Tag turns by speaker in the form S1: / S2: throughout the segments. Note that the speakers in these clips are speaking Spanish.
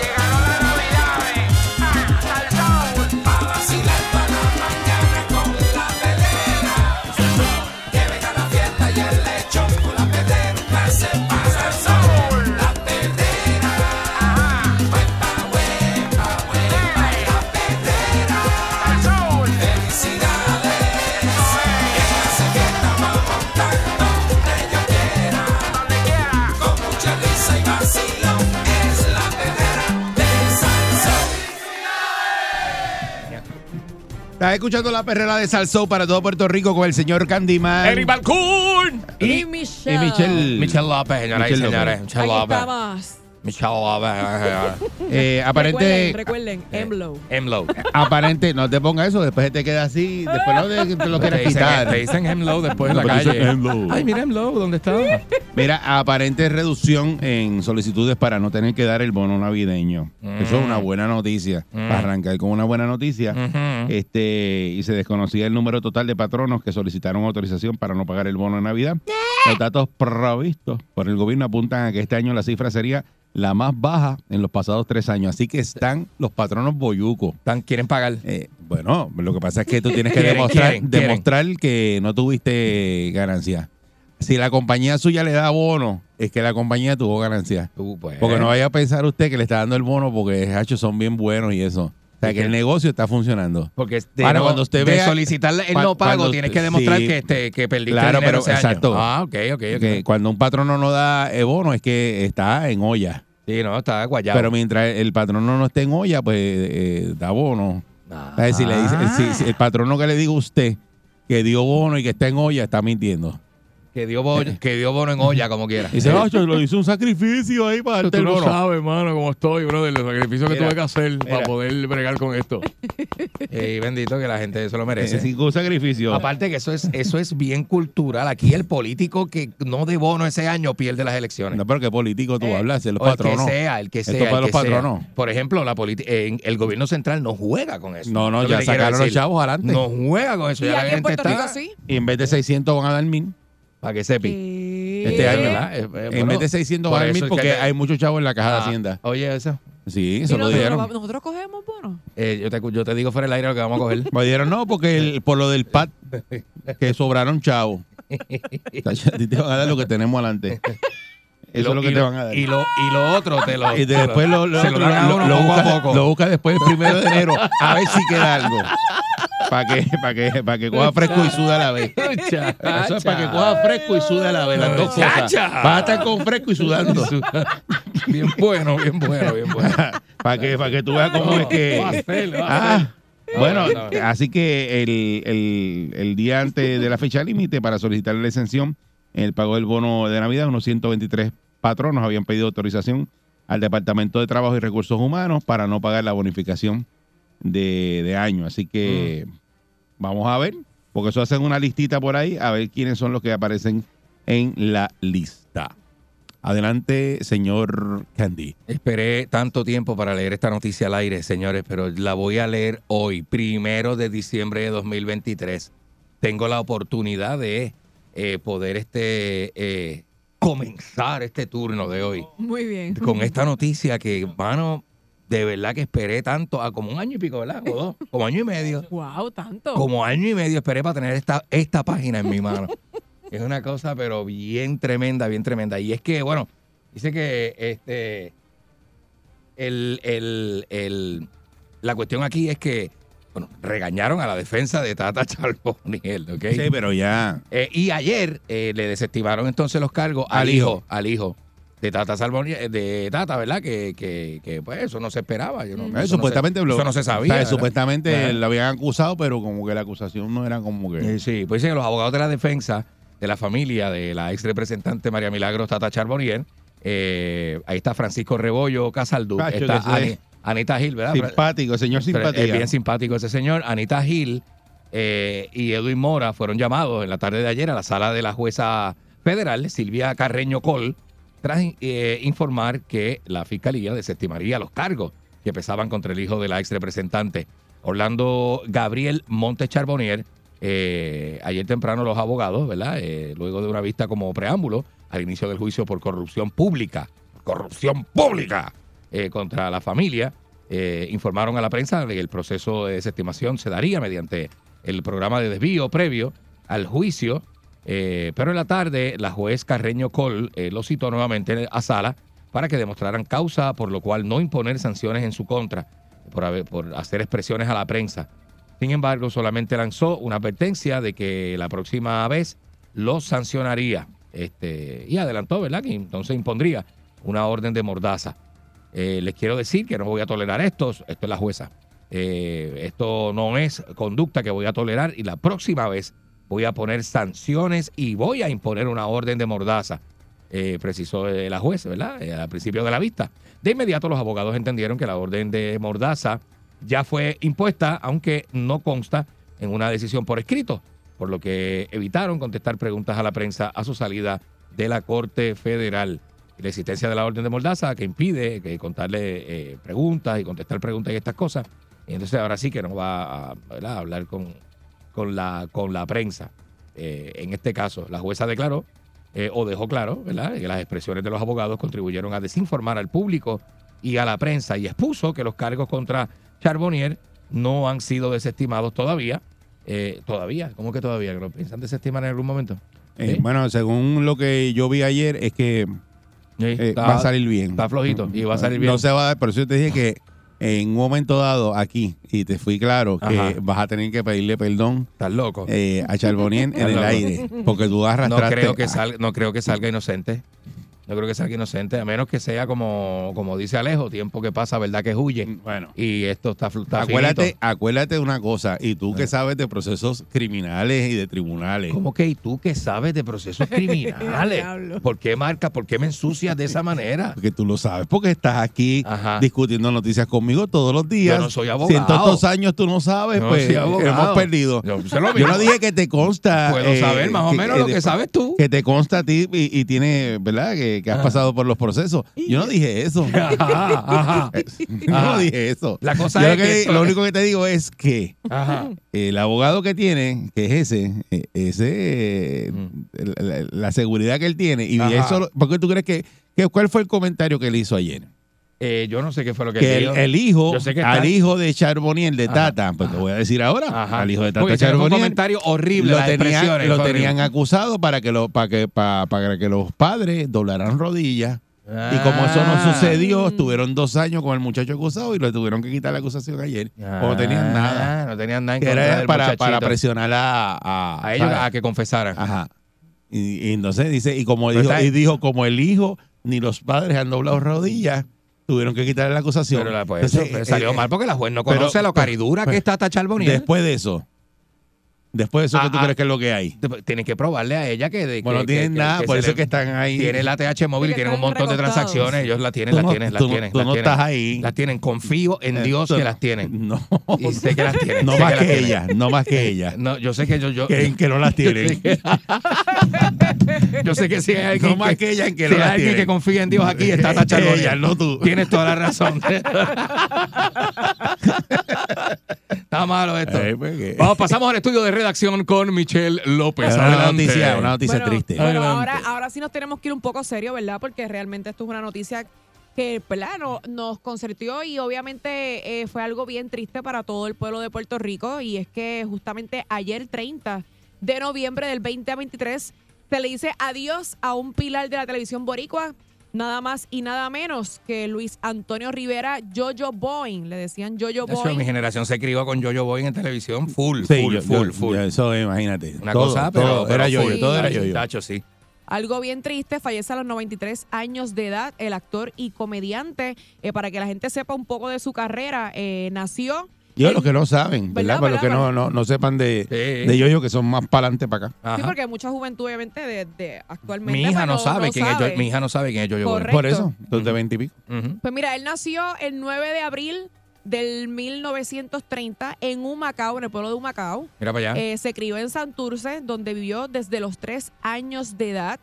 S1: Llegaron las navidades, ah, al sol. Pa' vacilar para la mañana con la velera. Que venga la fiesta y el lechón con la pedera. Se pasa el sol. La pedera. Huepa, huepa, huepa, la pedera. Al sol. Felicidades. Que hace fiesta vamos montando donde yo quiera. Donde quiera. Con mucha risa y vacilón. Es la pedera del Salsón.
S2: Estás escuchando la perrera de Salsó para todo Puerto Rico con el señor Candyman.
S3: Eric Balcoon
S4: Y Michelle.
S2: Y Michelle.
S3: Michelle López, señoras y
S2: Michelle López.
S3: señores. Michelle
S4: Ahí
S3: López.
S4: estamos.
S3: Michelle López.
S2: Eh, aparente,
S4: Recuerden, recuerden,
S3: Eh,
S4: Emlow.
S3: Hemlow.
S2: aparente, no te pongas eso, después te queda así, después no te, te lo
S3: Te
S2: quieras
S3: dicen, te
S2: quitar.
S3: dicen Hemlow después en la
S2: Pero dicen
S3: calle.
S2: Hemlow.
S3: Ay, mira Hemlow, ¿dónde está?
S2: Mira, aparente reducción en solicitudes para no tener que dar el bono navideño. Eso es una buena noticia. Para arrancar con una buena noticia.
S3: Ujú.
S2: Este, y se desconocía el número total de patronos que solicitaron autorización para no pagar el bono de Navidad. Los datos provistos por el gobierno apuntan a que este año la cifra sería la más baja en los pasados tres años. Así que están los patronos boyucos.
S3: Tan- quieren pagar.
S2: Eh, bueno, lo que pasa es que tú tienes que
S3: Quieren,
S2: demostrar,
S3: quieren, quieren.
S2: demostrar que no tuviste ganancia. Si la compañía suya le da bono, es que la compañía tuvo ganancia.
S3: Tú, pues.
S2: Porque no vaya a pensar usted que le está dando el bono porque hachos son bien buenos y eso. O sea, que el negocio está funcionando.
S3: Porque de,
S2: Ahora,
S3: no-
S2: cuando usted
S3: de
S2: vea-
S3: solicitar el
S2: cuando-
S3: no pago,
S2: cuando-
S3: tienes que demostrar
S2: sí.
S3: que, este, que perdiste
S2: Claro,
S3: dinero
S2: pero-
S3: ese año.
S2: exacto.
S3: Ah, ok, ok, ok.
S2: Que cuando un patrono no da eh, bono es que está en olla.
S3: Sí, no, está guayado.
S2: Pero mientras el patrono no esté en olla, pues eh, da bono.
S3: Ah.
S2: O sea, si, le dice- si- si el patrono que le diga a usted que dio bono y que está en olla, está mintiendo.
S3: que, dio bono, que dio bono en olla, como quiera.
S2: Y dice, "Ah, yo lo hice un sacrificio ahí para darte
S5: Tú
S2: el
S5: no
S2: bono.
S5: sabes, hermano, cómo estoy, brother. El sacrificio que
S2: Mira,
S5: tuve que hacer
S2: mira.
S5: para poder bregar con esto.
S3: Ey, bendito que la gente eso lo
S2: Eh,
S3: merece.
S2: Cinco sacrificios.
S3: Aparte que eso es, eso es bien cultural. Aquí el político que no de bono ese año pierde las elecciones. Eh,
S2: No, pero qué político tú hablas, de los
S3: O el que
S2: patronos.
S3: sea, el que
S2: Esto
S3: sea.
S2: para
S3: el
S2: los
S3: que sea.
S2: patronos.
S3: Por ejemplo, la politi- en- el gobierno central no juega con eso.
S2: No, no,
S3: Lo que
S2: ya
S3: te quiero
S2: sacaron los
S3: decir.
S2: chavos adelante.
S3: No juega con eso.
S4: Y
S3: ya la
S4: aquí en
S3: gente
S4: Puerto Rico
S3: está-
S4: sí.
S2: Y en vez de 600 van a dar 1000.
S3: Para que sepi.
S2: Este
S3: Eh,
S2: año,
S3: ¿verdad? Eh, eh,
S2: en
S3: bueno,
S2: vez de 600
S3: por
S2: van a dar
S3: eso
S2: 1000
S3: es
S2: porque
S3: que-
S2: hay muchos chavos en la caja de
S3: Ah,
S2: Hacienda.
S3: Oye, eso.
S2: Sí,
S4: Y
S2: eso lo
S4: nosotros,
S2: dijeron.
S4: vamos- nosotros cogemos bonos.
S3: Eh, yo, te, yo te digo fuera del aire lo que vamos a coger.
S2: Me dieron no, porque el- por lo del PAT, que sobraron chavos. O sea, a ti te van a dar lo que tenemos adelante. Eso es lo que
S3: y
S2: te van a dar.
S3: Y lo, y lo otro te lo.
S2: Y después lo, lo,
S3: se lo dan a
S2: lo-
S3: uno
S2: lo
S3: poco a
S2: busca,
S3: poco.
S2: lo busca después el primero de enero, a ver si queda algo. Para que, para que, para que coja fresco y suda a la vez. Eso es para que coja fresco y suda a la vez, las dos cosas.
S3: Chacha.
S2: Vas a estar con fresco y sudando.
S3: Bien bueno, bien bueno, bien bueno.
S2: para que, para que tú veas cómo es
S5: Va a
S2: que.
S5: ser, va a ser.
S2: Ah, bueno,
S3: No, no, no.
S2: así que el, el- el día antes de la fecha límite para solicitar la exención, el pago del bono de Navidad, unos 123 patronos habían pedido autorización al Departamento de Trabajo y Recursos Humanos para no pagar la bonificación de, de año. Así que
S5: Mm.
S2: vamos a ver, porque eso hacen una listita por ahí, a ver quiénes son los que aparecen en la lista. Adelante, señor Candy.
S3: Esperé tanto tiempo para leer esta noticia al aire, señores, pero la voy a leer hoy, primero de diciembre de 2023. Tengo la oportunidad de eh, poder este, eh, comenzar este turno de hoy
S4: pues, Muy bien.
S3: con esta noticia que, mano, de verdad que esperé tanto, a como un año y pico, ¿verdad? O dos, como año y medio.
S4: Wow, tanto.
S3: Como año y medio esperé para tener esta, esta página en mi mano. es una cosa, pero bien tremenda, bien tremenda. Y es que, bueno, dice que este el, el- el- la cuestión aquí es que, bueno, regañaron a la defensa de Tata Charboniel, ¿ok?
S2: Sí, pero ya.
S3: Eh, y ayer eh, le desestimaron entonces los cargos al
S2: Al
S3: hijo,
S2: hijo.
S3: al hijo de Tata Salboniel, de Tata, ¿verdad? Que, que, que, pues eso no se esperaba. Yo no,
S2: Eh,
S3: eso no se-
S2: supuestamente lo-
S3: eso no se sabía.
S2: o sea,
S3: ¿verdad?
S2: supuestamente
S3: Ajá.
S2: lo habían acusado, pero como que la acusación no era como que.
S3: Eh, sí, pues dicen que los abogados de la defensa de la familia de la ex representante María Milagros Tata Charbonnier, eh, ahí está Francisco Rebollo Casaldú,
S2: Cacho,
S3: está
S2: que se-
S3: Ani- Anita Gil, ¿verdad?
S2: simpático, señor
S3: Fra-
S2: simpático.
S3: Es bien eh, simpático ese señor. Anita Gil eh, y Edwin Mora fueron llamados en la tarde de ayer a la sala de la jueza federal, Silvia Carreño Col, tras eh, informar que la fiscalía desestimaría los cargos que pesaban contra el hijo de la ex representante Orlando Gabriel Montes Charbonnier, Eh, ayer temprano los abogados, ¿verdad? Eh, luego de una vista como preámbulo al inicio del juicio por corrupción pública, corrupción pública eh, contra la familia, eh, informaron a la prensa de que el proceso de desestimación se daría mediante el programa de desvío previo al juicio, eh, pero en la tarde la juez Carreño Col eh, lo citó nuevamente a sala para que demostraran causa por lo cual no imponer sanciones en su contra por, haber- por hacer expresiones a la prensa. Sin embargo, solamente lanzó una advertencia de que la próxima vez lo sancionaría. Este, y adelantó, ¿verdad? Que entonces impondría una orden de mordaza. Eh, les quiero decir que no voy a tolerar esto. Esto es la jueza. Eh, esto no es conducta que voy a tolerar y la próxima vez voy a poner sanciones y voy a imponer una orden de mordaza, eh, precisó eh, la jueza, ¿verdad? Eh, al principio de la vista. De inmediato los abogados entendieron que la orden de mordaza ya fue impuesta, aunque no consta en una decisión por escrito, por lo que evitaron contestar preguntas a la prensa a su salida de la Corte Federal. Y La existencia de la orden de Mordaza que impide que contarle eh, preguntas y contestar preguntas y estas cosas. Y entonces ahora sí que no va a, ¿verdad? a hablar con, con, la, con la prensa. Eh, en este caso, la jueza declaró eh, o dejó claro ¿verdad? que las expresiones de los abogados contribuyeron a desinformar al público y a la prensa y expuso que los cargos contra Charbonnier no han sido desestimados todavía. Eh, todavía, ¿cómo que todavía? ¿Lo piensan desestimar en algún momento?
S2: Eh,
S3: Sí.
S2: Bueno, según lo que yo vi ayer, es que
S3: Sí,
S2: eh,
S3: está-
S2: va a salir bien.
S3: Está flojito y va a salir bien.
S2: No se va a dar, por eso yo te dije que en un momento dado aquí, y te fui claro, que
S3: Ajá.
S2: vas a tener que pedirle perdón
S3: Estás loco.
S2: eh, a Charbonnier en el
S3: Claro.
S2: aire, porque tú
S3: No
S2: arrastraste.
S3: creo, que salga, no creo que salga inocente. No creo que salga inocente, a menos que sea como, como dice Alejo, tiempo que pasa, verdad que huye.
S2: Bueno.
S3: Y esto está, fl- está
S2: Acuérdate,
S3: finito.
S2: acuérdate de una cosa, y tú
S3: Eh.
S2: que sabes de procesos criminales y de tribunales.
S3: ¿Cómo que y tú que sabes de procesos criminales?
S4: Diablo.
S3: ¿Por qué marcas? ¿Por qué me ensucias de esa manera?
S2: Porque tú lo sabes, porque estás aquí
S3: Ajá.
S2: discutiendo noticias conmigo todos los días.
S3: Yo no soy abogado.
S2: Si en todos estos años tú no sabes,
S3: Yo no
S2: pues
S3: soy abogado.
S2: hemos perdido.
S3: Yo,
S2: Yo,
S3: sé lo mismo.
S2: no dije que te consta.
S3: Puedo
S2: eh,
S3: saber más o menos lo que
S2: de-
S3: sabes tú. Ah.
S2: Que te consta a ti y, y tiene, ¿verdad? Que, que has pasado por los procesos. Yo no dije eso. Yo
S3: Ajá, Eh, ajá,
S2: no dije eso.
S3: La cosa
S2: Yo
S3: es
S2: lo que
S3: que
S2: di-
S3: esto-
S2: lo único que te digo es que
S3: ajá.
S2: el abogado que tiene, que es ese, eh, ese, eh,
S3: Mm.
S2: la, la- la seguridad que él tiene. Y
S3: Ajá.
S2: eso, lo- ¿por qué tú crees que, que, cuál fue el comentario que él hizo ayer?
S3: Eh, yo no sé qué fue lo que,
S2: que el,
S3: dijo.
S2: el hijo,
S3: Yo sé que está-
S2: al hijo de Charbonnier, de
S3: Ajá.
S2: Tata, pues te voy a decir ahora,
S3: Ajá.
S2: al hijo de
S3: Porque
S2: Tata
S3: ese fue un
S2: Charbonnier,
S3: comentario horrible.
S2: lo,
S3: las
S2: tenían,
S3: expresiones,
S2: lo
S3: fue horrible.
S2: tenían acusado para que, lo, para, que, pa- para que los padres doblaran rodillas. Y como eso no
S3: Ah.
S2: sucedió, estuvieron dos años con el muchacho acusado y le tuvieron que quitar la acusación ayer. O no tenían nada.
S3: Ah, No tenían nada en
S2: Que
S3: contra
S2: era
S3: del
S2: para,
S3: muchachito.
S2: para presionar a, a,
S3: a ellos
S2: ¿sabes?
S3: a que confesaran.
S2: Ajá. Y, y entonces dice, y como
S3: Pero
S2: dijo,
S3: está-
S2: y dijo, como el hijo ni los padres han doblado rodillas, tuvieron que quitarle la acusación.
S3: Pero la, pues,
S2: Entonces,
S3: eso, pues,
S2: eh,
S3: salió
S2: eh,
S3: mal porque la juez no
S2: pero-
S3: conoce la caridura que
S2: pero-
S3: está Tachar Bonilla.
S2: Después de eso, después de eso,
S3: Ah,
S2: ¿qué tú
S3: ah.
S2: crees que es lo que hay?
S3: Tienen que probarle a ella que. de-
S2: Bueno,
S3: que-
S2: no tienen
S3: que-
S2: nada, por
S3: se
S2: eso
S3: le-
S2: es que están ahí.
S3: Tiene la TH móvil,
S4: Sí, que
S3: tienen un
S4: están
S3: montón de
S4: recostados.
S3: transacciones. Ellos la tienen,
S2: Tú
S3: la
S2: no-
S3: tienen, la
S2: tú no-
S3: tienen.
S2: tú
S3: la
S2: no
S3: tienen.
S2: estás ahí.
S3: La tienen. Confío en
S2: Eh,
S3: Dios
S2: tú-
S3: que las tienen.
S2: No,
S3: Y sé que las tienen.
S2: no
S3: sé
S2: más
S3: las
S2: que
S3: tienen.
S2: ella, no más que ella.
S3: No, yo sé que yo. yo
S2: Que, que no las tienen.
S3: Yo sé que si hay alguien
S2: No más que ella en que
S3: si
S2: no la
S3: hay alguien
S2: tiene. Eh,
S3: que confía en Dios aquí está Tacha
S2: Ella,
S3: Lonía.
S2: no tú.
S3: Tienes toda la razón. está malo esto.
S2: Eh, pues, que-
S5: Vamos, pasamos al estudio de redacción con Michelle López.
S2: una
S5: Adelante.
S2: noticia, una noticia
S4: Bueno,
S2: triste.
S4: Bueno,
S5: Adelante.
S4: ahora, ahora sí nos tenemos que ir un poco serio, ¿verdad? Porque realmente esto es una noticia que, plano, nos concertió y obviamente eh, fue algo bien triste para todo el pueblo de Puerto Rico. Y es que justamente ayer, 30 de noviembre del 2023, se le dice adiós a un pilar de la televisión boricua. Nada más y nada menos que Luis Antonio Rivera, Jojo Boeing. Le decían Jojo
S3: De hecho, mi
S4: Boeing.
S3: generación se crió con Yo-Yo Boy en televisión full,
S2: Sí,
S3: full,
S2: yo-
S3: full,
S2: yo-
S3: full.
S2: yo- eso, imagínate.
S3: Una
S2: Todo,
S3: cosa, pero,
S2: todo,
S3: pero
S2: era yo,
S3: full.
S2: yo, todo era yo, yo.
S3: Tacho, sí.
S4: Algo bien triste, fallece a los 93 años de edad el actor y comediante. Eh, para que la gente sepa un poco de su carrera, eh, nació.
S2: Yo, los que no saben,
S4: ¿Verdad,
S2: ¿verdad? Para los que
S4: verdad,
S2: no, no, no sepan de,
S3: Sí.
S2: de yo-yo, que son más para adelante para acá.
S4: Sí,
S3: Ajá.
S4: porque mucha juventud, obviamente, de, de actualmente.
S3: mi hija
S4: pues,
S3: no sabe quién es
S4: sabe.
S3: yo, mi hija no sabe quién es Yo-Yo Boy.
S4: Correcto.
S2: Por eso, los de 20 y pico.
S3: Ujú.
S4: Pues mira, él nació el 9 de abril del 1930 en Humacao, en el pueblo de Humacao.
S3: Mira para allá.
S4: Eh, se crió en Santurce, donde vivió desde los tres años de edad.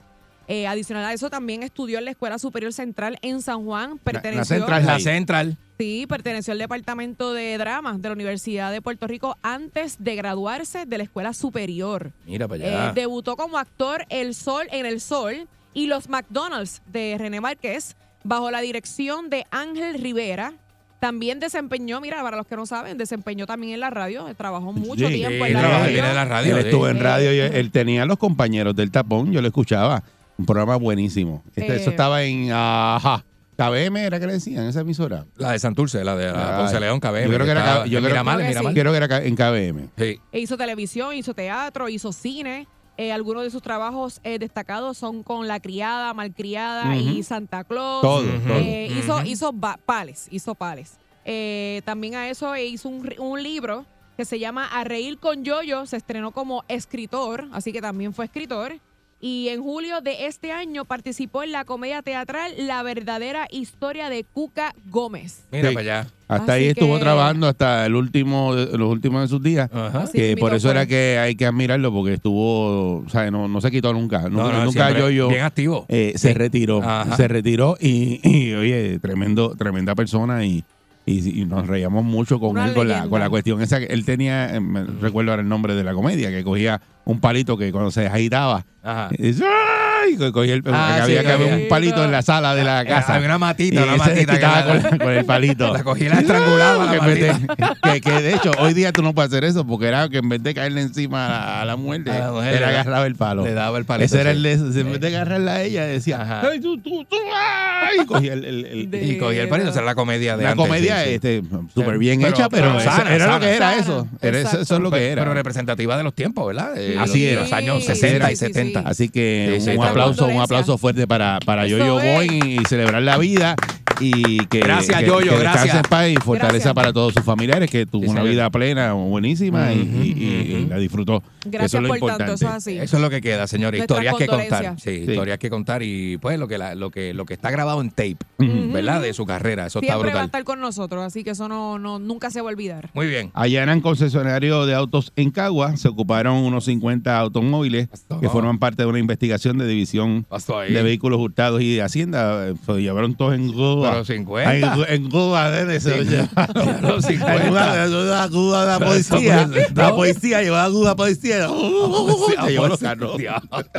S4: Eh, adicional a eso, también estudió en la Escuela Superior Central en San Juan. Perteneció,
S2: Central.
S3: La
S2: Ahí.
S3: Central.
S4: Sí, perteneció al Departamento de Dramas de la Universidad de Puerto Rico antes de graduarse de la Escuela Superior.
S3: Mira para
S4: Eh,
S3: allá.
S4: debutó como actor El Sol en El Sol y Los McDonald's de René Márquez bajo la dirección de Ángel Rivera. También desempeñó, mira, para los que no saben, desempeñó también en la radio, eh, trabajó mucho
S2: Sí,
S4: tiempo
S3: sí,
S4: en la
S3: trabajó
S4: radio.
S3: bien en la radio,
S2: Él
S3: sí.
S2: estuvo en radio y él tenía los compañeros del tapón, yo lo escuchaba. Un programa buenísimo. Este-
S4: Eh.
S2: Eso estaba en ajá, KBM, era que le decían esa emisora.
S3: La de Santurce, la de la
S2: Ay,
S3: Ah, Ponce León, Cabello.
S2: yo creo que era
S3: estaba-
S2: Cabe- yo
S3: en
S2: creo-
S3: Miramar, en
S4: Creo que
S3: Miramar.
S4: sí.
S2: Quiero que era en KBM.
S3: Sí.
S4: E hizo televisión, hizo teatro, hizo cine. Eh, algunos de sus trabajos eh, destacados son con La Criada, Malcriada y Santa Claus.
S2: Todo, todo.
S4: Eh, hizo, hizo ba- pales, hizo pales. Eh, también a eso eh, hizo un, ri- un libro que se llama A Reír con Yoyo, se estrenó como escritor, así que también fue escritor. Y en julio de este año participó en la comedia teatral La verdadera historia de Cuca Gómez.
S3: Mira pues,
S2: Sí.
S3: para allá.
S2: Hasta ahí
S4: Así
S2: estuvo
S4: que-
S2: trabajando hasta el último, de- los últimos de sus días.
S3: Ajá.
S4: Así
S2: que
S4: mismito
S2: por eso
S4: fue.
S2: era que hay que admirarlo, porque estuvo, o sea, no, no se quitó nunca.
S3: No,
S2: nunca
S3: no,
S2: nunca
S3: siempre
S2: yo, yo
S3: Bien activo.
S2: eh, se retiró.
S3: Ajá.
S2: Se retiró y, y, oye, tremendo, tremenda persona y, y- y nos reíamos mucho con
S4: Una
S2: él, con la,
S4: leyenda.
S2: con la cuestión esa. que Él tenía, eh, me-
S3: Mm.
S2: recuerdo ahora el nombre de la comedia, que cogía un palito que cuando se agitaba,
S3: Ajá.
S2: y dice, ¡ay! Co- cogía el-
S3: Ah,
S2: que
S3: sí,
S2: había que había un
S4: sí.
S2: palito en la sala de la
S3: Casa.
S2: casa.
S3: Había una
S2: Y
S3: matita, una
S2: ese
S3: matita. que
S2: quitaba
S3: la-
S2: con, con el palito.
S3: La cogí y la estrangulaba, la
S2: Que,
S3: matita.
S2: en vez de- que- que de hecho, hoy día tú no puedes hacer eso, porque era que en vez de caerle encima a la, a la muerte,
S3: A la mujer
S2: él
S3: le da-
S2: agarraba el palo.
S3: le daba el palito,
S2: Ese era
S3: sí.
S2: el de esos. En
S3: Sí.
S2: vez de agarrarla a ella, decía,
S3: Ajá.
S2: Ah. ¡ay, tú, tú, tú! ¡ay! Y cogía el. el- el-
S4: De-
S3: Y cogí el palito. Esa era la comedia de
S2: la
S3: antes,
S2: comedia
S3: sí, sí.
S2: este, súper bien
S3: Pero-
S2: hecha, pero,
S3: pero
S2: eso-
S3: sana,
S2: era
S3: sana.
S2: lo que era
S4: Sana,
S2: eso. Era eso, eso es
S4: exacto.
S2: lo que era.
S3: Pero representativa de los tiempos, ¿verdad? De los-
S2: Así era.
S3: De los años
S4: Sí,
S3: 60 y
S4: sí, sí, sí.
S3: 70.
S2: Así que
S3: Sí, sí,
S2: un
S3: está
S2: aplauso,
S4: bien.
S2: un aplauso fuerte para, para
S4: Eso
S2: Yoyo
S4: es.
S2: Boy y celebrar la vida. Y que,
S3: Gracias,
S2: que-
S3: Yoyo,
S2: que descanse
S3: gracias.
S2: en paz y fortaleza
S4: Gracias.
S2: para todos sus familiares, que tuvo
S3: Sí,
S2: una
S3: señor.
S2: vida plena, buenísima, y- y, y- y la disfrutó.
S4: Gracias
S2: eso es lo
S4: por
S2: importante.
S4: tanto, eso es así.
S3: Eso es lo que queda, señor.
S4: Nuestras
S3: Historias que contar.
S4: condolencias.
S3: Sí,
S2: Sí.
S3: historias que contar y pues lo que, la- lo que lo que está grabado en tape,
S4: Ujú.
S3: ¿verdad? De su carrera. Eso está
S4: Siempre va a
S3: brutal.
S4: estar con nosotros, así que eso no, no nunca se va a olvidar.
S3: Muy bien.
S2: Allanan concesionario de autos en Cagua, se ocuparon unos 50 automóviles
S3: Pasó.
S2: que forman parte de una investigación de división
S3: Pasó ahí.
S2: de vehículos hurtados y de Hacienda. Eh, Se llevaron todos en grúa.
S3: Pero 50.
S2: Ay, En, en grúa, nene, se lo llevaron.
S3: Pero 50.
S2: En una- en una grúa de la policía. La policía llevó la grúa de la policía. Se llevó los carros.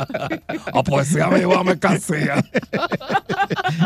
S3: A poesía me llevó a mercancía.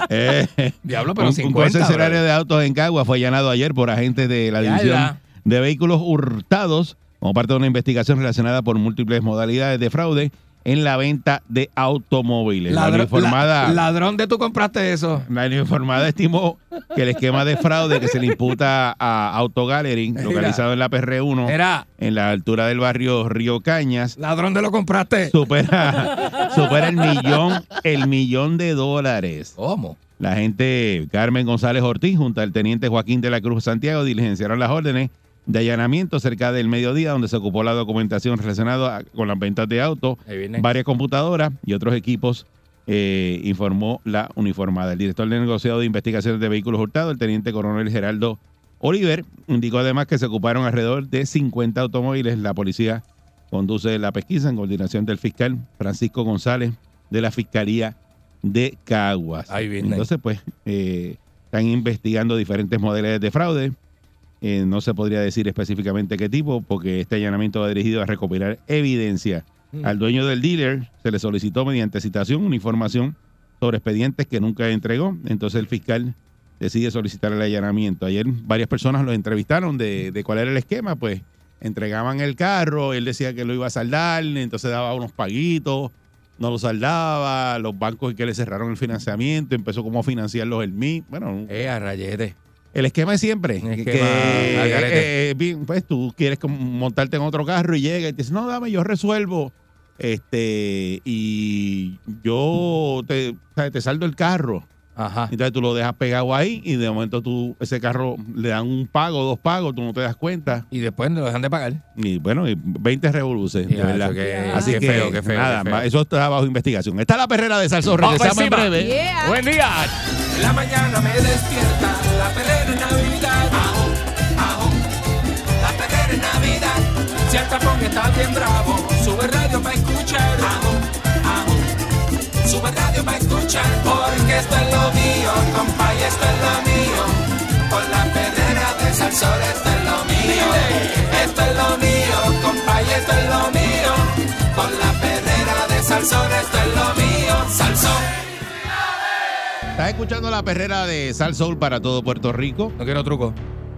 S2: Eh,
S3: Diablo,
S2: un,
S3: pero
S2: un
S3: 50.
S2: concesionario
S3: brother.
S2: de autos en Cagua fue allanado ayer por agentes de la
S3: Yala.
S2: división de vehículos hurtados como parte de una investigación relacionada por múltiples modalidades de fraude en la venta de automóviles. La
S3: Ladrón-
S2: uniformada,
S3: la- ladrón de tú compraste eso.
S2: la uniformada estimó que el esquema de fraude que se le imputa a Auto Gallery,
S3: Mira.
S2: localizado en la PR1,
S3: Era
S2: en la altura del barrio Río Cañas,
S3: ladrón de lo compraste.
S2: supera, supera el millón, el millón de dólares.
S3: ¿Cómo?
S2: La gente Carmen González Ortiz, junto al teniente Joaquín de la Cruz Santiago, diligenciaron las órdenes de allanamiento cerca del mediodía, donde se ocupó la documentación relacionada a- con las ventas de autos,
S3: Ahí viene.
S2: varias computadoras y otros equipos, eh, informó la uniformada. El director del negociado de investigaciones de vehículos hurtados, el teniente coronel Geraldo Oliver, indicó además que se ocuparon alrededor de 50 automóviles. La policía conduce la pesquisa en coordinación del fiscal Francisco González de la Fiscalía de Caguas.
S3: Ahí viene.
S2: Entonces, pues, eh, están investigando diferentes modelos de fraude. Eh, no se podría decir específicamente qué tipo, porque este allanamiento va dirigido a recopilar evidencia.
S3: Mm.
S2: Al dueño del dealer se le solicitó mediante citación una información sobre expedientes que nunca entregó. Entonces el fiscal decide solicitar el allanamiento. Ayer varias personas lo entrevistaron de, de cuál era el esquema, pues entregaban el carro, él decía que lo iba a saldar, entonces daba unos paguitos, no lo saldaba, los bancos que le cerraron el financiamiento, empezó como a financiarlos el mí Bueno,
S3: Eh, a rayete.
S2: el esquema es siempre.
S3: Un
S2: que,
S3: esquema al garete.
S2: eh, bien, pues tú quieres como montarte en otro carro y llega y te dice, no, dame, yo resuelvo. Este, y yo te, o sea, te saldo el carro.
S3: Ajá.
S2: Entonces tú lo dejas pegado ahí y de momento tú, ese carro le dan un pago, dos pagos, tú no te das cuenta.
S3: Y después lo dejan de pagar.
S2: Y bueno, y 20 revoluces, de
S3: Ya,
S2: verdad.
S3: eso que-
S2: Así
S3: qué
S2: que,
S3: feo, qué feo,
S2: nada,
S3: qué feo.
S2: más, eso está bajo investigación. Está la perrera de Salsón,
S5: Vamos
S2: regresamos en
S5: encima.
S2: breve.
S4: Yeah.
S5: Buen día.
S1: La mañana me despierta, la pelea de Navidad. Ajo, ajo, la pelea de Navidad. Si el tapón está bien bravo, sube el radio para escuchar. Ajo, ajo, sube el radio sol, esto es lo mío. Esto es lo mío, compa, y esto es lo mío. Con la perrera de Salsón, esto es lo mío. Salsón.
S2: Estás escuchando la perrera de Sal Soul para todo Puerto Rico
S3: No quiero truco.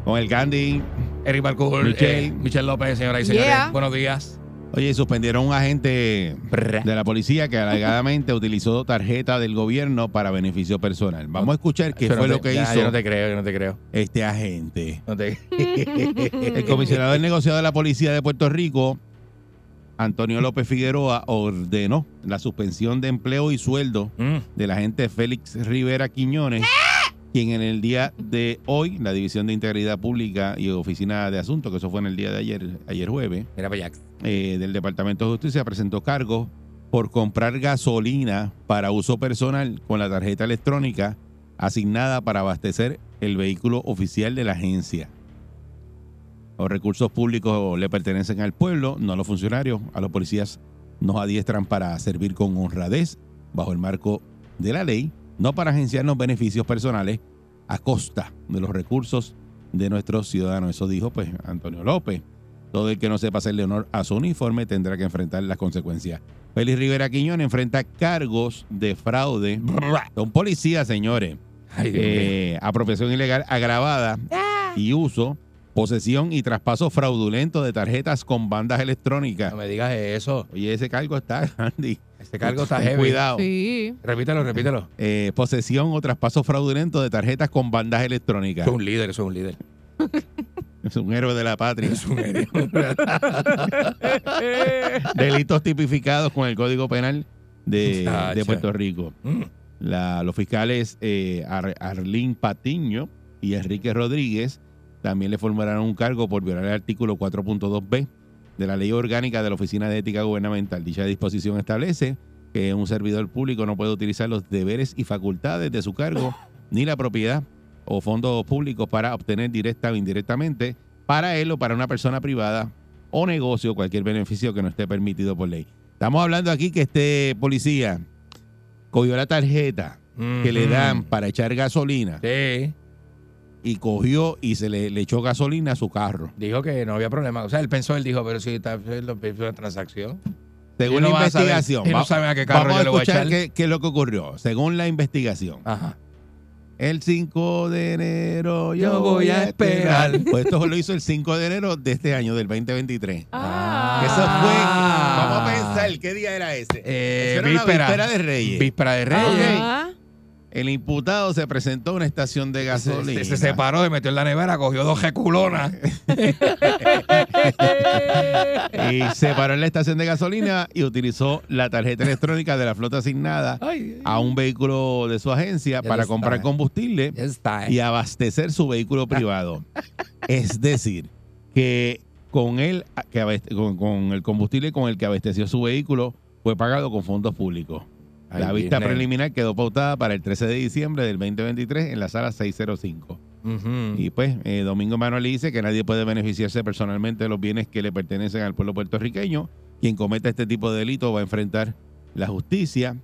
S2: con el Candy.
S3: Eric Balcour,
S2: Michelle.
S3: Michelle. Eh, Michelle López, señoras y señores.
S4: Yeah.
S3: Buenos días.
S2: Oye, suspendieron a un agente de la policía que alegadamente utilizó tarjeta del gobierno para beneficio personal. Vamos a escuchar qué
S3: Yo no
S2: fue
S3: te-
S2: lo que
S3: ya, Yo
S2: hizo
S3: no te creo, yo no te creo.
S2: este agente.
S3: No te-
S2: El comisionado del negociado de la policía de Puerto Rico, Antonio López Figueroa, ordenó la suspensión de empleo y sueldo
S3: Mm.
S2: del agente Félix Rivera Quiñones, quien en el día de hoy, la División de Integridad Pública y Oficina de Asuntos, que eso fue en el día de ayer, ayer jueves,
S3: Mira para allá.
S2: eh, del Departamento de Justicia presentó cargos por comprar gasolina para uso personal con la tarjeta electrónica asignada para abastecer el vehículo oficial de la agencia. Los recursos públicos le pertenecen al pueblo, no a los funcionarios. A los policías nos adiestran para servir con honradez bajo el marco de la ley, no para agenciarnos beneficios personales a costa de los recursos de nuestros ciudadanos. Eso dijo pues Antonio López. Todo el que no sepa hacerle honor a su uniforme tendrá que enfrentar las consecuencias. Félix Rivera Quiñón enfrenta cargos de fraude. Son policías, señores.
S3: Ay, Dios mío.
S2: Eh, apropiación ilegal agravada y uso, posesión y traspaso fraudulento de tarjetas con bandas electrónicas.
S3: No me digas eso.
S2: Oye, ese cargo está, Andy.
S3: Este cargo está
S2: Ten
S3: heavy.
S2: Cuidado.
S4: Sí.
S3: Repítelo, repítelo.
S2: Eh, posesión o traspaso fraudulento de tarjetas con bandas electrónicas.
S3: Soy un líder, soy un líder.
S2: Es un héroe de la patria.
S3: Está
S2: Delitos tipificados con el Código Penal de,
S3: Muchacha.
S2: de Puerto Rico.
S3: Mm.
S2: La- los fiscales eh, Ar- Arlín Patiño y Enrique Rodríguez también le formularán un cargo por violar el artículo 4.2b de la Ley Orgánica de la Oficina de Ética Gubernamental. Dicha disposición establece que un servidor público no puede utilizar los deberes y facultades de su cargo ni la propiedad o fondos públicos para obtener directa o indirectamente para él o para una persona privada o negocio cualquier beneficio que no esté permitido por ley. Estamos hablando aquí que este policía cogió la tarjeta que le dan para echar gasolina
S3: mm, Sí.
S2: y cogió y se le, le echó gasolina a su carro.
S3: Dijo que no había problema. O sea, él pensó, él dijo, pero si está es una transacción.
S2: Según
S3: Él no
S2: la
S3: va a saber-
S2: investigación,
S3: él no
S2: va-
S3: sabe a qué carro
S2: vamos a
S3: yo le voy a
S2: escuchar
S3: echar.
S2: qué, qué es lo que ocurrió. Según la investigación,
S3: Ajá.
S2: el 5 de enero yo,
S3: Yo voy a esperar.
S2: Pues esto lo hizo el 5 de enero de este año, del 2023.
S4: Ah.
S2: Eso fue,
S3: Ah.
S2: vamos a pensar, ¿qué día era ese?
S3: Eh,
S2: Eso era la
S3: víspera.
S2: víspera de Reyes. Ah,
S3: Víspera de Reyes.
S4: Ajá.
S2: El imputado se presentó a una estación de
S3: Se,
S2: gasolina.
S3: se- se separó, se metió en la nevera, cogió dos reculonas.
S2: Y se paró en la estación de gasolina y utilizó la tarjeta electrónica de la flota asignada
S3: Ay,
S2: a un vehículo de su agencia
S3: Ya
S2: para
S3: está.
S2: comprar combustible
S3: ya está.
S2: y abastecer su vehículo privado. Es decir, que con él, que abast- con, con el combustible con el que abasteció su vehículo, fue pagado con fondos públicos.
S3: Ay,
S2: la vista
S3: Disney.
S2: preliminar quedó pautada para el 13 de diciembre del 2023 en la sala 605.
S3: Ujú.
S2: Y pues, eh, Domingo Manuel dice que nadie puede beneficiarse personalmente de los bienes que le pertenecen al pueblo puertorriqueño. Quien cometa este tipo de delito va a enfrentar la justicia.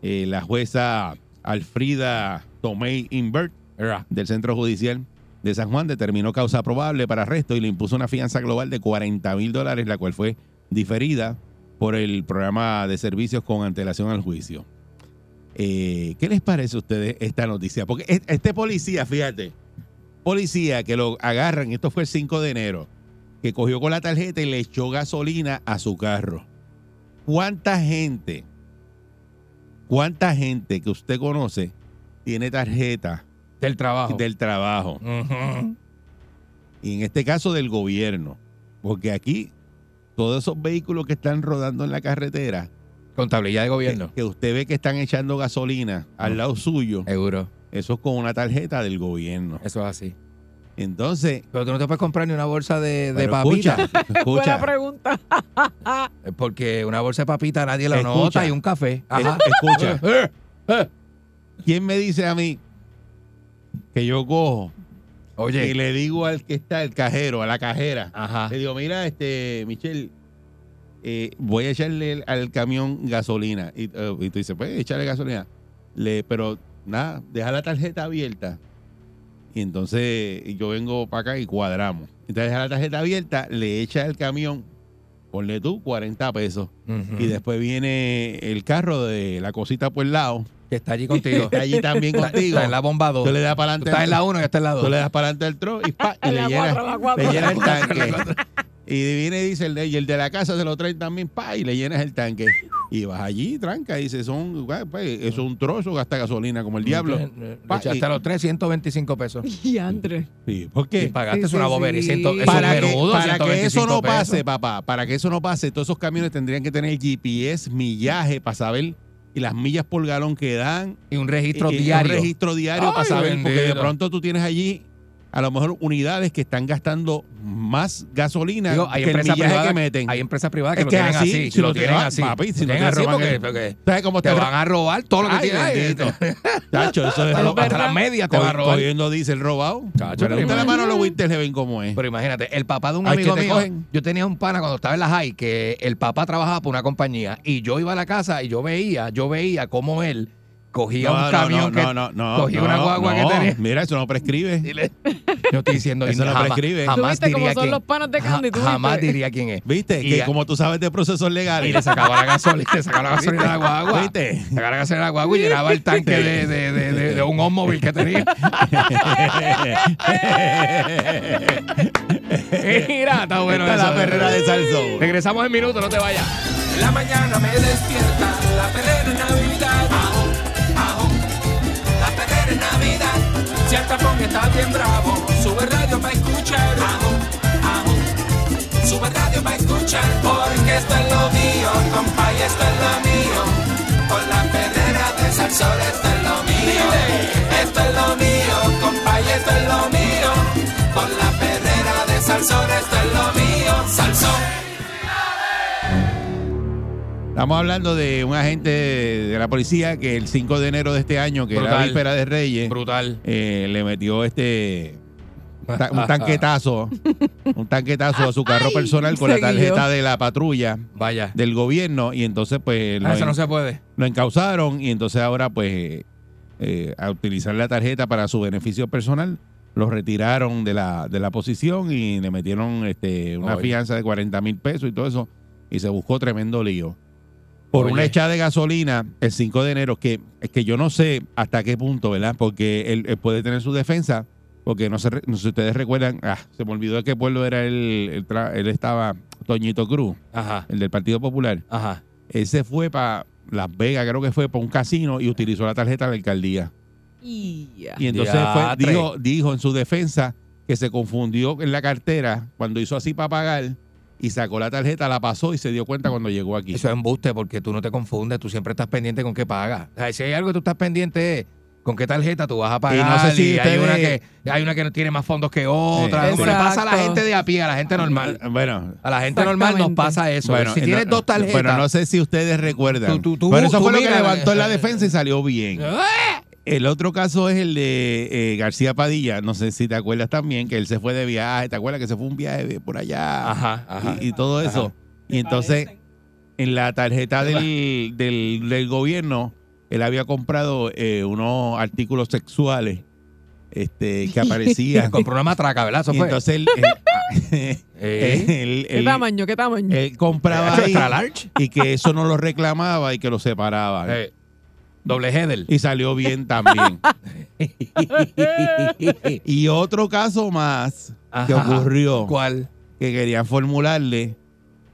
S2: Eh, la jueza Alfrida Tomei Invert
S3: Era.
S2: del Centro Judicial de San Juan determinó causa probable para arresto y le impuso una fianza global de 40 mil dólares, la cual fue diferida por el programa de servicios con antelación al juicio. Eh, ¿Qué les parece a ustedes esta noticia? Porque es- este policía, fíjate, policía que lo agarran, esto fue el 5 de enero, que cogió con la tarjeta y le echó gasolina a su carro. ¿Cuánta gente, cuánta gente que usted conoce tiene tarjeta?
S3: Del trabajo.
S2: del trabajo
S3: Ujú.
S2: y en este caso del gobierno, porque aquí todos esos vehículos que están rodando en la carretera,
S3: Contabilidad de
S2: que,
S3: gobierno.
S2: que usted ve que están echando gasolina al lado suyo,
S3: Seguro.
S2: eso es con una tarjeta del gobierno.
S3: Eso es así.
S2: Entonces,
S3: Pero tú no te puedes comprar ni una bolsa de, de
S2: pero
S3: papitas.
S2: escucha,
S4: Buena
S2: escucha,
S4: pregunta.
S3: Eh, Porque una bolsa de papita nadie la
S2: Escucha.
S3: nota y un café. Ajá. Eh,
S2: es- escucha, ¿quién me dice a mí que yo cojo y
S3: Oye.
S2: le digo al que está el cajero, a la cajera,
S3: Ajá.
S2: le digo, mira, este, Michelle, eh, voy a echarle el- al camión gasolina. Y, eh, y tú dices, pues, echarle gasolina. Le, pero nada, deja la tarjeta abierta. Y entonces yo vengo para acá y cuadramos. Entonces deja la tarjeta abierta, le echa el camión, ponle tú 40 pesos. Y después viene el carro de la cosita por el lado.
S3: Que está allí
S2: que
S3: contigo.
S2: Está allí también contigo.
S3: Está en la bomba 2.
S2: Tú le das para
S3: Tú
S2: adelante.
S3: estás en la 1 y yo estoy en la
S2: Tú le
S3: 2.
S2: das para adelante el tro y, pa, y
S4: La
S2: le,
S4: cuatro, la
S2: llena,
S4: cuatro.
S2: le llena el tanque. Y viene y dice el de, y el de la casa se lo traen también, pa, y le llenas el tanque. Y vas allí, tranca, y dice, son, pa, pa, eso es un trozo, gasta gasolina como el diablo.
S3: Le
S2: Pa, y-
S3: echaste a los 325 pesos.
S4: Y André.
S2: Sí, ¿Por
S3: Y
S2: qué?
S3: pagaste
S4: Sí,
S3: una
S4: sí,
S3: bobería.
S4: sí.
S3: Ciento- eso
S2: para
S3: es
S2: que,
S3: menudo,
S2: para que eso
S3: 125
S2: no
S3: pesos.
S2: pase, papá, para que eso no pase, todos esos camiones tendrían que tener GPS, millaje, para saber y las millas por galón que dan.
S3: Y un registro
S2: y- y un
S3: diario.
S2: registro diario
S3: Ay,
S2: para saber, porque de
S3: bendito.
S2: pronto tú tienes allí a lo mejor unidades que están gastando más gasolina
S3: Digo, hay
S2: que el millaje
S3: empresas privadas
S2: que meten.
S3: Hay empresas privadas que
S2: Es
S3: lo
S2: que
S3: tienen
S2: así,
S3: así.
S2: si
S3: lo
S2: no te
S3: tienen
S2: van,
S3: así. Lo
S2: papi, si no
S3: tienen
S2: te
S3: así
S2: roban
S3: porque,
S2: el-
S3: porque
S2: ¿Sabes cómo
S3: te
S2: está el-
S3: van a robar todo lo que
S2: Ay,
S3: tienes.
S2: bendito. Chacho, eso es
S3: Hasta, lo-
S2: robar.
S3: hasta las medias te van a robar.
S2: Cogiendo diésel robado.
S3: Chacho,
S2: Pregúntale
S3: pero
S2: a Manolo Winterheaven cómo es.
S3: Pero imagínate, el papá de un
S2: Ay, que
S3: amigo
S2: te
S3: mío,
S2: cogen.
S3: yo tenía un pana cuando estaba en la high, que el papá trabajaba por una compañía y yo iba a la casa y yo veía, yo veía cómo él cogía un camión que cogía una guagua que tenía.
S2: Mira, eso no prescribe.
S3: y le- Yo estoy diciendo,
S2: Eso
S3: y
S2: no
S3: jamás,
S2: prescribe.
S4: ¿Tú
S3: jamás
S4: viste cómo
S3: diría
S4: son
S3: quién,
S4: los panas de
S3: ja-
S4: Candy? ¿Tú
S3: jamás
S4: viste?
S3: diría quién es.
S2: ¿Viste?
S3: Y
S2: que
S3: a-
S2: como tú sabes de procesos
S3: Y
S2: legales.
S3: le sacaba la gasolina, le sacaba la gasolina a la guagua.
S2: ¿Viste?
S3: Sacaba la gasolina a la guagua y llenaba el tanque de, de, de, de, de un móvil que tenía. Mira, está bueno
S2: Esta es la
S3: eso.
S2: perrera de Salsón.
S3: Regresamos en minutos, no te vayas.
S1: En la mañana me despierta la perrera en Navidad. Ajo, ajo, la perrera en Navidad. Si el tapón está bien bravo, sube el radio para escuchar. Ajo, ajo, sube el radio para escuchar. Porque esto es lo mío, compa, y esto es lo mío. Con la perrera de Salsor, esto es lo mío. Esto es lo mío, compa, y esto es lo mío. Con la perrera de Salsor, esto es lo mío. Salsón.
S2: Estamos hablando de un agente de la policía que el 5 de enero de este año, que era la
S3: Brutal.
S2: víspera de Reyes,
S3: Brutal.
S2: eh, le metió este ta- un tanquetazo, un tanquetazo a su carro
S4: Ay,
S2: personal con la
S4: seguido.
S2: tarjeta de la patrulla
S3: Vaya.
S2: del gobierno y entonces pues
S3: Ah,
S2: lo
S3: eso no
S2: en-
S3: se puede.
S2: lo encauzaron y entonces ahora pues eh, a utilizar la tarjeta para su beneficio personal lo retiraron de la, de la posición y le metieron este, una
S3: Oye.
S2: fianza de 40 mil pesos y todo eso y se buscó tremendo lío por
S3: Oye.
S2: una echada de gasolina el 5 de enero que es que yo no sé hasta qué punto verdad porque él, él puede tener su defensa porque no sé re- no sé si ustedes recuerdan ah, se me olvidó de qué pueblo era él él tra- él estaba Toñito Cruz
S3: Ajá.
S2: el del Partido Popular
S3: Ajá.
S2: él se fue para Las Vegas, creo que fue para un casino y utilizó la tarjeta de la alcaldía.
S4: Y ya.
S2: Y entonces fue,
S3: Diatre.
S2: dijo, dijo en su defensa que se confundió en la cartera cuando hizo así para pagar y sacó la tarjeta, la pasó y se dio cuenta cuando llegó aquí.
S3: Eso es embuste porque tú no te confundes, tú siempre estás pendiente con qué pagas. O sea, si hay algo que tú estás pendiente es con qué tarjeta tú vas a pagar.
S2: Y no sé si
S3: y hay,
S2: ustedes-
S3: una que, hay una que no tiene más fondos que otra.
S2: Sí.
S3: Como le pasa a la
S4: Exacto.
S3: gente de a pie, a la gente normal.
S2: Bueno,
S3: A la gente normal nos
S4: Exactamente.
S3: pasa eso.
S2: bueno,
S3: si
S2: no-
S3: tienes dos tarjetas.
S2: Bueno, no sé si ustedes recuerdan.
S3: Tú- tú- tú-
S2: Pero eso
S3: tú
S2: fue lo que
S3: mira- eh,
S2: levantó en la defensa y salió bien. El otro caso es el de eh, García Padilla. No sé si te acuerdas también que él se fue de viaje. ¿Te acuerdas que se fue un viaje de- por allá?
S3: Ajá, ajá.
S2: y, y todo eso. Y entonces, en la tarjeta del, del, del gobierno, él había comprado eh, unos artículos sexuales este, que aparecían.
S3: Compró una matraca, ¿verdad? Eso
S2: y
S3: fue.
S2: entonces él, él-
S3: Eh,
S2: él-
S4: ¿Qué
S2: él-
S4: tamaño? ¿Qué tamaño?
S2: él compraba
S3: ¿eso
S2: ahí
S3: extra large?
S2: y que eso no lo reclamaba y que lo separaba.
S3: Eh, doble header.
S2: Y salió bien también. y otro caso más que
S3: Ajá.
S2: ocurrió.
S3: ¿Cuál?
S2: que querían formularle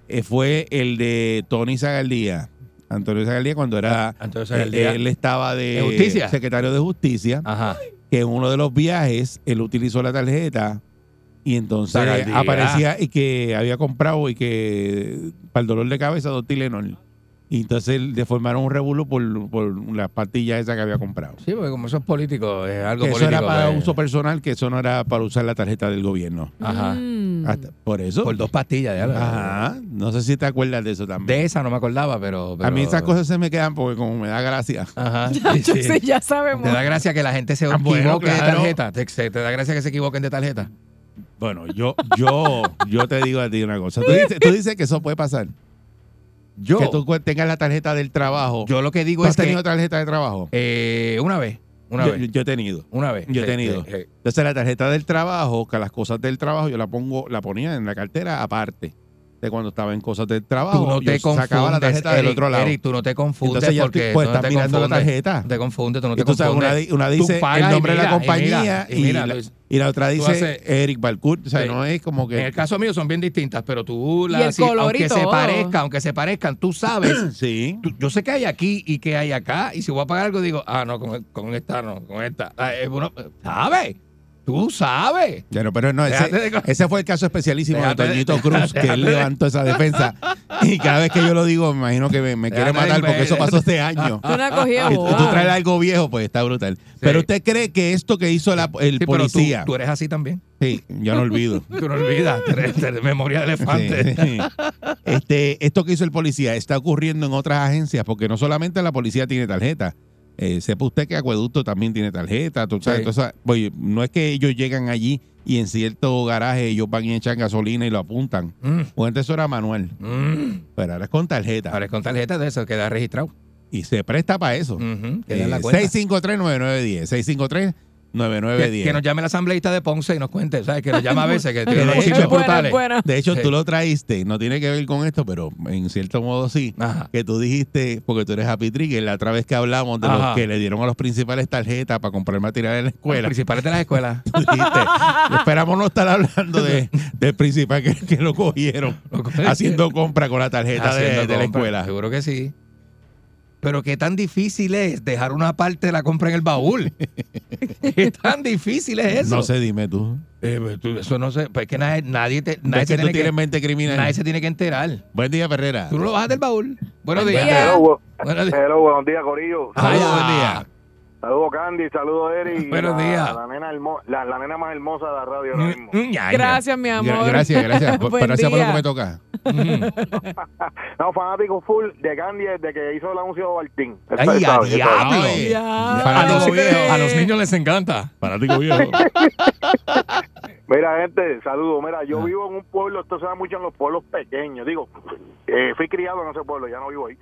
S2: eh, fue el de Tony Zagaldía. Antonio Zagaldía cuando era...
S3: Entonces
S2: eh,
S3: el día-
S2: Él estaba
S3: Ah,
S2: de,
S3: ¿De justicia?
S2: secretario de justicia,
S3: Ajá.
S2: que en uno de los viajes él utilizó la tarjeta y entonces
S3: Zagaldía.
S2: aparecía y que había comprado y que para el dolor de cabeza dos Tylenol. Y entonces le formaron un revuelo por, por las pastillas esas que había comprado.
S3: Sí, porque como eso es político, es algo
S2: Que eso
S3: político.
S2: era para
S3: pues.
S2: uso personal, que eso no era para usar la tarjeta del gobierno.
S3: Ajá.
S4: Mm.
S2: Hasta- por eso.
S3: Por dos pastillas, ya lo-
S2: Ajá, Ah, no sé si te acuerdas de eso también.
S3: De esa no me acordaba, pero.
S2: A mí
S3: pero-
S2: esas cosas se me quedan porque como me da gracia.
S3: Ajá.
S4: Yo
S3: sí, sí.
S4: sé, ya
S3: Te
S4: sabemos.
S3: da gracia que la gente se equivoque
S2: Ah, bueno,
S3: de
S2: claro.
S3: tarjeta. Te, se- te da gracia que se equivoquen de tarjeta.
S2: Bueno, yo yo yo te digo a ti una cosa. Tú dices, tú dices que eso puede pasar.
S3: Yo,
S2: Que tú cu- tengas la tarjeta del trabajo.
S3: yo lo que
S2: ¿Tú
S3: digo
S2: has
S3: es que.
S2: tenido tarjeta de trabajo?
S3: eh, una vez. Una
S2: yo,
S3: vez.
S2: yo he tenido.
S3: Una vez. Eh,
S2: Yo he
S3: Sí,
S2: tenido.
S3: sí, sí.
S2: Entonces la tarjeta del trabajo, que las cosas del trabajo yo la pongo, la ponía en la cartera aparte de cuando estaba en cosas del trabajo.
S3: Tú no te
S2: yo
S3: confundes.
S2: sacaba la tarjeta del
S3: Eric,
S2: otro lado.
S3: Eric, tú no te confundes
S2: Entonces ya
S3: porque
S2: estoy- pues,
S3: tú no
S2: estás
S3: te
S2: mirando la
S3: confundes.
S2: tarjeta.
S3: No te confundes, tú no
S2: Y
S3: te
S2: tú sabes,
S3: confundes.
S2: una, di- una
S3: Tú
S2: dice
S3: pagas
S2: el
S3: y
S2: nombre de la
S3: mira, y
S2: compañía
S3: mira, y
S2: y,
S3: mira,
S2: la,
S3: Luis.
S2: y la otra dice
S3: haces-
S2: Eric Balcourt. O sea,
S3: Sí.
S2: no es como que.
S3: En el caso mío son bien distintas, pero tú, la,
S4: el color y
S3: aunque se
S4: todo.
S3: parezcan, aunque se parezcan, tú sabes
S2: sí.
S3: tú- yo sé que hay aquí y que hay acá, y si voy a pagar algo, digo, ah, no, con, con esta no, con esta. Ah, eh, uno- ¿Sabes? Tú sabes.
S2: Ya no, pero no,
S3: Déjate
S2: ese,
S3: de co-
S2: ese fue el caso especialísimo de
S3: Déjate de-
S2: Toñito Cruz, que él levantó esa defensa. Y cada vez que yo lo digo, me imagino que me, me quiere
S3: Déjate de
S2: matar porque
S3: ver.
S2: eso pasó este año.
S4: Tú la cogías,
S2: Y tú
S4: boba.
S2: traes algo viejo, pues está brutal. Pero usted cree que esto que hizo la-
S3: Sí, pero
S2: el
S3: tú,
S2: policía.
S3: tú eres así también.
S2: Sí, yo no olvido.
S3: Tú no olvidas, tú eres- tú eres memoria de
S2: Sí,
S3: elefante.
S2: sí. Este, esto que hizo el policía está ocurriendo en otras agencias, porque no solamente la policía tiene tarjeta. Eh, sepa usted que Acueducto también tiene tarjeta. tú sabes,
S3: Sí.
S2: tú sabes. Oye, no es que ellos llegan allí y en cierto garaje ellos van y echan gasolina y lo apuntan.
S3: Mm,
S2: O antes eso era manual,
S3: mm.
S2: pero ahora es con tarjeta.
S3: Ahora es con tarjeta de eso, queda registrado.
S2: Y se presta para eso.
S3: Ujú, queda en
S2: Eh,
S3: la cuenta.
S2: 653-9910.
S3: que,
S2: 653-9910.
S3: que nos llame el asambleísta de Ponce y nos cuente, ¿sabes? Que nos llama a veces, que
S2: de
S3: tiene
S2: hecho-
S3: chismes
S4: Es buena,
S3: brutales.
S4: es buena.
S2: De hecho,
S3: Sí.
S2: tú lo traíste, no tiene que ver con esto, pero en cierto modo sí.
S3: Ajá.
S2: Que tú dijiste, porque tú eres Happy Trigger, la otra vez que hablamos de
S3: Ajá.
S2: los que le dieron a los principales tarjetas para comprar material en la escuela.
S3: Principales de las escuelas.
S2: tú dijiste, esperamos no estar hablando de, del principal que, que lo cogieron
S3: Lo cogieron.
S2: haciendo compra con la tarjeta de-
S3: Haciendo
S2: de, la
S3: compra,
S2: escuela.
S3: Seguro que sí. Pero qué tan difícil es dejar una parte de la compra en el baúl. qué tan difícil es eso.
S2: No sé, dime tú.
S3: Eh, pues, tú, eso no sé. Pues es que nadie, nadie te- nadie
S2: Es
S3: se
S2: que tú
S3: tiene
S2: tienes
S3: que,
S2: mente criminal.
S3: nadie se tiene que enterar.
S2: Buen día, Ferrera.
S3: Tú no lo bajas del baúl. Buenos
S4: Buen
S3: días.
S4: día.
S6: Hello, bu-
S3: Buenos días.
S6: hello, buenos días, Corillo.
S3: Ah.
S2: Saludos, buen día.
S6: Saludos, Candy. Saludos, Eric.
S3: Buenos
S6: La-
S3: días.
S6: La nena, hermo- la, la nena más hermosa de la radio ahora mismo.
S3: Mm, mm, ñaña.
S4: Gracias, mi
S2: Gra-
S4: amor.
S2: Gracias, gracias. Por-
S4: Buen
S2: gracias por lo que
S4: día.
S2: me toca.
S3: Mm.
S6: No, fanático full de Candy desde que hizo el anuncio de Bartín. Eso
S3: Ay,
S6: está
S3: a
S6: bien, está bien.
S3: diablo.
S2: Oye,
S4: Ya.
S3: A los,
S2: fanático viejo.
S3: a los niños les encanta.
S2: Fanático viejo.
S6: Mira, gente, saludos. Mira,
S3: Ah.
S6: yo vivo en un pueblo, esto se da mucho en los pueblos pequeños. Digo, eh, fui criado en ese pueblo, ya no vivo ahí.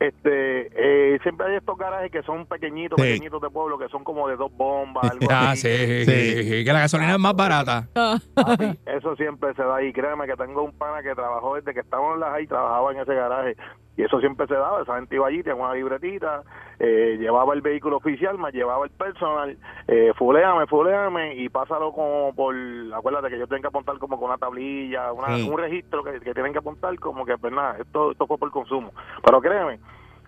S6: Este, eh, siempre hay estos garajes que son pequeñitos,
S2: Sí.
S6: pequeñitos de pueblo, que son como de dos bombas, algo
S3: Ah,
S6: así.
S3: sí, sí, sí, Que la gasolina es más barata.
S6: Papi, eso siempre se da ahí. Créeme que tengo un pana que trabajó desde que estábamos en la high, trabajaba en ese garaje. Y eso siempre se daba. Esa gente iba allí, tenía una libretita, eh, llevaba el vehículo oficial, más llevaba el personal. Eh, fuleame, fuleame y pásalo como por. Acuérdate que ellos tienen que apuntar como con una tablilla, una-
S2: Sí.
S6: un registro que, que tienen que apuntar, como que, pues nada, esto, esto fue por consumo. Pero créeme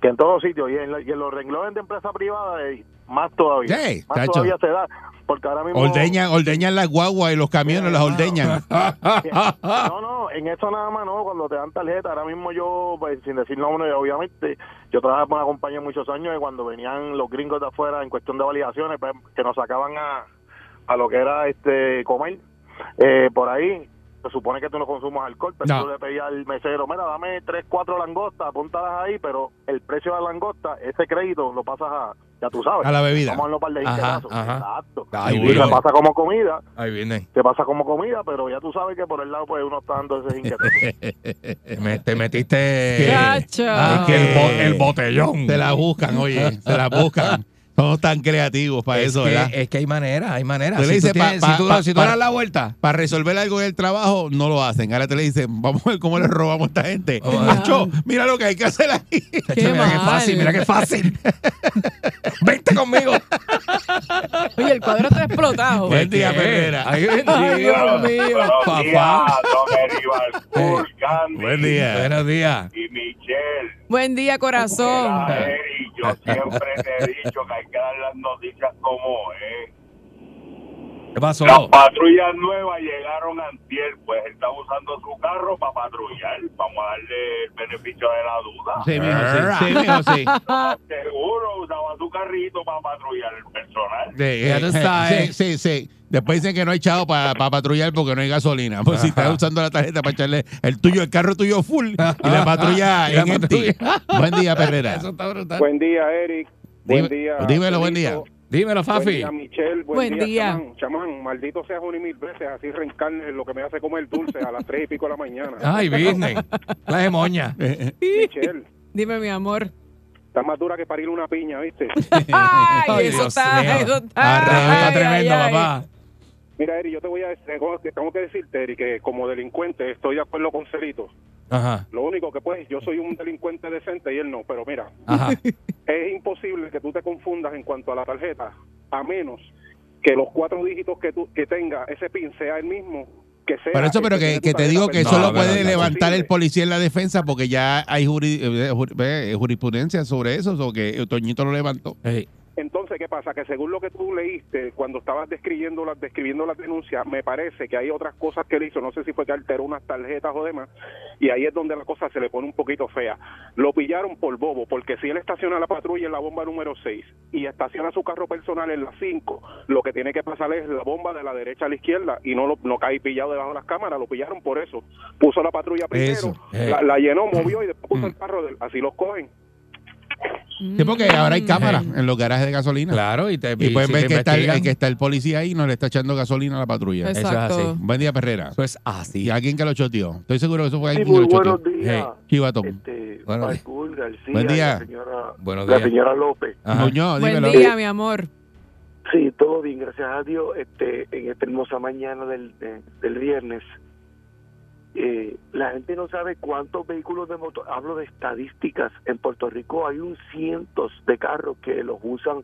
S6: que en todos sitios y en, la- y en los renglones de empresa privada, eh, más todavía.
S2: Sí,
S6: más
S2: tacho.
S6: todavía se da. Porque ahora mismo.
S2: Ordeñan, ordeñan las guaguas y los camiones las ordeñan.
S6: No, no, en eso nada más no, cuando te dan tarjeta, ahora mismo yo, pues, sin decir nombre, obviamente, yo trabajaba con una compañía muchos años y cuando venían los gringos de afuera en cuestión de validaciones, pues, que nos sacaban a, a lo que era este comer, eh, por ahí, se supone que tú no consumas alcohol, pero
S3: No.
S6: tú le pedías al mesero, mira, dame tres, cuatro langostas, apúntalas ahí, pero el precio de la langosta, ese crédito lo pasas a, ya tú sabes,
S2: A la bebida.
S6: vamos a un par de
S3: Ajá,
S6: jinquetazos.
S3: ajá.
S6: exacto,
S3: Ay,
S6: y se
S3: bueno.
S6: pasa como comida
S3: Ahí vienen.
S6: te pasa como comida, pero ya tú sabes que por el lado pues uno está dando ese jinquete.
S3: Te me- te metiste.
S4: Chacho.
S3: Ah, que el, bo- el botellón.
S2: Se la buscan, oye, se la buscan. Somos tan creativos para
S3: es
S2: eso,
S3: que,
S2: ¿verdad?
S3: Es que hay manera, hay manera.
S2: Tú le
S3: Si,
S2: dices
S3: tú
S2: pa-
S3: tienes-
S2: pa-
S3: si tú,
S2: pa-
S3: si tú
S2: pa-
S3: das la vuelta.
S2: Para resolver algo en el trabajo, no lo hacen. Ahora te le dicen, vamos a ver cómo le robamos a esta gente.
S3: Oh, ah.
S2: Macho, mira lo que hay que hacer aquí.
S4: Qué
S3: mira qué
S4: mal.
S3: fácil, mira qué fácil. Vente conmigo.
S4: Oye, el cuadro está explotado.
S2: Buen día,
S3: ¿Qué?
S2: Perrera.
S3: Ay,
S4: Ay, Dios
S3: bendito.
S4: mío.
S3: Papá. días,
S6: don
S3: Full,
S2: Buen día.
S3: Buenos días.
S6: y Michelle.
S4: Buen día, corazón.
S6: yo siempre te he dicho que hay que dar las noticias como es.
S3: ¿Qué pasó?
S7: Las patrullas nuevas llegaron antier, pues él está usando su carro para patrullar. Vamos a darle el beneficio de la duda.
S2: Sí, mijo,
S3: Ah.
S2: sí. Sí, mijo, sí.
S7: Seguro usaba su carrito para patrullar el personal.
S2: Sí,
S3: Ya tú
S2: eh,
S3: sabes.
S2: Sí, sí, sí. Después dicen que no hay chavo para patrullar porque no hay gasolina. Pues si estás usando la tarjeta para echarle el tuyo, el carro tuyo full y la patrulla
S3: Y Ah, la
S2: en empty. Buen día, Perrera.
S3: Eso está brutal.
S8: Buen día, Eric.
S2: Dime-
S8: Buen día.
S2: dímelo,
S8: Felito.
S2: buen día.
S3: Dímelo,
S8: Buen
S3: Fafi.
S8: día, Michelle. Buen,
S4: Buen
S8: día,
S4: día.
S8: Chamán. Chamán, maldito seas un y mil veces, así reencarnes lo que me hace comer dulce a las tres y pico de la mañana.
S3: Ay, Virgen. La de moña.
S8: Michelle,
S4: Dime, mi amor.
S8: Está más dura que parir una piña, ¿viste?
S4: Ay,
S5: Ay,
S4: eso
S5: Dios
S4: está,
S5: mío.
S4: eso está.
S5: Ah, está
S4: Ay,
S5: tremendo,
S4: ay, ay.
S5: papá.
S8: Mira, Eri, yo te voy a decir, tengo que- tengo que decirte, Eri, que como delincuente estoy de acuerdo con Celito.
S5: Ajá,
S8: Lo único que pues, yo soy un delincuente decente y él no, pero mira,
S5: ajá.
S8: es imposible que tú te confundas en cuanto a la tarjeta, a menos que los cuatro dígitos que, tú, que tenga ese PIN sea el mismo que sea...
S2: Pero eso,
S8: el
S2: pero
S8: tiene
S2: que,
S8: tu
S2: que te
S8: tarjeta
S2: digo que
S8: personal.
S2: eso
S5: No,
S2: lo
S5: no, no,
S2: puede
S5: no,
S2: levantar el
S8: imposible.
S2: policía en la defensa porque ya hay juri- eh, jur- ve, eh, jurisprudencia sobre eso, o que Toñito lo levantó.
S5: Ey,
S8: Entonces, ¿qué pasa? Que según lo que tú leíste cuando estabas describiendo las, describiendo las denuncias, me parece que hay otras cosas que él hizo, no sé si fue que alteró unas tarjetas o demás, y ahí es donde la cosa se le pone un poquito fea. Lo pillaron por bobo, porque si él estaciona la patrulla en la bomba número 6 y estaciona su carro personal en la 5, lo que tiene que pasar es la bomba de la derecha a la izquierda y no, lo, no cae pillado debajo de las cámaras, lo pillaron por eso. Puso la patrulla primero,
S2: Eso,
S5: eh.
S8: la, la llenó, movió y después puso el carro, del- así los cogen.
S2: Sí, porque ahora hay cámaras
S5: Ey.
S2: en los garajes de gasolina.
S5: Claro, y te
S2: Y pueden
S5: si
S2: ver
S5: te
S2: que está, el-
S5: investigan,
S2: que está el policía ahí y no le está echando gasolina a la patrulla.
S5: es
S4: Exacto.
S5: así.
S2: Buen día, Perrera.
S5: Eso es así.
S2: Y alguien que lo choteó. Estoy seguro que eso fue
S9: Sí,
S2: alguien que
S9: muy
S2: lo choteó.
S9: buenos días.
S2: Chivatón.
S9: Este,
S3: Buenos días.
S9: Paul García,
S2: Buen día.
S9: La, señora,
S5: Buenos
S9: la
S5: días.
S9: señora López.
S5: Ajá.
S2: Muñoz,
S4: Buen
S2: dímelo.
S4: día, mi amor.
S9: Sí, todo bien, gracias a Dios. Este, en esta hermosa mañana del, de- del viernes, eh, la gente no sabe cuántos vehículos de motor. Hablo de estadísticas. En Puerto Rico hay un cientos de carros que los usan,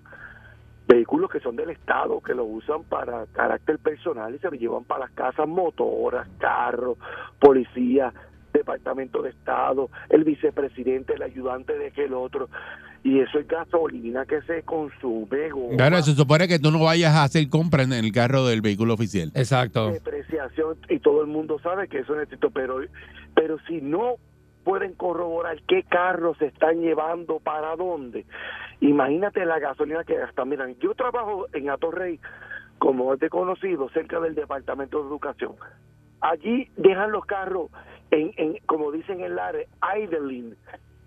S9: vehículos que son del Estado, que los usan para carácter personal y se los llevan para las casas, motoras, carros, policía, departamento de Estado, el vicepresidente, el ayudante de aquel otro. Y eso es gasolina que se consume. goma.
S2: Claro, se supone que tú no vayas a hacer compra en el carro del vehículo oficial.
S5: Exacto.
S9: Eh, depreciación y todo el mundo sabe que eso es éxito, pero pero si no pueden corroborar qué carros se están llevando para dónde. Imagínate la gasolina que gastan. Mira, yo trabajo en Atorrey, como es de conocido, cerca del Departamento de Educación. Allí dejan los carros, en, en como dicen en Lares, idling,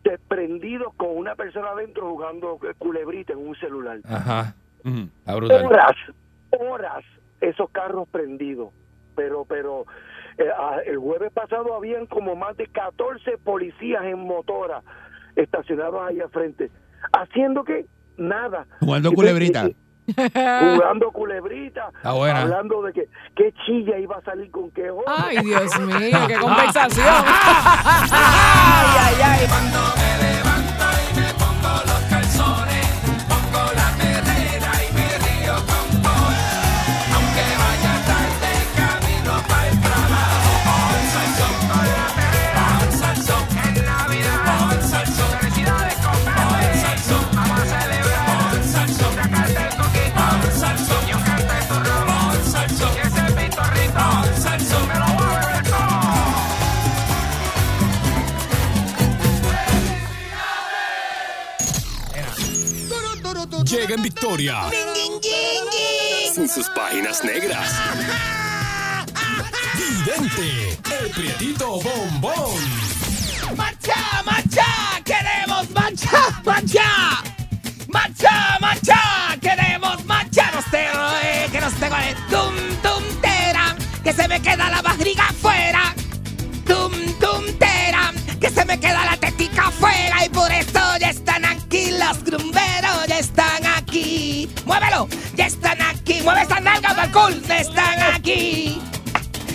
S9: desprendidos con una persona adentro jugando culebrita en un celular
S5: Ajá.
S2: Ujú.
S5: Está brutal.
S9: horas, horas esos carros prendidos. Pero, pero eh, a- el jueves pasado habían como más de 14 policías en motora estacionados ahí al frente. ¿Haciendo que Nada.
S2: Jugando
S9: Y-
S2: culebrita.
S9: y- Jugando culebrita.
S5: Está buena.
S9: Hablando de que qué chilla iba a salir con qué joven.
S4: Ay, Dios mío, qué conversación. ay, ay, ay.
S1: Cuando me levanto y me pongo los calzones, pongo la perrera y me río con Paul. Aunque vaya tarde, camino para el trabajo. Paul Salsón con la perrera. Paul Salsón en Navidad. Paul Salsón. Felicidades con Paul Salsón. Vamos a celebrar. Paul Salsón. Sacarte el coquito. Paul Salsón. Y un cante de turrón. Paul Salsón. Y ese pitorrito. Paul Salsón. Me lo voy a beber todo.
S10: Llega en victoria. Sin sus páginas negras. Vidente, el prietito bombón.
S1: ¡Marcha, marcha! ¡Queremos marcha, marcha! ¡Marcha, marcha! ¡Queremos marcha! ¡No sé, eh, que no sé cuál es! ¡Tum, tum, teram! ¡Que se me queda la barriga afuera! ¡Tum, tum, teram! ¡Que se me queda la tetica afuera! Y por eso ya están aquí los grumberos, ya están aquí. ¡Muévelo! ¡Ya están aquí! ¡Mueve esa nalga, balcón! ¡Ya están aquí!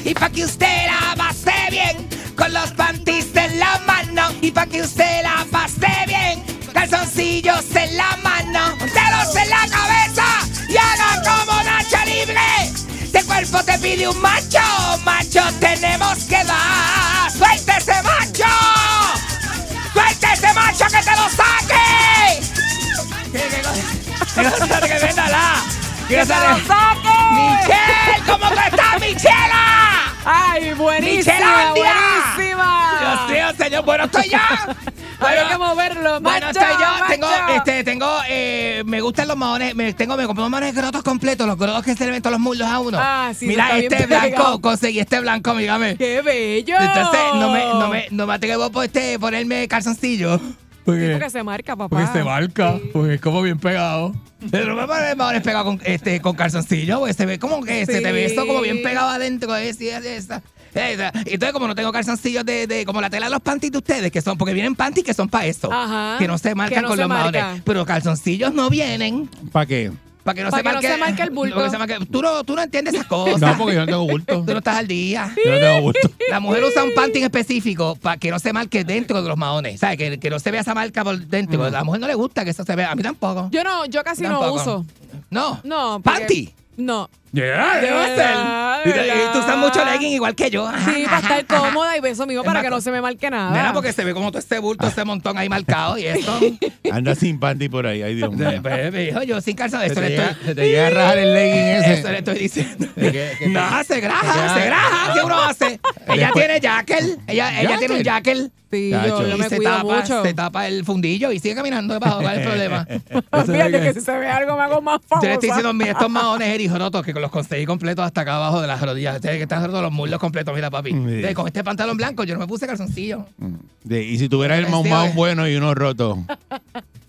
S1: Y pa' que usted la pase bien Con los panties en la mano Y pa' que usted la pase bien Calzoncillos en la mano Dedos en la cabeza Y haga como Nacha Libre Este cuerpo te pide un macho Macho tenemos que dar ¡Suelta ese macho! ¡Suelta ese macho que te lo saque! ¡Que véndala! ¡Que ¡Michelle! ¿Cómo tú estás, Michela?
S4: Ay, buenísima,
S1: ¡Michelandia!
S4: buenísima.
S1: Dios mío, señor, bueno estoy yo.
S4: Hay que
S1: Bueno,
S4: moverlo.
S1: bueno
S4: macho,
S1: estoy yo. Tengo,
S4: macho.
S1: este, tengo, eh, me gustan los maones, me, tengo, me compré unos maones grotos completos, los grotos que se le ven todos los muslos a uno.
S4: Ah, sí,
S1: Mira,
S4: está bien
S1: este blanco,
S4: pegado.
S1: conseguí este blanco, dígame.
S4: ¡Qué bello!
S1: Entonces, no me, no me, no me atrevo por este, ponerme calzoncillo.
S4: Sí,
S5: Porque,
S4: porque se marca, papá.
S5: porque Eh, se marca. Porque es como bien pegado.
S1: Pero no me poner maones pegados con, este, con calzoncillo, porque se ve como que se te ve
S4: Sí.
S1: eso como bien pegado adentro, eh, sí, esa-
S5: Eh, da- Entonces, como no tengo calzoncillos de, de- como la tela de los panties de ustedes, que son, porque vienen panties que son para eso.
S4: Ajá.
S5: Que no se marcan
S4: Que no
S5: con
S4: se
S5: los
S4: marca.
S5: maones. Pero calzoncillos no vienen.
S2: ¿Para qué?
S5: Para que no,
S4: Pa'
S5: se,
S4: que no
S5: marque,
S4: se marque el bulto.
S5: no se marque- Tú, no, tú no entiendes esas cosas.
S2: No, porque yo no tengo bulto.
S5: Tú no estás al día.
S2: Yo no tengo bulto.
S5: La mujer usa un panty en específico para que no se marque dentro de los maones. ¿Sabes? Que, que no se vea esa marca por
S2: Mm.
S5: dentro. A la mujer no le gusta que eso se vea. A mí tampoco.
S4: Yo no, yo casi no
S5: Tampoco.
S4: uso.
S5: No.
S4: No. porque-
S5: ¿Panty?
S4: No.
S5: Yeah,
S4: De
S5: debe
S4: verdad,
S5: ser. Y-
S4: de
S5: Y, tú usas
S4: verdad.
S5: mucho legging igual que yo.
S4: Sí, para estar cómoda y beso mío para que no se me marque nada.
S5: Nena, porque se ve como todo este bulto, este montón ahí marcado y esto.
S2: Anda sin panty por ahí, ay Dios mío.
S5: Bebé, hijo, yo sin calzado.
S2: Se
S5: Eso
S2: te,
S5: le
S2: llega,
S5: estoy.
S2: se te llega a rajar el legging ese.
S5: Eso le estoy diciendo.
S2: que- que-
S5: No, se graja, se graja. ¿Qué uno hace? Ella
S2: Después-
S5: tiene jackal. Ella, ella tiene un jackal.
S4: Sí,
S2: Chacho.
S4: yo, yo
S5: Y
S4: me
S5: se
S4: cuido
S5: tapa,
S4: mucho.
S5: se tapa el fundillo y sigue caminando para ¿Cuál es el problema?
S4: Fíjate que si se ve algo me hago más famosa.
S5: Yo le estoy diciendo, mira, estos maones erijorotos que los conseguí completos hasta acá abajo de las rodillas. Ustedes que están rotos los muslos completos, mira, papi.
S2: Mm, sí.
S5: Ustedes, Con este pantalón blanco yo no me puse calzoncillo.
S2: De- y si tuvieras el
S5: Sí,
S2: maun maun
S5: oye.
S2: bueno y uno roto.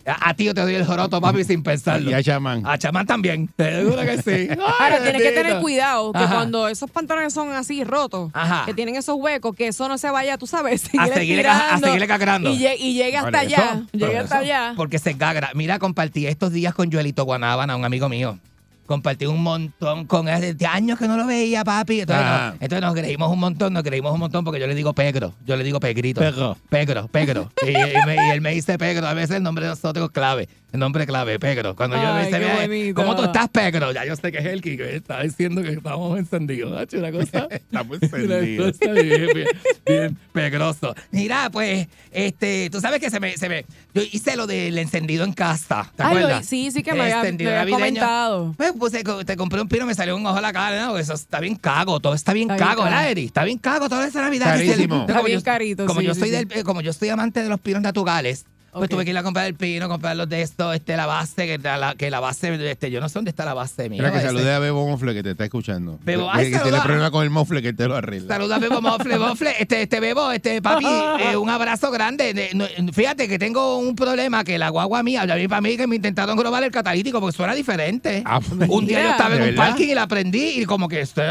S5: A, a ti yo te doy el joroto, papi, sin pensarlo.
S2: Y a chamán.
S5: A chamán también. Seguro que sí.
S4: Ahora,
S5: Ay,
S4: tienes que
S5: bendito.
S4: tener cuidado que
S5: Ajá.
S4: cuando esos pantalones son así rotos,
S5: Ajá.
S4: que tienen esos huecos, que eso no se vaya, tú sabes,
S5: A seguirle, ca- a
S4: estirando
S5: seguirle cacrando.
S4: Y, llegue- y llegue hasta
S2: Por eso,
S4: allá.
S2: por
S4: Llegue hasta allá.
S5: Porque se cagra. Mira, compartí estos días con Joelito Guanábana, un amigo mío. Compartí un montón con él desde años que no lo veía, papi. Entonces,
S2: Ah.
S5: nos, entonces nos creímos un montón, nos creímos un montón porque yo le digo Pedro, yo le digo Pegrito.
S2: Pedro.
S5: Pedro, Pedro. y, y me- y él me dice Pedro. A veces el nombre de nosotros es clave. El nombre clave, Pedro. Cuando yo
S4: Ay,
S5: me dice,
S4: qué
S5: "Mira,
S4: bonito.
S5: ¿cómo tú estás, Pedro? Ya yo sé que es él que que está diciendo que estamos encendidos. ¿verdad? Una cosa.
S2: Estamos
S5: Una cosa bien, bien, bien peligroso. Mira, pues, este, tú sabes que se me, se me, yo hice lo del encendido en casa, ¿te
S4: Ay, lo-
S5: acuerdas?
S4: sí, sí que me había-
S5: Encendido
S4: me había
S5: navideño.
S4: comentado.
S5: Pues, puse, co- te compré un pino, me salió un ojo a la cara, ¿no? Eso está bien cago, todo está bien
S4: Está bien
S5: cago, ¿verdad,
S4: cago.
S5: Eri? Está bien cago toda esa Navidad. que se-
S2: Carísimo.
S5: Entonces,
S4: Está
S5: como
S4: bien
S5: yo-
S4: carito,
S5: Como
S4: sí,
S5: yo
S4: sí,
S5: soy
S4: sí.
S5: del, eh, como yo soy amante de los pinos naturales, pues
S4: Ok.
S5: tuve que ir a comprar el pino, comprar los de estos, este, la base, que la, que la base, este, yo no sé dónde está la base mía.
S2: Espera que
S5: ese-
S2: salude a Bebo Mofle que te está escuchando.
S5: Bebo,
S2: que
S5: ay,
S2: que tiene
S5: saluda.
S2: problema con el mofle que te lo arregla.
S5: Saluda a Bebo Mofle, Mofle, este, este Bebo, este papi, eh, un abrazo grande. De- no, fíjate que tengo un problema que la guagua mía, ya vi para mí que me intentaron robar el catalítico porque suena diferente.
S2: Ah,
S5: un día yo
S4: mira.
S5: estaba en
S2: ¿De
S5: un
S2: verdad?
S5: parking y la aprendí y como que este,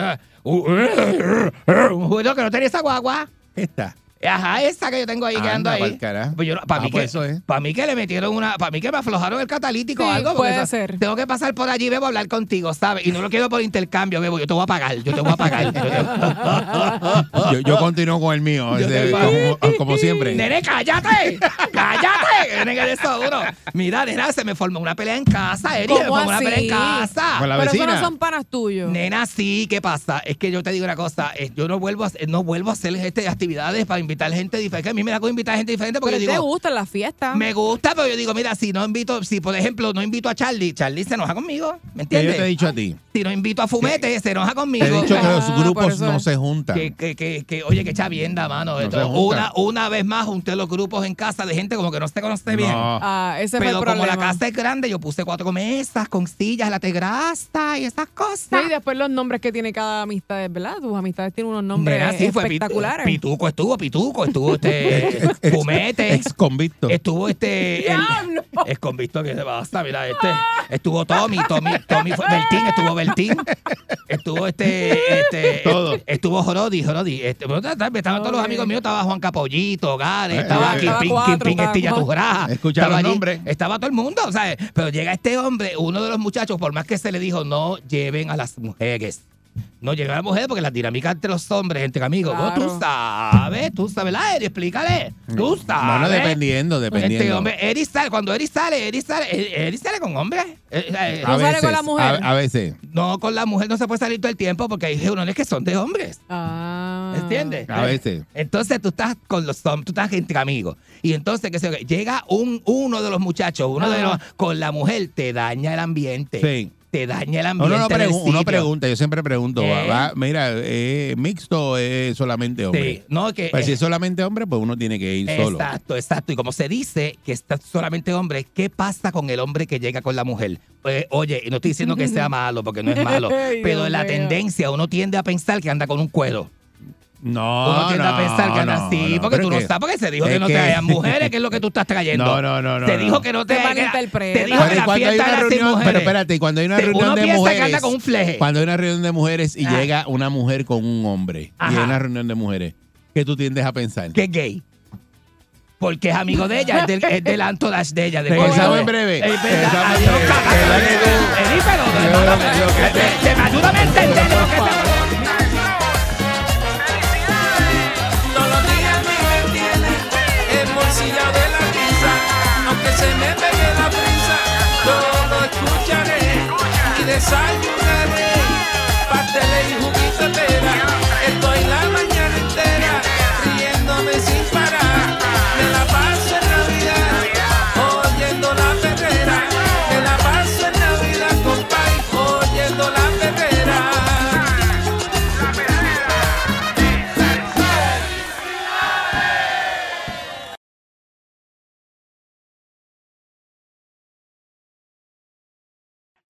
S5: uh, uh, uh, un juego que no tenía esa guagua.
S2: Esta.
S5: Ajá, esa que yo tengo ahí
S2: Anda,
S5: quedando
S2: pa'l
S5: ahí.
S2: carajo.
S5: para
S2: Ah,
S5: mí,
S2: pues
S5: que-
S2: eso es.
S5: pa' mí que le metieron una. Para mí que me aflojaron el catalítico o
S4: Sí,
S5: algo. porque
S4: puede
S5: eso-
S4: ser.
S5: Tengo que pasar por allí, Bebo, a hablar contigo, ¿sabes? Y no lo quiero por intercambio, Bebo. Yo te voy a pagar. Yo te voy a pagar. yo te-
S2: Yo, yo continúo con el mío,
S5: Ah, Yo
S2: de-
S5: te pago.
S2: como, ah, como siempre.
S5: Nene, cállate, cállate, nene, que de eso duro. Mira, nena, se me formó una pelea en casa, Eri, se me
S4: ¿Cómo
S5: formó una
S4: así?
S5: pelea en
S2: Con
S5: casa.
S2: la
S4: Pero eso no
S2: vecina.
S4: son panas tuyos.
S5: Nena, sí, ¿qué pasa? Es que yo te digo una cosa, es- yo no vuelvo a, hacer- no vuelvo a hacer este, actividades para invitar gente diferente. A mí me da cosa invitar gente diferente porque
S4: Pero
S5: yo
S4: te
S5: digo,
S4: gustan las fiestas.
S5: me gusta, pero yo digo, mira, si no invito, si por ejemplo no invito a Charlie, Charlie se enoja conmigo, ¿me
S2: Que yo te he
S5: entiendes?
S2: dicho a ti.
S5: Si no invito a Fumete, se enoja
S2: Te he
S5: conmigo.
S2: dicho que los
S4: Ah, por
S2: grupos
S4: eso
S2: no
S4: es.
S2: se juntan.
S5: Que, que, que, que, oye, que chavienda, mano.
S2: No
S5: Esto-
S2: se juntan.
S5: una, una vez más junté los grupos en casa de gente como que no se conoce bien.
S2: No.
S4: Ah, ese fue
S5: Pero
S4: el
S5: como
S4: problema.
S5: la casa es grande, yo puse cuatro mesas con sillas, la tegrasta y esas
S4: No,
S5: cosas.
S4: y después los nombres que tiene cada amistad, ¿verdad? Tus amistades tienen unos nombres
S5: Nena, sí, fue Pitu-
S4: espectaculares.
S5: Pituco estuvo, Pituco estuvo, este,
S2: Ex-
S5: Fumete.
S2: Ex convicto.
S5: Estuvo este. el-
S4: ¡Diablo!
S5: Es convicto que se basta, mira, este. Estuvo Tommy, Tommy, Tommy fue- Bertín, estuvo Bertín. Estuvo este. este
S2: Todo.
S5: Estuvo Jorodi, Jorodi. Este, bueno, estaban todos los
S4: Ok.
S5: amigos míos, estaba Juan Capollito, Gare,
S2: Eh,
S5: estaba
S2: eh,
S5: aquí,
S4: estaba
S5: Pin,
S4: cuatro,
S5: Pin,
S4: estaba
S5: Estilla,
S4: cuatro.
S5: tus grajas.
S2: Escucha
S5: Estaba
S2: los
S5: allí,
S2: nombres.
S5: Estaba todo el mundo, ¿sabes? Pero llega este hombre, uno de los muchachos, por más que se le dijo, no lleven a las mujeres. No lleven a las mujeres porque las dinámicas entre los hombres, entre amigos, vos tú
S4: Claro.
S5: sabes, tú sabes, la Eri, explícale, tú sabes.
S2: Mano, dependiendo,
S5: Este
S2: dependiendo.
S5: hombre, Eri sale, cuando Eri sale, Eri sale, Eri, Eri sale con hombres. Eh, eh,
S4: Ah. No sale con la mujer.
S2: A, a veces.
S5: No, con la mujer no se puede salir todo el tiempo porque hay reuniones que son de hombres.
S4: Ah.
S5: ¿Entiendes?
S2: A veces.
S5: Entonces tú estás con los hombres, tú estás entre amigos. Y entonces, que llega un, uno de los muchachos, uno de los, con la mujer, te daña el ambiente.
S2: Sí.
S5: Te daña el
S2: Uno,
S5: ambiente.
S2: no
S5: del
S2: pregun- uno
S5: sitio.
S2: pregunta, yo siempre pregunto,
S5: Eh.
S2: va- va, mira, ¿es mixto o es solamente hombre?
S5: Sí, no, que. eh.
S2: Pues si es solamente hombre, pues uno tiene que ir solo.
S5: Exacto, exacto. Y como se dice que está solamente hombre, ¿qué pasa con el hombre que llega con la mujer? Pues, oye, y no estoy diciendo que sea malo, porque no es malo,
S4: Ay,
S5: pero
S4: Dios
S5: la
S4: mío.
S5: tendencia, uno tiende a pensar que anda con un cuero.
S2: No,
S5: Uno tiende a pensar que anda así, porque tú
S2: pero
S5: no
S2: es que-
S5: estás, porque se dijo
S2: es
S5: que no te
S2: que-
S5: hayan mujeres, que es lo que tú estás trayendo.
S2: No, no, no, no,
S5: Te
S2: no.
S5: dijo que no te
S4: Te
S5: hagan-
S4: malinterpreta.
S5: Te dijo
S2: Pero
S5: que la
S2: cuando hay
S5: fiesta
S2: una
S5: era sin
S2: reunión,
S5: mujeres.
S2: pero espérate, cuando hay una
S5: Te-
S2: reunión
S5: uno
S2: de
S5: piensa que anda
S2: mujeres,
S5: con un fleje.
S2: cuando hay una reunión de mujeres y
S5: Ajá.
S2: llega una mujer con un hombre y
S5: Ajá.
S2: hay una reunión de mujeres, ¿qué tú tiendes a pensar?
S5: que es gay. Porque es amigo de ella, es del, es del entourage de ella. del
S2: Regresamos
S5: corillo.
S2: en breve.
S5: Es verdad,
S2: Regresamos en
S5: adiós,
S2: breve.
S5: carajo.
S2: ¿Verdad que tú-
S5: Vení, pero-
S2: Yo lo- lo que te-
S5: Te- te- ayúdame a entender lo que te-
S1: Todos los días me tienen embolsillado de la risa, aunque se me pegue la prisa, todo lo escucharé y desayunaré. Pasteles y juguito de pera, estoy la mañana entera riéndome sin parar. Me la paso en Navidad oyendo la perrera, me la paso en Navidad compa oyendo la perrera.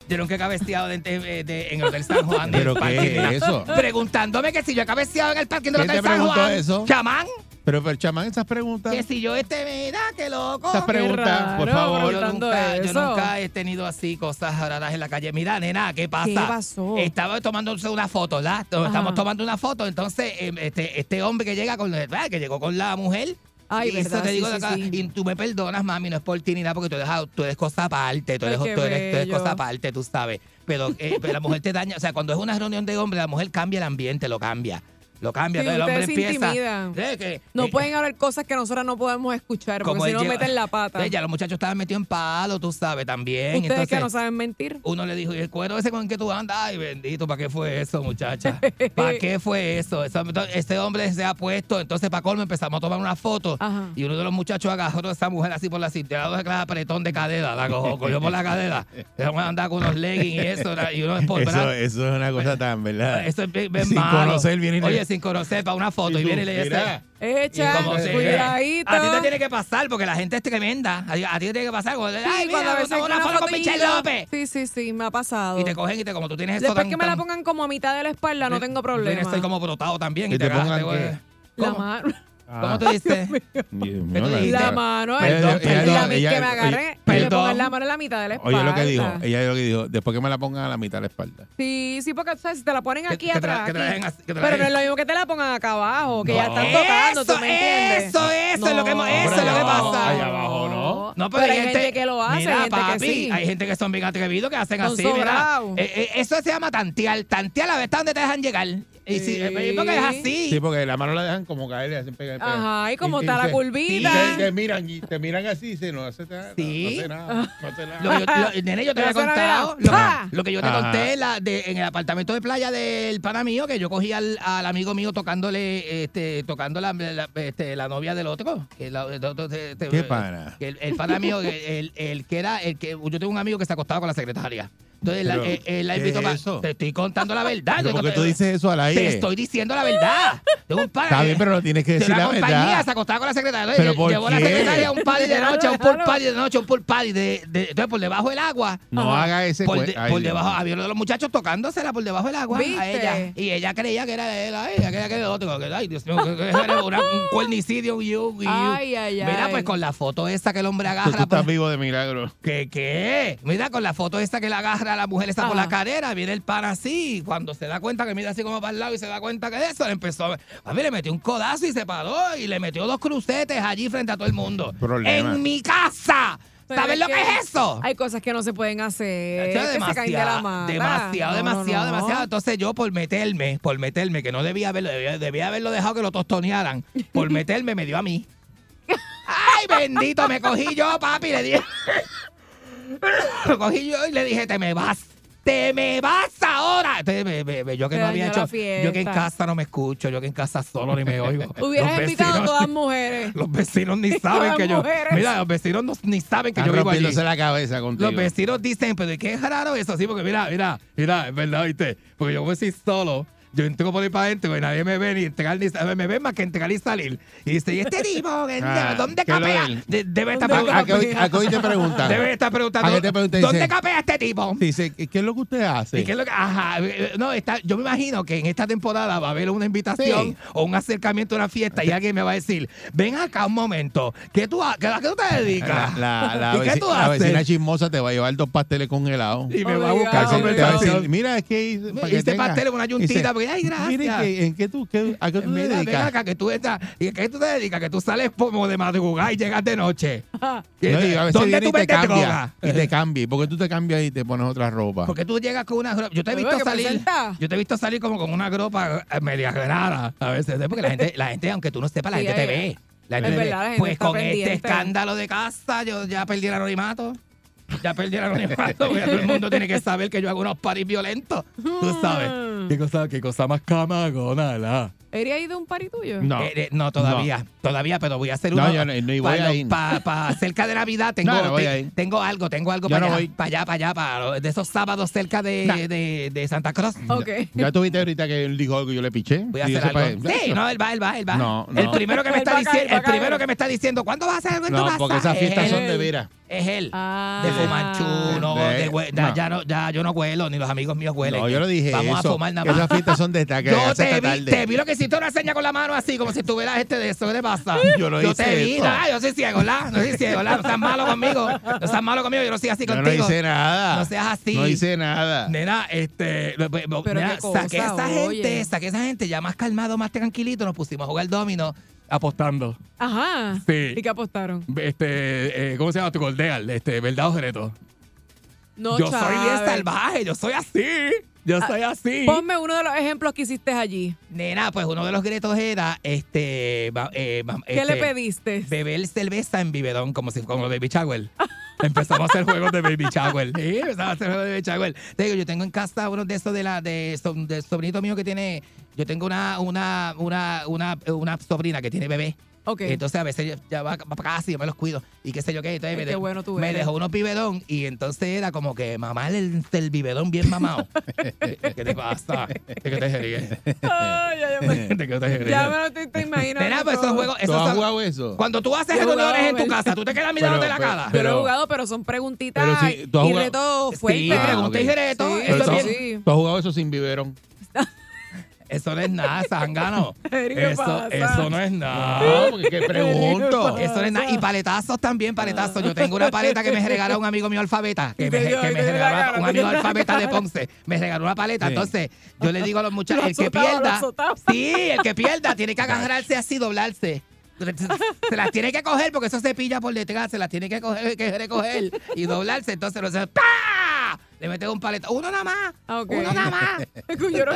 S5: Dieron que cabesteado de, de- de- en el Hotel San Juan. del
S2: ¿Pero
S5: parque.
S2: qué es eso?
S5: Preguntándome que si yo he cabeceado en el parque del
S2: ¿Quién te
S5: Hotel San
S2: preguntó
S5: Juan.
S2: eso?
S5: Chamán,
S2: Pero, pero chamán, esas preguntas,
S5: que si yo este, mira, qué loco.
S2: esas preguntas, por
S4: raro,
S2: favor.
S4: pero-
S5: Yo
S4: preguntando
S5: nunca, yo
S4: eso.
S5: nunca he tenido así cosas raras en la calle. Mira, nena, ¿qué pasa?
S4: ¿Qué pasó?
S5: Estaba tomándose una foto, ¿verdad? Nos
S4: Ajá.
S5: Estamos tomando una foto. Entonces, eh, este, este hombre que llega con ¿verdad? que llegó con la mujer.
S4: Ay,
S5: y
S4: verdad,
S5: te
S4: sí,
S5: digo de
S4: sí,
S5: acá,
S4: sí.
S5: Y tú me perdonas, mami, no es por ti ni nada, porque tú eres, tú eres cosa aparte, tú
S4: Ay,
S5: eres,
S4: qué
S5: tú eres- tú eres
S4: bello.
S5: cosa aparte, tú sabes. Pero, eh, pero la mujer te daña. O sea, cuando es una reunión de hombres, la mujer cambia el ambiente, lo cambia. Lo cambia,
S4: Sí,
S5: entonces el hombre
S4: ustedes se
S5: empieza.
S4: intimidan.
S5: eh, que-
S4: No
S5: eh,
S4: pueden hablar cosas que nosotras no podemos escuchar, porque si
S5: él
S4: no
S5: lleva-
S4: meten la pata.
S5: Ella, eh, los muchachos estaban metidos en palo, tú sabes, también.
S4: Ustedes
S5: Entonces,
S4: que no saben mentir.
S5: uno le dijo, ¿y el cuero ese con el que tú andas? Ay, bendito, ¿para qué fue eso, muchacha? ¿Para qué fue eso? Eso- entonces, Este hombre se ha puesto, entonces para colmo empezamos a tomar una foto
S4: Ajá.
S5: y uno de los muchachos agarró a esa mujer así por la cintura, dos clase apretón de cadera, la cogió, cogió por la cadera. Esa mujer andaba con unos leggings y eso, y uno es por
S2: Eso,
S5: bra-
S2: eso es una cosa tan, ¿verdad?
S5: Ah. Eso es bien, bien
S2: Sin
S5: malo.
S2: conocer, viene y le-
S5: Oye, sin conocer, para una foto, y,
S2: Y tú,
S5: viene y le dice...
S2: mira.
S4: Echa,
S5: ¿Cómo se-
S4: cuidadito.
S5: A ti te tiene que pasar porque la gente es tremenda. A ti, a ti te tiene que pasar. Como,
S4: Sí,
S5: Ay,
S4: cuando a
S5: mira,
S4: veces
S5: tomó una foto con
S4: y
S5: Michelle
S4: yo-
S5: López.
S4: Sí, sí, sí, me ha pasado.
S5: Y te cogen y te como tú tienes esto
S4: Después
S5: tan-
S4: que me la
S5: tan-
S4: pongan como a mitad de la espalda, no tengo problema.
S5: Estoy como brotado también.
S2: Que
S5: Y te,
S2: te
S5: agarras,
S2: pongan
S5: te-
S4: La
S5: ¿Cómo?
S4: mano.
S5: ¿Cómo te dices?
S2: Dios mío,
S5: Pero y
S2: la-
S4: La mano.
S2: Perdón,
S4: Perdón,
S2: perdón,
S4: la,
S2: ella-
S4: que me agarre. que le
S5: perdón.
S4: pongan la mano en la mitad de la espalda.
S2: Oye lo que dijo,
S5: eh.
S2: ella es lo que dijo, después que me la pongan a la mitad de la espalda.
S4: Sí, sí, porque ¿sabes? si te la ponen
S5: Que-
S4: aquí
S5: que te la-
S4: atrás.
S5: que te la
S4: aquí.
S5: dejen así, que te la
S4: pero no
S5: dejen.
S4: es lo mismo que te la pongan acá abajo, que ya
S5: No.
S4: están tocando, ¿tú
S5: Eso,
S4: me entiendes?
S5: eso, eso es lo que hemos- eso
S4: hombre,
S5: es lo que
S4: no.
S5: pasa.
S2: Ahí eh, abajo, ¿no?
S4: No, pero, hay gente, que lo hace,
S5: Mira,
S4: hay gente que
S5: papi,
S4: sí.
S5: hay gente que son bien atrevidos que hacen
S4: Son
S5: así. Mira.
S4: sobrados.
S5: Eh, eh, eso se llama tantear. Tantear la vez hasta donde te dejan llegar. Y si,
S4: Sí.
S5: eh, porque es así.
S2: Sí, porque la mano la dejan como caer y hacen pegar. pegar.
S4: Ajá, y como está la
S2: te-
S4: curvita.
S2: y Te, te miran y te miran así y dicen, no hace nada.
S5: Sí.
S2: No hace nada. No hace
S5: Lo
S2: nada.
S5: que yo, lo- nene, yo te
S4: Pero
S5: había
S4: eso no
S5: contado.
S4: era-
S5: Lo,
S4: ¡Ah!
S5: lo que yo te
S2: Ajá.
S5: conté la de- en el apartamento de playa del pana mío, que yo cogí al, al amigo mío tocándole, este, tocando la, la- este, la novia del otro. que la- el otro te- te-
S2: ¿Qué pana?
S5: que El, el pana mío, que el, el que era, el que, yo tengo un amigo que se acostaba con la secretaria. Entonces, la-
S2: Pero,
S5: él, él la
S2: ¿qué
S5: invitó
S2: es
S5: pa-
S2: eso?
S5: Te estoy contando la verdad.
S2: Pero
S5: Yo-
S2: porque tú dices eso al aire.
S5: Te estoy diciendo la verdad. Tengo un pana
S2: Está
S5: que-
S2: bien, pero no tienes que
S5: de
S2: decir
S5: una
S2: la
S5: compañía
S2: verdad.
S5: se acostaba con la secretaria.
S2: ¿Pero
S5: Lle-
S2: por
S5: Llevó a la
S2: qué?
S5: secretaria a un party de noche, a un pool
S4: Claro.
S5: party de noche, a un pool party. De, de- entonces, por debajo del agua.
S2: No
S5: Ajá.
S2: haga ese
S5: Por,
S2: cue-
S5: de-
S2: Ay,
S5: por
S2: Dios.
S5: debajo, había uno de los muchachos tocándosela por debajo del agua a
S4: ¿Viste?
S5: ella. Y ella creía que era él, ay, ella creía que era el otro. que- ay, Dios mío, que- que era una- un cuernicidio. y un- y un-
S4: Ay, ay, ay.
S5: Mira, pues con la foto esa que el hombre
S2: Tú,
S5: agarra.
S2: tú estás
S5: por-
S2: vivo de milagro.
S5: ¿Qué, ¿Qué? Mira, con la foto esta que le agarra a la mujer está por
S4: Ajá.
S5: la cadera, viene el pan así, y cuando se da cuenta que mira así como para el lado y se da cuenta que eso, le empezó a... A mí le metió un codazo y se paró y le metió dos crucetes allí frente a todo el mundo.
S2: Problema.
S5: ¡En mi casa!
S4: Pero
S5: ¿Sabes lo que es eso?
S4: Hay cosas que no se pueden hacer.
S5: Chacho,
S4: que se caen de la mano.
S5: demasiado, demasiado, demasiado. Entonces yo por meterme, por meterme, que no debía haberlo, debía, debía haberlo dejado que lo tostonearan, por meterme me dio a mí. ¡Ay, bendito! Me cogí yo, papi, le dije... Lo cogí yo y le dije, te me vas. Te me vas ahora. Entonces, me- me- me- yo que
S4: Te
S5: no había
S4: dañó la
S5: hecho. Yo que en
S4: fiesta.
S5: casa no me escucho, yo que en casa solo ni me oigo.
S4: Hubieras
S5: Los
S4: invitado a
S5: vecinos-
S4: todas mujeres.
S5: Los vecinos ni saben
S4: Todas
S5: que yo.
S4: mujeres.
S5: Mira, los vecinos no- ni saben que
S2: Están
S5: yo vivo allí.
S2: rompiéndose la cabeza contigo.
S5: Los vecinos dicen, pero ¿y qué es raro eso? Sí, porque mira, mira, mira, es verdad, ¿viste? Porque yo voy a decir solo. Yo entro por ahí para adentro y nadie me ve ni entrar ni salir. Me ven más que entrar y salir. Y dice, ¿y este tipo? ¿Qué-
S2: Ah,
S5: ¿Dónde
S2: ¿qué lo
S5: capea?
S2: del-
S5: De- debe estar
S2: ¿A, a qué hoy-
S5: preguntando.
S2: a qué hoy te preguntan?
S5: Debe estar preguntando.
S2: ¿A qué te preguntan?
S5: ¿Dónde
S2: Dice-
S5: capea este tipo?
S2: Dice, ¿qué qué es lo que usted hace?
S5: ¿Y qué es lo que- ajá, eh, no, está, yo me imagino que en esta temporada va a haber una invitación
S2: Sí.
S5: o un acercamiento a una fiesta y alguien me va a decir, ven acá un momento, ¿qué tú, ha- qué- ¿a qué tú te dedicas?
S2: La, la,
S5: ¿Y qué
S2: veci-
S5: tú
S2: la
S5: haces?
S2: vecina chismosa te va a llevar dos pasteles congelados.
S5: y me va a buscar
S4: Obligado,
S2: Casi te va a
S4: obligado.
S5: conversación.
S2: decir, mira, es que hice, para que
S5: Hice
S2: tenga".
S5: pastel en una
S2: Dice,
S5: yuntita, porque, ay, gracias.
S2: Mire, que, ¿en qué tú, qué- ¿a qué tú te
S5: Mira, ven
S2: dedicas?
S5: acá que tú estás, ¿y a qué tú te dedicas? Que tú sales como de madrugada y llegas de noche. ¿Qué-
S2: No, y a veces
S5: ¿Dónde
S2: viene
S5: tú
S2: y te
S5: vendes
S2: cambia.
S5: droga?
S2: Y te cambia. ¿Por qué tú te cambias y te pones otra ropa?
S5: Porque tú llegas con una Yo te he
S4: Oye,
S5: visto
S4: que
S5: salir.
S4: presenta.
S5: Yo te he visto salir como con una gropa eh, media grada a veces. ¿sabes? Porque la gente, la gente, aunque tú no sepas, la
S4: Sí,
S5: gente te
S4: ahí-
S5: ve. La
S4: Es
S5: gente te
S4: verdad, la
S5: ve.
S4: gente
S5: Pues
S4: está
S5: con
S4: pendiente.
S5: este escándalo de casa, yo ya perdí el anonimato. Ya perdí el anonimato. porque todo el mundo tiene que saber que yo hago unos paris violentos. Tú
S4: Mm.
S5: sabes. Qué cosa, qué cosa más camagona, ¿verdad?
S4: ¿Eres ahí de un pari tuyo?
S2: No.
S5: Eh, eh, no, todavía, todavía, pero voy a hacer
S2: No,
S5: uno.
S2: yo no- no, y voy
S5: para,
S2: a ir.
S5: para- para cerca de Navidad tengo,
S2: No, no voy
S5: te-
S2: a ir.
S5: tengo algo, tengo algo
S2: Yo
S5: para,
S2: no voy.
S5: allá, para allá, para allá, para lo- de esos sábados cerca de,
S2: No.
S5: de- de Santa Cruz.
S4: Ok.
S2: Ya tuviste ahorita que él dijo algo y yo le piché.
S5: Voy a
S2: Y yo
S5: hacer
S2: sepa-
S5: algo. Sí, no, él va, él va, él va.
S2: No,
S5: El
S2: no.
S5: primero que me
S4: Él
S5: está
S4: va a caer,
S5: diciendo,
S4: va a
S5: el primero
S4: caer.
S5: que me está diciendo, ¿cuándo vas a hacer algo en tu
S2: No,
S5: casa?
S2: porque esas
S5: Es
S2: fiestas
S5: él,
S2: son de veras.
S5: Es él.
S4: Ah.
S5: De Fumanchu, no,
S2: De-
S5: de hue- ya-
S2: no.
S5: Ya, no, ya yo no huelo, ni los amigos míos huelen.
S2: No, yo lo dije.
S5: Vamos
S2: eso.
S5: a fumar nada más.
S2: Esas fiestas son de esta que
S5: Yo
S2: hace
S5: te
S2: hasta
S5: vi,
S2: tarde.
S5: te vi lo que hiciste una seña con la mano así, como si estuvieras este de eso. ¿Qué te pasa?
S2: Yo no hice
S5: te vi,
S2: eso.
S5: nada, yo soy ciego, ¿la? No soy ciego, ¿la? No seas malo conmigo. No seas malo conmigo, yo no soy así
S2: Yo no
S5: contigo.
S2: hice nada.
S5: No seas así.
S2: No hice nada.
S5: Nena, este, lo- lo-
S4: Pero
S5: nena,
S4: qué cosa,
S5: saqué a esa
S4: oye.
S5: gente, saqué a esa gente ya más calmado, más tranquilito, nos pusimos a jugar domino apostando.
S4: Ajá.
S5: Sí.
S4: ¿Y qué apostaron?
S5: Este, eh, ¿cómo se llama tu goldeal? Este, ¿verdad o reto?
S4: No,
S5: yo soy bien
S4: Chávez. Ah,
S5: salvaje, yo soy así. Yo soy así.
S4: Ponme uno de los ejemplos que hiciste allí.
S5: Nena, pues uno de los gritos era, este, va- eh, va-
S4: ¿Qué le
S5: este,
S4: pediste?
S5: beber cerveza en bibedón, como si como Baby Shower. Empezamos a hacer juegos de Baby Shower. Sí, empezamos a hacer juegos de Baby Shower. Te digo, yo tengo en casa uno de esos de la de, so- del sobrinito mío que tiene. Yo tengo una, una, una, una, una sobrina que tiene bebé.
S4: Ok.
S5: Entonces a veces ya va para casa y yo me los cuido. Y qué sé yo qué. Entonces
S4: Ay,
S5: me,
S4: qué
S5: de-
S4: bueno tú
S5: me
S4: eres.
S5: dejó unos bibedón y entonces era como que mamá el, el bibedón bien mamado. ¿Qué te pasa? ¿Qué te jerigues?
S4: Ay, ya, ya me,
S5: ¿Qué te jerigues?
S4: ya me lo estoy, estoy imaginando.
S5: Nena, pues esos
S4: todo.
S5: juegos,
S2: ¿Tú
S5: esos
S2: has
S5: son-
S2: jugado eso?
S5: cuando tú haces
S4: Yo he jugado,
S5: reuniones en tu
S4: ¿verdad?
S5: casa, tú te quedas mirándote la
S2: Pero-
S5: cara.
S4: Yo lo he
S2: pero-
S4: jugado, pero son preguntitas
S2: pero sí, tú has
S4: y
S2: jugado-
S4: retos
S5: Sí,
S4: fuertes.
S2: pero-
S5: pregunta
S2: ok.
S5: y reto.
S4: Sí,
S5: eso,
S4: pero
S5: es
S4: sí.
S5: bien-
S2: ¿Tú has jugado eso sin biberón?
S5: eso no es nada, Sangano.
S4: ¿Qué
S5: Eso,
S4: pasa?
S5: eso no es nada.
S2: No, porque qué pregunto.
S5: Eso no es nada. Y paletazos también, paletazos. Yo tengo una paleta que me regaló un amigo mío alfabeta. Que
S4: Y
S5: me,
S4: te dio-
S5: que
S4: y
S5: me
S4: te dio la
S5: regaló
S4: cara,
S5: un
S4: te dio
S5: amigo
S4: la
S5: alfabeta de
S4: cara.
S5: Ponce. Me regaló una paleta.
S2: Sí.
S5: Entonces, yo le digo a los muchachos,
S4: Lo
S5: el que
S4: azotaba, lo
S5: pierda.
S4: azotaba.
S5: Sí, el que pierda tiene que agarrarse así, doblarse. Se las tiene que coger porque eso se pilla por detrás, se las tiene que coger, que recoger y doblarse. Entonces, no se- ¡Pah! Le meten un paleta. Uno nada más.
S4: Ah, ok.
S5: Uno nada más.
S4: Yo no-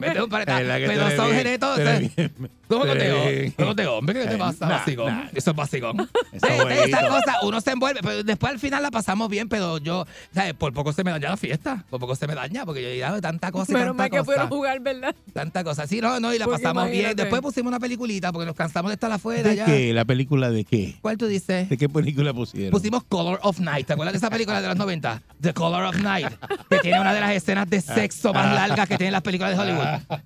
S5: Mete un paleta.
S2: Es la que tú
S5: Pero
S2: eres
S5: son
S2: bien,
S5: genetos.
S2: tú eres bien.
S5: ¿Cómo que
S2: Tú eres bien.
S5: te ¿Cómo te hombre? ¿Qué te
S2: Eh,
S5: pasa,
S2: nah,
S5: basicón?
S2: nah.
S5: Eso es basicón.
S2: Eso
S5: Eh,
S2: es
S5: esa
S2: bonito.
S5: cosa, uno se envuelve, pero después al final la pasamos bien, pero yo, ¿sabes? Por poco se me daña la fiesta. Por poco se me daña, porque yo he dado tanta cosa y
S4: Menos mal
S5: tanta
S4: que
S5: cosa.
S4: pudieron jugar, ¿verdad?
S5: Tanta cosa. Sí, no, no, y la
S4: Porque
S5: pasamos bien.
S4: imagínate.
S5: Después pusimos una peliculita porque nos cansamos de estar afuera
S2: ¿De
S5: ya.
S2: qué? ¿La película de qué?
S5: ¿Cuál tú dices?
S2: ¿De qué película pusieron?
S5: Pusimos Color of Night. ¿Te acuerdas de esa película de los 90? The Color of Night. Que tiene una de las escenas de sexo más largas que tienen las películas de Hollywood.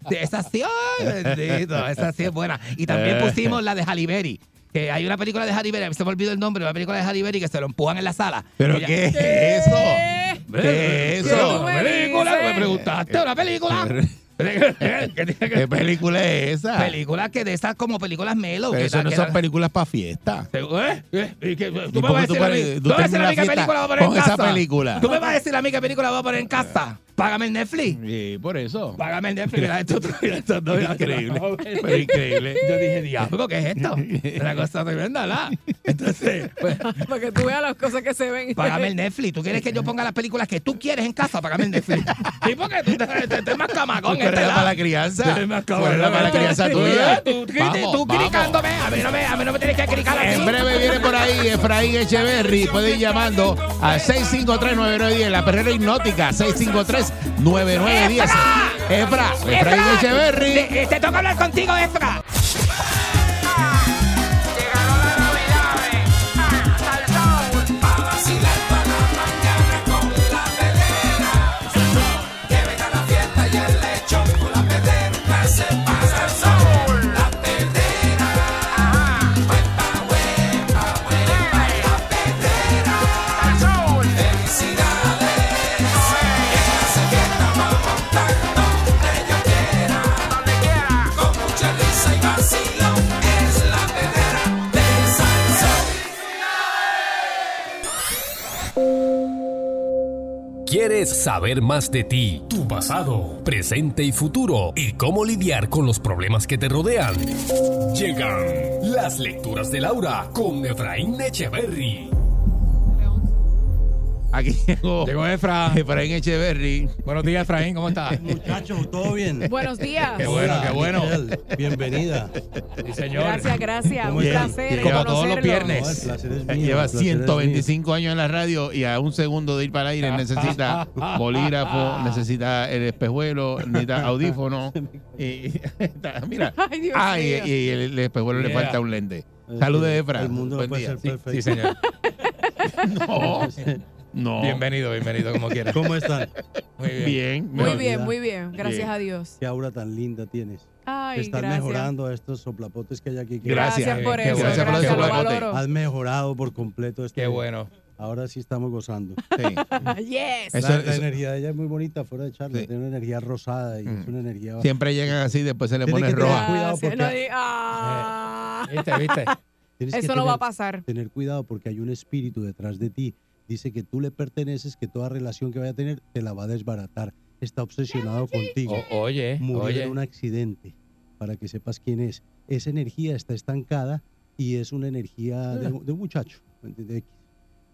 S5: Sí, Esa sí, ay, bendito. Esa sí es buena. Y
S2: Eh.
S5: también pusimos la de Halle Berry. Que hay una película de Halle Berry, se me olvidó el nombre, una película de Halle Berry que se lo empujan en la sala.
S2: ¿Pero
S5: Ella-
S2: qué es eso?
S4: Eh,
S2: ¿Qué es
S4: Pero
S2: eso?
S4: tú
S5: ¿Una
S4: me
S5: película?
S4: dices.
S5: ¿Me preguntaste? ¿Una película? ¿Qué tiene que-
S2: ¿Qué película es esa?
S5: Películas que de esas como películas melo.
S2: Pero
S5: que
S2: eso
S5: da-
S2: no
S5: que
S2: son
S5: da-
S2: películas para fiesta.
S5: ¿Eh? ¿Eh? ¿Y qué? ¿Tú
S2: ¿Y
S5: me
S2: por
S5: vas a
S2: qué tú
S5: decir a mí,
S2: pares- tú
S5: tú me vas a decir a
S2: terminas
S5: mí qué
S2: la
S5: película
S2: fiesta
S5: voy a poner en
S2: con esa
S5: casa?
S2: película?
S5: ¿Tú me vas a decir a mí qué película voy a poner en casa? Págame el Netflix.
S2: Sí, por eso.
S5: Págame el Netflix. Mira, esto, esto, esto, esto, mira,
S2: Increíble,
S5: no,
S2: pero increíble.
S5: Yo dije, diablo, ¿qué es esto? Una cosa tremenda, ¿la? Entonces, pues,
S4: Para que tú veas las cosas que se ven.
S5: págame el Netflix. ¿Tú quieres que yo ponga las películas que tú quieres en casa? Págame el Netflix. Sí, porque tú te- te- te más camagón.
S2: Pero
S5: este,
S2: era
S5: ¿la?
S2: para la crianza.
S5: Tú eres más cabrón,
S2: Pero era para la
S5: ¿verdad?
S2: crianza tuya.
S5: Eh, Tú, tú-
S2: Vamos,
S5: tú
S2: vamos.
S5: criticándome. A mí no me, a mí no me tienes que criticar a
S2: En breve viene por ahí Efraín Echeverry. Puede ir llamando a 653-9910. La perrera hipnótica. 653-9910. Efra, Efraín Echeverry.
S5: Te, te toca hablar contigo, Efra.
S1: Llegaron las navidades, ah, al sol, pa' vacilar pa' la mañana con la pelera. El sol que venga la fiesta y el lechón con la pelera.
S10: ¿Quieres saber más de ti, tu pasado, presente y futuro y cómo lidiar con los problemas que te rodean? Llegan las lecturas de Laura con Efraín Echeverry.
S2: Aquí llegó
S5: Llegó Efra.
S2: Efraín Echeverry.
S5: Buenos días, Efraín, ¿cómo estás?
S11: Muchachos, ¿todo bien?
S4: Buenos días.
S5: Qué bueno, qué bueno.
S11: Michelle, Bienvenida.
S5: Sí, señor.
S4: Gracias, gracias. Un
S11: Bien.
S4: placer
S5: Como todos los
S4: conocerlo.
S5: viernes.
S11: No, el placer es mío, el
S2: Lleva
S11: placer es mío.
S2: 125 años en la radio y a un segundo de ir para el aire necesita bolígrafo, necesita el espejuelo, necesita audífono. y- mira,
S4: Ay, Dios
S2: ah, y,
S4: mío.
S2: y el, el espejuelo le
S5: Yeah.
S2: falta un lente. Saludos, Efra.
S11: El mundo
S2: Buen
S11: puede
S2: día.
S11: ser perfecto.
S5: Sí, señor.
S2: No, no.
S5: Bienvenido, bienvenido, como quieras.
S11: ¿Cómo están?
S5: Muy bien.
S2: Bien.
S4: Muy
S2: Bueno,
S4: bien, muy bien. Gracias a Dios.
S11: Qué aura tan linda tienes.
S4: Ay,
S11: Estás
S4: gracias.
S11: mejorando a estos soplapotes que hay aquí. que
S2: Gracias.
S4: Gracias por
S5: Qué
S4: eso.
S5: bueno.
S4: Gracias,
S5: Gracias por
S4: lo
S5: el
S2: soporte.
S4: valoro.
S11: Has mejorado por completo. Este
S5: Qué bueno.
S11: Ahora sí estamos gozando.
S2: sí.
S4: Yes.
S2: Eso-
S11: la, la
S2: eso-
S11: energía de ella es muy bonita, fuera de charla.
S2: Sí.
S11: Tiene una energía rosada y es una energía...
S2: Siempre llegan así, después se le
S11: Tiene
S2: pone
S11: que
S2: roja.
S11: tener cuidado
S4: Gracias. No
S11: porque-
S4: di- Ah.
S5: eh, ¿Viste, viste?
S11: Tienes que
S4: Eso no va a
S11: tener-
S4: pasar.
S11: tener cuidado porque hay un espíritu detrás de ti. Dice que tú le perteneces, que toda relación que vaya a tener te la va a desbaratar. Está obsesionado contigo.
S5: O- oye,
S11: Murió
S5: oye.
S11: en un accidente, para que sepas quién es. Esa energía está estancada y es una energía
S5: Ah.
S11: de, de un muchacho, de- de X.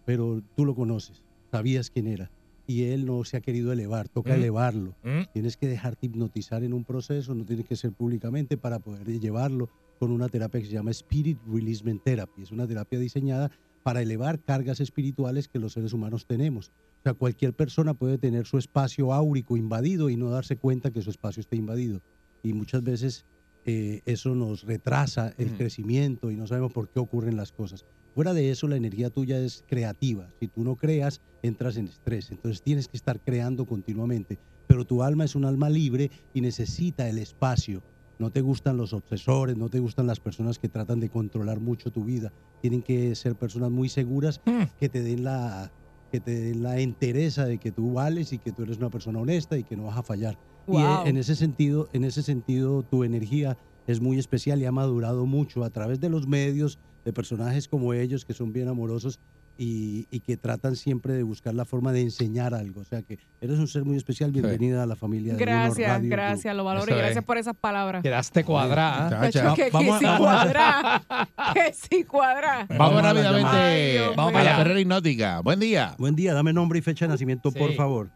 S11: pero tú lo conoces, sabías quién era y él no se ha querido elevar, toca
S5: Mm.
S11: elevarlo.
S5: Mm.
S11: Tienes que dejarte hipnotizar en un proceso, no tiene que ser públicamente para poder llevarlo con una terapia que se llama Spirit Releasement Therapy. Es una terapia diseñada para elevar cargas espirituales que los seres humanos tenemos. O sea, cualquier persona puede tener su espacio áurico invadido y no darse cuenta que su espacio está invadido. Y muchas veces eh, eso nos retrasa el
S2: Ujú.
S11: crecimiento y no sabemos por qué ocurren las cosas. Fuera de eso, la energía tuya es creativa. Si tú no creas, entras en estrés. Entonces tienes que estar creando continuamente. Pero tu alma es un alma libre y necesita el espacio. No te gustan los obsesores, no te gustan las personas que tratan de controlar mucho tu vida. Tienen que ser personas muy seguras que te den la que te den la entereza de que tú vales y que tú eres una persona honesta y que no vas a fallar. Y eh,
S4: Wow.
S11: en ese sentido, en ese sentido tu energía es muy especial y ha madurado mucho a través de los medios, de personajes como ellos que son bien amorosos y, y que tratan siempre de buscar la forma de enseñar algo. O sea que eres un ser muy especial. Bienvenida a la familia de Uno
S4: Gracias,
S11: Radio Group.
S4: gracias, lo valoro
S5: Eso
S4: y gracias
S5: es.
S4: por esas palabras.
S5: Quedaste
S4: ¿eh?
S5: cuadrada. ¿ah?
S2: Chacha.
S4: Cacho, que, que
S11: vamos a-
S4: sí
S11: vamos a-
S4: cuadra. que sí cuadra.
S2: Vamos
S11: Vamos a la
S4: llamada. Ay,
S2: rápidamente
S4: Dios
S2: vamos
S4: mío.
S2: a la carrera hipnótica. Buen día.
S11: Buen día, dame nombre y fecha de nacimiento,
S5: Sí.
S11: por favor.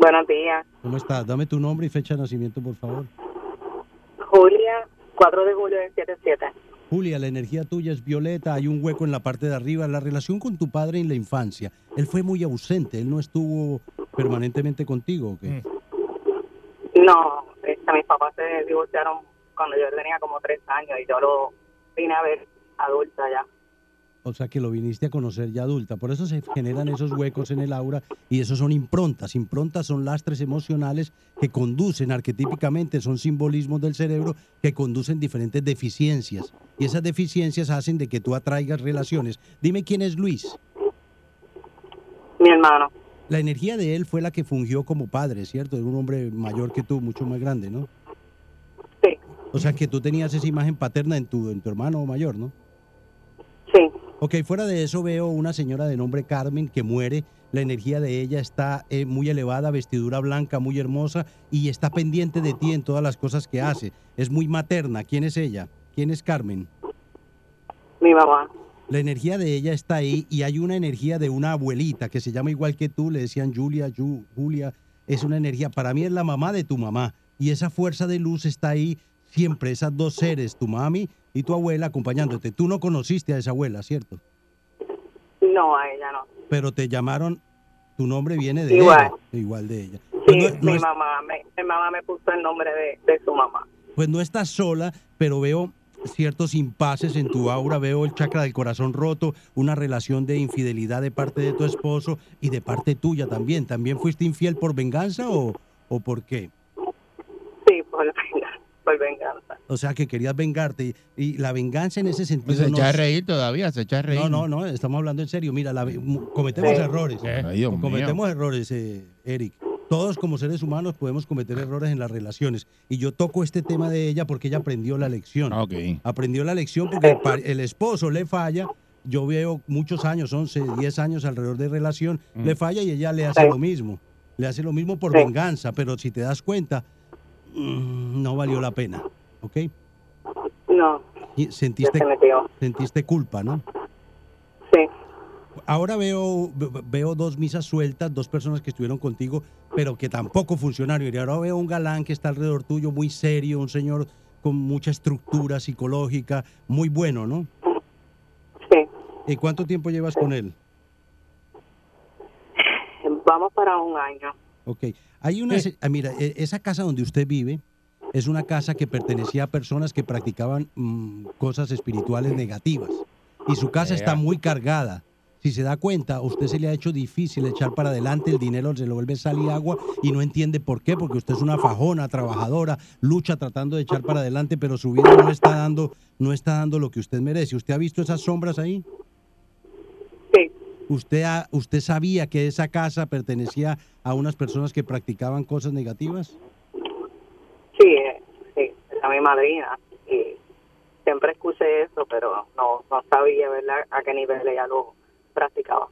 S12: Buenos días.
S11: ¿Cómo estás? Dame tu nombre y fecha de nacimiento, por favor.
S12: Julia, 4 de julio del 77.
S11: Julia, la energía tuya es violeta, hay un hueco en la parte de arriba. La relación con tu padre en la infancia, él fue muy ausente, él no estuvo permanentemente contigo. ¿o qué?
S5: Mm.
S12: No, este, mis papás se divorciaron cuando yo tenía como 3 años y yo lo vine a ver adulta ya.
S11: O sea que lo viniste a conocer ya adulta. Por eso se generan esos huecos en el aura y esos son improntas. Improntas son lastres emocionales que conducen arquetípicamente, son simbolismos del cerebro que conducen diferentes deficiencias. Y esas deficiencias hacen de que tú atraigas relaciones. Dime quién es Luis.
S12: Mi hermano.
S11: La energía de él fue la que fungió como padre, ¿cierto? Era un hombre mayor que tú, mucho más grande, ¿no?
S12: Sí,
S11: O sea que tú tenías esa imagen paterna en tu, en tu hermano mayor, ¿no?
S12: sí.
S11: Ok, fuera de eso veo una señora de nombre Carmen que muere. La energía de ella está eh, muy elevada, vestidura blanca, muy hermosa y está pendiente de ti en todas las cosas que hace. Es muy materna. ¿Quién es ella? ¿Quién es Carmen?
S12: Mi mamá.
S11: La energía de ella está ahí y hay una energía de una abuelita que se llama igual que tú, le decían Julia, Ju- Julia, es una energía, para mí es la mamá de tu mamá y esa fuerza de luz está ahí siempre, esas dos seres, tu mami y tu abuela acompañándote. Tú no conociste a esa abuela, ¿cierto?
S12: No, a ella no.
S11: Pero te llamaron, tu nombre viene de
S12: Igual.
S11: ella, igual de ella.
S12: Sí,
S11: Pues no- no
S12: mi
S11: es-
S12: mamá. Me, mi mamá me puso el nombre de, de su mamá.
S11: pues no estás sola, pero veo ciertos impases en tu aura, veo el chakra del corazón roto, una relación de infidelidad de parte de tu esposo y de parte tuya también. ¿También fuiste infiel por venganza o, o por qué?
S12: Sí, por venganza. Por venganza.
S11: O sea, que querías vengarte y, y la venganza en ese
S2: Pues
S11: sentido...
S2: se
S11: no,
S2: echa a reír todavía, se echa a reír.
S11: no, no, no, estamos hablando en serio. Mira, la ve- mu- cometemos
S12: Sí.
S11: errores.
S2: Ay, Dios mío.
S11: Cometemos errores, eh, Eric. Todos como seres humanos podemos cometer errores en las relaciones. Y yo toco este tema de ella porque ella aprendió la lección.
S2: Ah, Ok.
S11: aprendió la lección porque el, pa- el esposo le falla yo veo muchos años, 11, 10 años alrededor de relación,
S2: Mm.
S11: le falla y ella le hace
S2: Sí.
S11: lo mismo. Le hace lo mismo por
S2: Sí.
S11: venganza, pero si te das cuenta, mm, no valió la pena, ¿ok?
S12: No,
S11: Y Sentiste,
S12: Definitivo.
S11: sentiste culpa, ¿no?
S12: Sí.
S11: Ahora veo, ve- veo dos misas sueltas, dos personas que estuvieron contigo, pero que tampoco funcionaron. Y ahora veo un galán que está alrededor tuyo, muy serio, un señor con mucha estructura psicológica, muy bueno, ¿no? Sí. ¿Y cuánto tiempo llevas con él?
S12: vamos para un año.
S11: Ok. Hay una. ah, mira, e- esa casa donde usted vive es una casa que pertenecía a personas que practicaban mm, cosas espirituales negativas. Y su casa
S2: Ya.
S11: está muy cargada. Si se da cuenta, a usted se le ha hecho difícil echar para adelante, el dinero se le vuelve sal y agua y no entiende por qué, porque usted es una fajona, trabajadora, lucha tratando de echar para adelante, pero su vida no está dando, no está dando lo que usted merece. ¿Usted ha visto esas sombras ahí? ¿Usted, ha- ¿Usted sabía que esa casa pertenecía a unas personas que practicaban cosas negativas?
S12: Sí, eh, sí, es la misma línea. Y siempre escuché eso, pero no, no sabía, ¿verdad?, a qué nivel ella lo practicaba.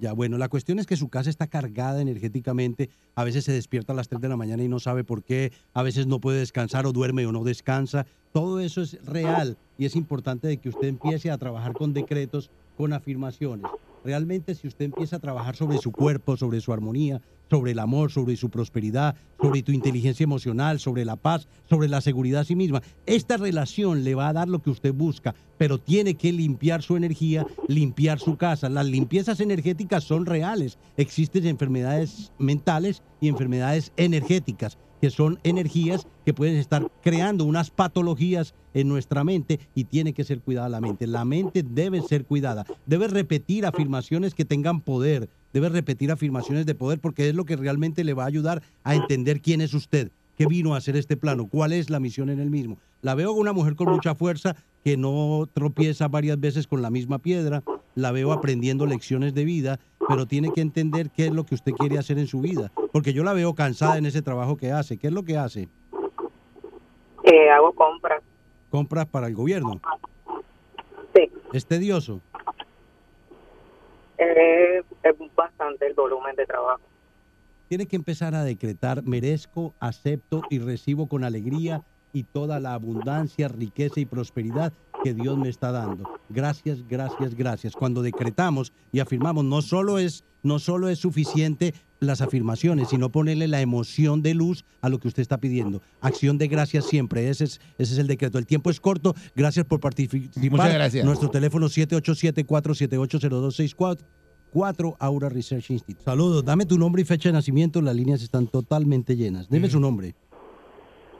S11: Ya, bueno, la cuestión es que su casa está cargada energéticamente. A veces se despierta a las 3 de la mañana y no sabe por qué. A veces no puede descansar o duerme o no descansa. Todo eso es real y es importante de que usted empiece a trabajar con decretos, con afirmaciones. Realmente si usted empieza a trabajar sobre su cuerpo, sobre su armonía, sobre el amor, sobre su prosperidad, sobre tu inteligencia emocional, sobre la paz, sobre la seguridad a sí misma, esta relación le va a dar lo que usted busca, pero tiene que limpiar su energía, limpiar su casa. Las limpiezas energéticas son reales. Existen enfermedades mentales y enfermedades energéticas que son energías que pueden estar creando unas patologías en nuestra mente y tiene que ser cuidada la mente. La mente debe ser cuidada. Debe repetir afirmaciones que tengan poder. Debe repetir afirmaciones de poder porque es lo que realmente le va a ayudar a entender quién es usted, qué vino a hacer este plano, cuál es la misión en el mismo. La veo una mujer con mucha fuerza que no tropieza varias veces con la misma piedra. La veo aprendiendo lecciones de vida, pero tiene que entender qué es lo que usted quiere hacer en su vida. Porque yo la veo cansada en ese trabajo que hace. ¿Qué es lo que hace?
S12: Eh, hago compras.
S11: compras para el gobierno. Es tedioso.
S12: Eh, es bastante el volumen de trabajo.
S11: Tiene que empezar a decretar, merezco, acepto y recibo con alegría y toda la abundancia, riqueza y prosperidad que Dios me está dando. Gracias, gracias, gracias. Cuando decretamos y afirmamos, no solo es, no solo es suficiente las afirmaciones, sino ponerle la emoción de luz a lo que usted está pidiendo. Acción de gracias siempre, ese es, ese es el decreto. El tiempo es corto, gracias por participar.
S2: Muchas gracias.
S11: Nuestro teléfono 787-478-0264. 4 Aura Research Institute. Saludos, dame tu nombre y fecha de nacimiento, las líneas están totalmente llenas. Dime su nombre.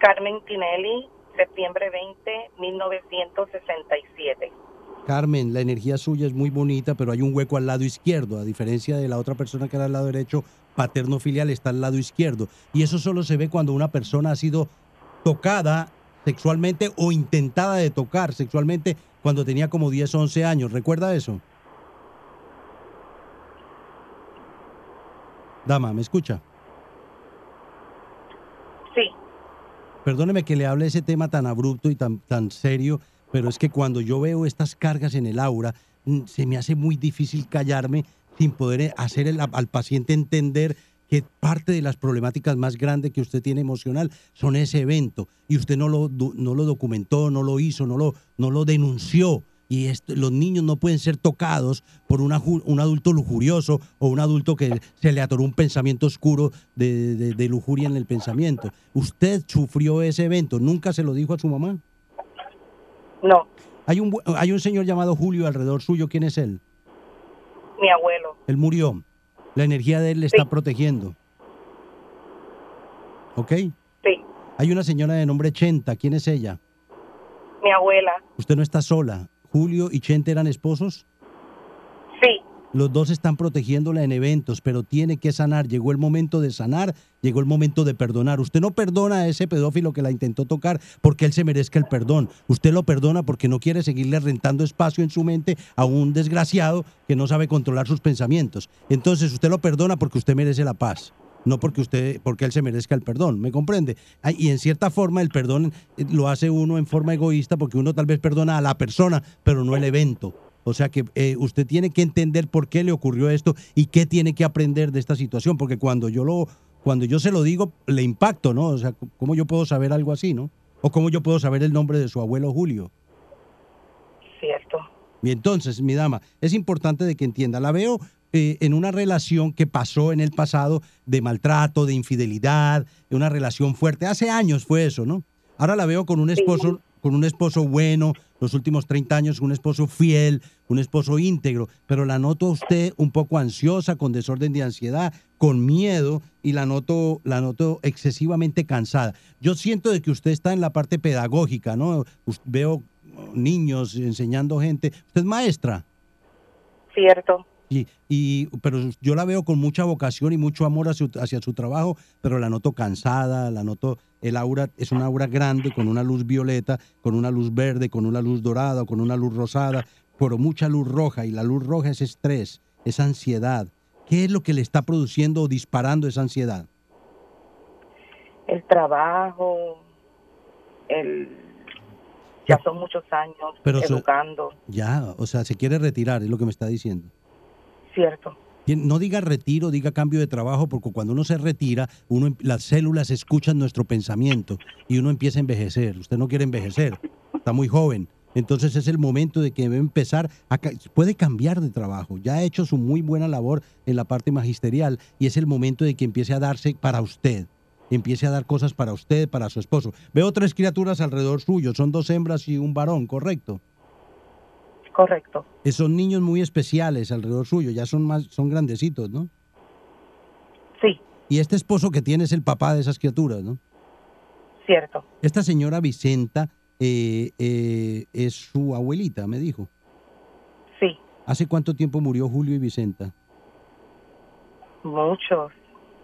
S12: Carmen Tinelli, septiembre 20, 1967.
S11: Carmen, la energía suya es muy bonita, pero hay un hueco al lado izquierdo, a diferencia de la otra persona que era al lado derecho, paterno filial está al lado izquierdo. Y eso solo se ve cuando una persona ha sido tocada sexualmente o intentada de tocar sexualmente cuando tenía como 10 o 11 años. ¿Recuerda eso? Dama, ¿me escucha?
S12: Sí.
S11: Perdóneme que le hable ese tema tan abrupto y tan, tan serio, pero es que cuando yo veo estas cargas en el aura, mm, se me hace muy difícil callarme sin poder eh, hacer el- al paciente entender que parte de las problemáticas más grandes que usted tiene emocional son ese evento y usted no lo, do- no lo documentó, no lo hizo, no lo, no lo denunció. Y esto- los niños no pueden ser tocados por una ju- un adulto lujurioso o un adulto que se le atoró un pensamiento oscuro de, de- de lujuria en el pensamiento. Usted sufrió ese evento, nunca se lo dijo a su mamá.
S12: No,
S11: Hay un, bu- hay un señor llamado Julio alrededor suyo, ¿quién es él?
S12: mi abuelo.
S11: Él murió. La energía de él le está protegiendo. ¿Ok?
S12: Sí.
S11: Hay una señora de nombre Chenta, ¿quién es ella?
S12: Mi abuela.
S11: Usted no está sola. Julio y Chenta eran esposos.
S12: Sí.
S11: Los dos están protegiéndola en eventos, pero tiene que sanar. Llegó el momento de sanar, llegó el momento de perdonar. Usted no perdona a ese pedófilo que la intentó tocar porque él se merezca el perdón. Usted lo perdona porque no quiere seguirle rentando espacio en su mente a un desgraciado que no sabe controlar sus pensamientos. Entonces usted lo perdona porque usted merece la paz. No porque usted, porque él se merezca el perdón, ¿me comprende? Ah, Y en cierta forma el perdón eh, lo hace uno en forma egoísta porque uno tal vez perdona a la persona, pero no el evento. O sea que eh, usted tiene que entender por qué le ocurrió esto y qué tiene que aprender de esta situación, porque cuando yo lo, cuando yo se lo digo, le impacto, ¿no? O sea, ¿cómo yo puedo saber algo así, no? O cómo yo puedo saber el nombre de su abuelo Julio.
S12: Cierto.
S11: Y entonces, mi dama, es importante de que entienda. La veo eh, en una relación que pasó en el pasado de maltrato, de infidelidad, de una relación fuerte. Hace años fue eso, ¿no? Ahora la veo con un esposo, con un esposo bueno, los últimos 30 años, un esposo fiel, un esposo íntegro, pero la noto a usted un poco ansiosa, con desorden de ansiedad, con miedo y la noto, la noto excesivamente cansada. Yo siento de que usted está en la parte pedagógica, ¿no? Us- veo niños enseñando gente. Usted es maestra.
S12: Cierto.
S11: Y, y- pero yo la veo con mucha vocación y mucho amor hacia, hacia su trabajo, pero la noto cansada, la noto, el aura es una aura grande, con una luz violeta, con una luz verde, con una luz dorada, con una luz rosada, pero mucha luz roja, y la luz roja es estrés, es ansiedad. ¿Qué es lo que le está produciendo o disparando esa ansiedad?
S12: El trabajo, el... Ya son muchos años
S11: Pero su-
S12: educando,
S11: Ya, o sea, se quiere retirar, es lo que me está diciendo.
S12: cierto.
S11: Bien, No diga retiro, diga cambio de trabajo, porque cuando uno se retira, uno, em- las células escuchan nuestro pensamiento y uno empieza a envejecer. Usted no quiere envejecer, está muy joven. Entonces es el momento de que debe empezar a... ca- Puede cambiar de trabajo, ya ha hecho su muy buena labor en la parte magisterial y es el momento de que empiece a darse para usted. Empiece a dar cosas para usted, para su esposo. Veo tres criaturas alrededor suyo, son dos hembras y un varón, ¿correcto?
S12: Correcto.
S11: Eh, Son niños muy especiales alrededor suyo, ya son más, son grandecitos, ¿no?
S12: Sí.
S11: Y este esposo que tiene es el papá de esas criaturas, ¿no?
S12: Cierto.
S11: Esta señora Vicenta eh, eh, es su abuelita, me dijo.
S12: Sí.
S11: ¿Hace cuánto tiempo murió Julio y Vicenta?
S12: Muchos.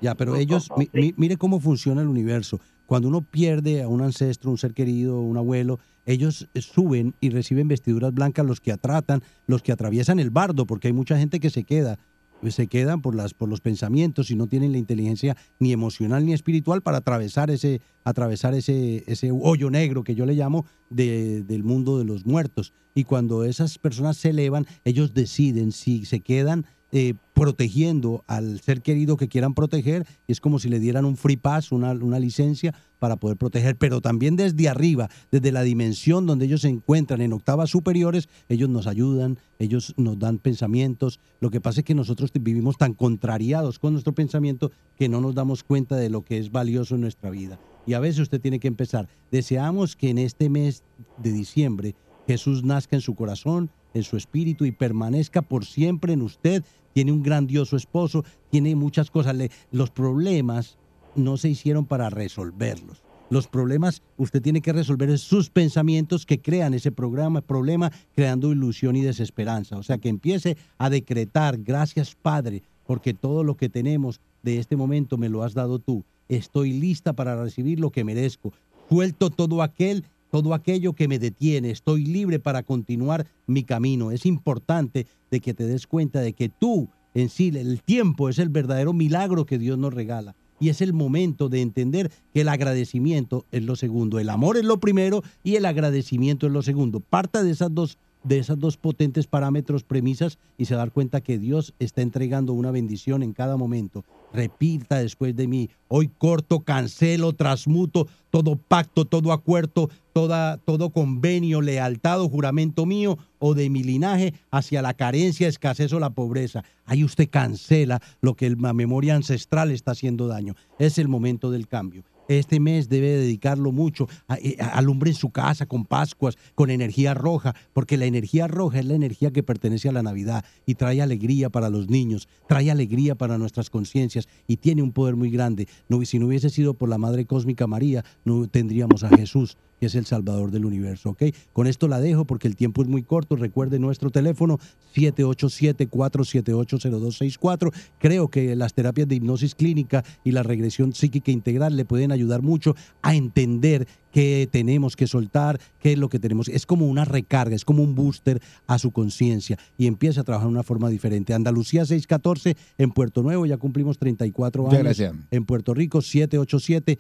S11: Ya, pero ellos, mi- mi- mire cómo funciona el universo. Cuando uno pierde a un ancestro, un ser querido, un abuelo, ellos eh, suben y reciben vestiduras blancas los que atratan, los que atraviesan el bardo, porque hay mucha gente que se queda, pues, se quedan por las por los pensamientos y no tienen la inteligencia ni emocional ni espiritual para atravesar ese atravesar ese ese hoyo negro que yo le llamo de- del mundo de los muertos. Y cuando esas personas se elevan, ellos deciden si se quedan eh, protegiendo al ser querido que quieran proteger. Y es como si le dieran un free pass, una, una licencia para poder proteger. Pero también desde arriba, desde la dimensión donde ellos se encuentran en octavas superiores, ellos nos ayudan, ellos nos dan pensamientos. Lo que pasa es que nosotros te- vivimos tan contrariados con nuestro pensamiento que no nos damos cuenta de lo que es valioso en nuestra vida. Y a veces usted tiene que empezar. Deseamos que en este mes de diciembre Jesús nazca en su corazón, en su espíritu y permanezca por siempre en usted. Tiene un grandioso esposo, tiene muchas cosas. Le- Los problemas no se hicieron para resolverlos. Los problemas usted tiene que resolver es sus pensamientos que crean ese programa, problema, creando ilusión y desesperanza. O sea, que empiece a decretar, gracias Padre, porque todo lo que tenemos de este momento me lo has dado tú. Estoy lista para recibir lo que merezco. Suelto todo aquel todo aquello que me detiene. Estoy libre para continuar mi camino. Es importante de que te des cuenta de que tú en sí, el tiempo es el verdadero milagro que Dios nos regala. Y es el momento de entender que el agradecimiento es lo segundo. El amor es lo primero y el agradecimiento es lo segundo. Parta de esas dos de esos dos potentes parámetros, premisas, y se dar cuenta que Dios está entregando una bendición en cada momento. Repita después de mí, hoy corto, cancelo, transmuto todo pacto, todo acuerdo, toda, todo convenio, lealtad o juramento mío o de mi linaje hacia la carencia, escasez o la pobreza. Ahí usted cancela lo que el- la memoria ancestral está haciendo daño. Es el momento del cambio. Este mes debe dedicarlo mucho. a- eh, a- Alumbre en su casa con Pascuas, con energía roja, porque la energía roja es la energía que pertenece a la Navidad y trae alegría para los niños, trae alegría para nuestras conciencias y tiene un poder muy grande. No, si no hubiese sido por la Madre Cósmica María, no tendríamos a Jesús que es el Salvador del universo, ¿ok? Con esto la dejo porque el tiempo es muy corto. Recuerde nuestro teléfono 787-478-0264. Creo que las terapias de hipnosis clínica y la regresión psíquica integral le pueden ayudar mucho a entender qué tenemos que soltar, qué es lo que tenemos. Es como una recarga, es como un booster a su conciencia y empieza a trabajar de una forma diferente. Andalucía 614, en Puerto Nuevo ya cumplimos 34 años.
S2: Muchas gracias.
S11: En Puerto Rico 787.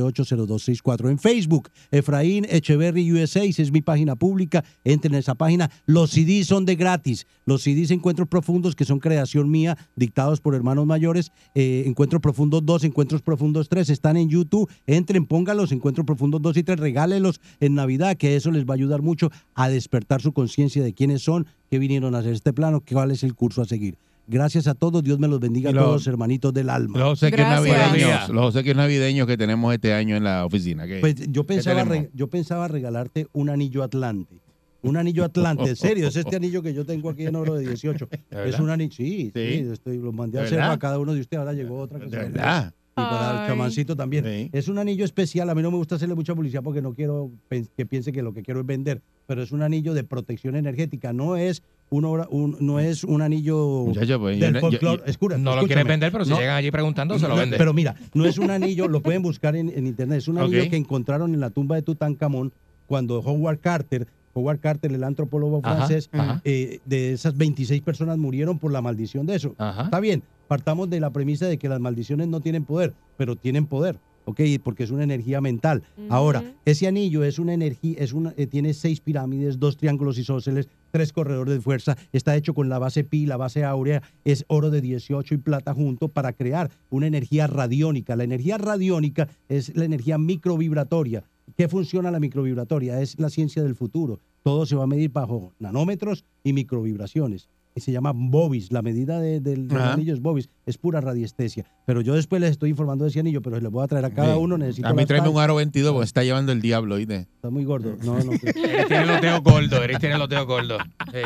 S11: 478-0264. En Facebook, Efraín Echeverry USA, esa es mi página pública. Entren en esa página. Los CDs son de gratis. Los CDs Encuentros Profundos, que son creación mía, dictados por hermanos mayores. eh, Encuentros Profundos 2, Encuentros Profundos 3, están en YouTube. Entren, póngalos, Encuentros Profundos 2 y 3, regálelos en Navidad, que eso les va a ayudar mucho a despertar su conciencia de quiénes son, qué vinieron a hacer este plano, cuál es el curso a seguir. Gracias a todos, Dios me los bendiga
S2: Y lo-
S11: a todos, hermanitos del alma.
S2: Los obsequios
S11: Gracias.
S2: navideños, los obsequios navideños que tenemos este año en la oficina. ¿qué-
S11: Pues yo
S2: qué
S11: pensaba,
S2: tenemos?
S11: re- yo pensaba regalarte un anillo Atlante. Un anillo Atlante, en serio, es este anillo que yo tengo aquí en oro de 18. Es
S2: verdad?
S11: un anillo, sí, sí,
S2: Sí.
S11: estoy, lo mandé a
S2: ¿De
S11: hacer
S2: verdad?
S11: a cada uno de ustedes, ahora llegó otra cosa.
S2: verdad?
S11: Y para
S2: Ay.
S11: el chamancito también. Es un anillo especial, a mí no me gusta hacerle mucha publicidad porque no quiero pen- que piense que lo que quiero es vender, pero es un anillo de protección energética, no es un, obra- un- no es un anillo
S2: Muchacho, pues, yo
S11: del
S2: no- yo-
S11: folclore.
S2: yo-
S11: Escura-
S5: No lo
S11: escúchame.
S5: quieres vender, pero si
S11: No.
S5: llegan allí preguntando, se lo
S11: No,
S5: vende.
S11: Pero mira, no es un anillo, lo pueden buscar en, en internet, es un anillo
S5: Ok.
S11: que encontraron en la tumba de Tutankamón cuando Howard Carter, Howard Carter, el antropólogo
S5: Ajá,
S11: francés,
S5: ajá.
S11: eh, de esas 26 personas murieron por la maldición de eso. Está bien, partamos de la premisa de que las maldiciones no tienen poder, pero tienen poder. Ok, porque es una energía mental. Ahora, ese anillo es una energía, es una, eh, tiene seis pirámides, dos triángulos isósceles, tres corredores de fuerza, está hecho con la base pi, la base áurea, es oro de 18 y plata junto para crear una energía radiónica. La energía radiónica es la energía microvibratoria. ¿Qué funciona la microvibratoria? Es la ciencia del futuro. Todo se va a medir bajo nanómetros y microvibraciones. Y se llama BOVIS, la medida de- del, del
S2: Ajá.
S11: anillo es BOVIS, es pura radiestesia. Pero yo después les estoy informando de ese anillo, pero se lo voy a traer a cada
S2: Sí.
S11: uno. Necesito
S2: A mí
S11: las
S2: tráeme un
S11: tazas.
S2: aro 22 porque está llevando el diablo, ¿oíste?
S11: Está muy gordo. No, no. pues.
S5: Eric tiene el loteo gordo, Eric tiene el loteo gordo. Sí.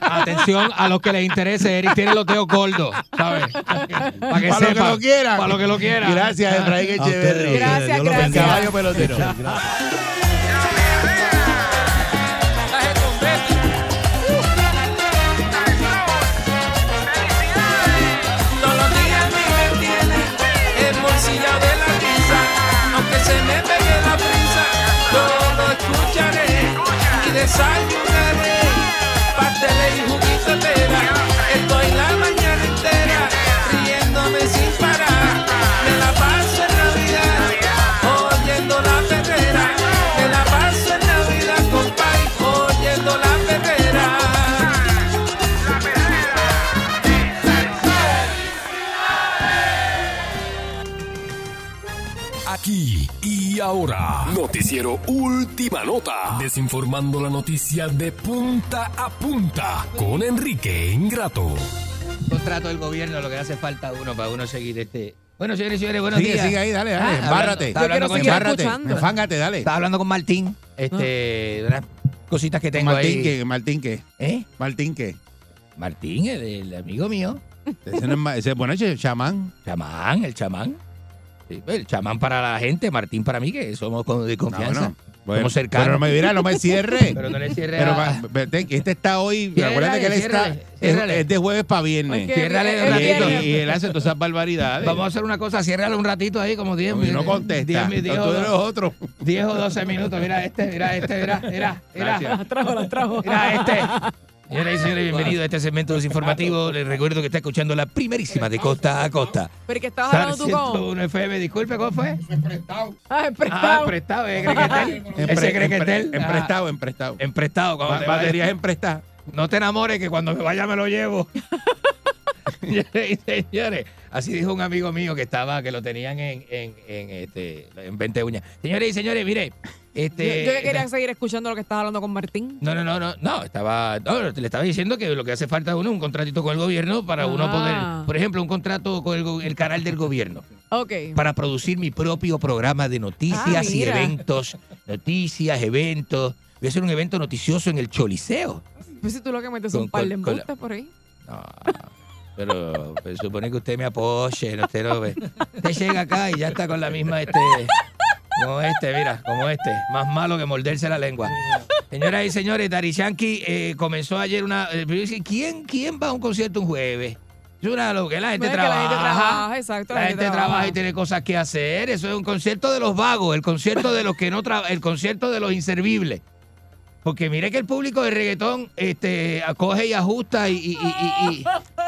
S5: Atención a los que les interese, Eric tiene el loteo gordo, ¿sabes? Para que
S2: Pa' lo que
S5: sepan,
S2: lo quieran.
S5: Para lo que lo quieran.
S2: Gracias, Efraín
S5: A ustedes,
S2: Echeverry.
S5: a ustedes. Gracias,
S2: El
S5: gracias.
S2: caballo pelotero.
S1: Todos los días me mantiene hermosilla de la risa, aunque se me pegue la prisa, todo lo escucharé y desayunaré, pasteles y juguito entera, estoy la mañana entera, riéndome sin parar, me la paso en Navidad, oyendo la perrera, me la paso en Navidad, compadre, oyendo la perrera.
S10: Aquí y ahora, noticiero Última Nota, desinformando la noticia de punta a punta con Enrique Ingrato.
S5: Contrato del gobierno, lo que hace falta uno para uno seguir este. Bueno, señores y señores, buenos
S2: Sigue,
S5: días. Ah,
S2: sigue ahí, dale, dale,
S5: hablando-
S2: embárrate.
S5: estaba hablando
S2: Yo quiero
S5: con-
S2: seguir
S5: embárrate,
S2: escuchando.
S5: enfángate, dale. Estaba hablando con Martín, este, de unas cositas que tengo
S2: Martín,
S5: ahí.
S2: ¿qué? Martín, ¿qué?
S5: ¿Eh?
S2: Martín, ¿qué?
S5: Martín, el, el amigo mío.
S2: Ese no es ma- ese, bueno, ese es chamán.
S5: Chamán, el chamán. Sí, pues, El chamán para la gente, Martín para mí, que somos con- de confianza.
S2: Ah, bueno. Bueno,
S5: somos cercanos.
S2: Pero no me mira, no me cierre.
S5: Pero no le cierre
S2: Pero
S5: a-
S2: va- vete, que este está hoy.
S5: Ciérrale,
S2: acuérdate que él está.
S5: ciérrale,
S2: es-
S5: ciérrale.
S2: Es, de jueves para viernes.
S5: Ok, Ciérrale el
S2: Y-
S5: ratito.
S2: y, y él hace todas esas barbaridades.
S5: Vamos a hacer una cosa, ciérralo un ratito ahí, como 10
S2: Y
S5: minutos.
S2: no contesta.
S5: Diez, diez
S2: Tú
S5: o
S2: eres
S5: dos.
S2: otro.
S5: 10 o 12 minutos. Mira este, mira este, mira, mira, mira.
S2: Gracias.
S4: trajo, las trajo.
S5: Mira este. Señoras y señores, bienvenidos a este segmento desinformativo. Les recuerdo que está escuchando la primerísima de Costa a Costa.
S4: Pero que estabas
S5: Star
S4: hablando tú con.
S5: 101 FM, disculpe, ¿cómo fue?
S4: Ah,
S5: Ah,
S4: prestado.
S5: prestado, eh, Crequetel. Ese Crequetel.
S2: Emprestado, emprestado.
S5: Ah. Emprestado. cuando
S2: Ba-
S5: te
S2: baterías
S5: vayas.
S2: emprestadas.
S5: No te enamores que cuando me vaya me lo llevo. Señores y señores, así dijo un amigo mío que estaba, Ah, que lo tenían en, en, en, este, en 20 uñas. Señores y señores, mire,
S4: Yo,
S5: este.
S4: yo que quería seguir escuchando lo que estabas hablando con Martín.
S5: No, no, no, no, no, estaba, no, le estaba diciendo que lo que hace falta a uno es un contratito con el gobierno para uno
S4: Ah.
S5: poder, por ejemplo, un contrato con el, go- el canal del gobierno
S4: Ok.
S5: para producir mi propio programa de noticias
S4: Ah,
S5: y
S4: mira.
S5: eventos, noticias, eventos. Voy a hacer un evento noticioso en el Choliseo.
S4: Pues si tú lo que metes
S5: Con-
S4: un par de
S5: con- con la-
S4: embustes por ahí.
S5: No, pero se supone que usted me apoye, no usted no ve. Usted llega acá y ya está con la misma este. Como este, mira, como este. Más malo que morderse la lengua. Señoras y señores, Dari Yankee eh, comenzó ayer una. eh, pero dice, ¿quién, ¿Quién va a un concierto un jueves? Es una lo que la gente
S4: Bueno, que la
S5: trabaja.
S4: gente trabaja, exacto,
S5: La gente trabaja y tiene cosas que hacer. Eso es un concierto de los vagos, el concierto de los que no trabajan, el concierto de los inservibles. Porque mire que el público de reggaetón este, acoge y ajusta y, y- y- y-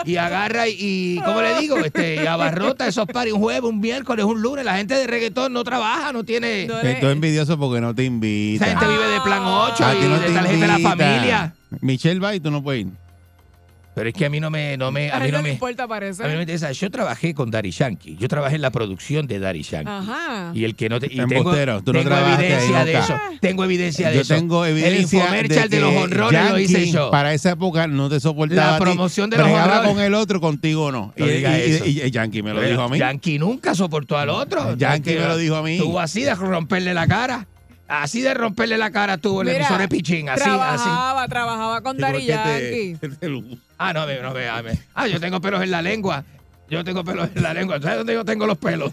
S5: y- y agarra y, y, ¿cómo le digo? Este, y abarrota esos paris un jueves, un miércoles, un lunes. La gente de reggaetón no trabaja, no tiene...
S2: Estoy envidioso porque no te invita.
S5: Esa gente vive de plan 8
S2: A ti
S5: y
S2: Ah, no
S5: de
S2: te
S5: tarjeta de la
S2: invitan.
S5: familia.
S2: Michelle va y tú no puedes ir.
S5: Pero es que a mí no me... No me
S4: A
S5: a mí
S4: gente
S5: no
S4: le
S5: me
S4: importa, parece.
S5: A mí me interesa. Yo trabajé con Dari Yankee. Yo trabajé en la producción de Dari Yankee.
S4: Ajá.
S5: Y el que no te, y tengo,
S2: Embustero, tú no
S5: tengo
S2: trabajaste ahí
S5: evidencia de
S2: nunca.
S5: eso. Tengo evidencia de
S2: Yo
S5: eso.
S2: tengo evidencia
S5: El infomercial de,
S2: que
S5: los honrones lo hice
S2: Yankee
S5: yo.
S2: Para esa época no te soportaba.
S5: La
S2: a ti.
S5: promoción de los
S2: Bregaba
S5: honrones.
S2: con el otro, contigo no.
S5: No
S2: y,
S5: diga
S2: y- y-
S5: eso.
S2: y- y Yankee me lo
S5: Pero
S2: dijo a mí.
S5: Yankee nunca soportó al otro.
S2: Yankee me lo dijo a mí.
S5: Tuvo así de romperle la cara. Así de romperle la cara tuvo el
S4: Mira,
S5: emisor de Pichín. Así, así.
S4: trabajaba, trabajaba con Dari Yankee.
S5: Ah, no, no, no, no. Ah, yo tengo pelos en la lengua. Yo tengo pelos en la lengua. ¿Sabes dónde yo tengo los pelos?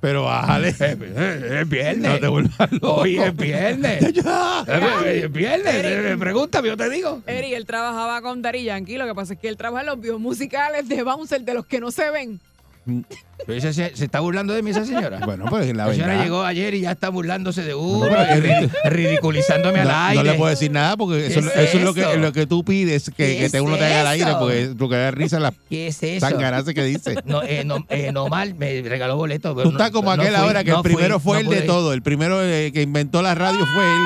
S2: Pero bájale.
S5: Es, es viernes.
S2: No te vuelvas loco.
S5: Hoy es viernes. es viernes. Eh, Pregúntame, yo te digo.
S4: Eri, él trabajaba con Dari Yankee. Lo que pasa es que él trabaja en los videos musicales de Bouncer, de los que no se ven.
S5: Pero esa se, se está burlando de mí esa señora.
S2: Bueno, pues la
S5: La señora
S2: verdad.
S5: llegó ayer y ya está burlándose de
S2: No,
S5: uno,
S2: pero
S5: y
S2: es
S5: ri- ridiculizándome
S2: No,
S5: al
S2: no
S5: aire.
S2: le puedo decir nada porque eso,
S5: ¿Qué es
S2: eso es lo
S5: eso?
S2: que, lo que tú pides que,
S5: ¿Qué
S2: que
S5: es
S2: te uno te haga al aire
S5: eso?
S2: porque, porque da risa las
S5: ¿Qué es eso?
S2: tanganaces que dice.
S5: No, eh, no, eh, no mal, me regaló boleto.
S2: Tú estás como aquel ahora que el primero fue el de todo. El primero eh, que inventó la radio fue él.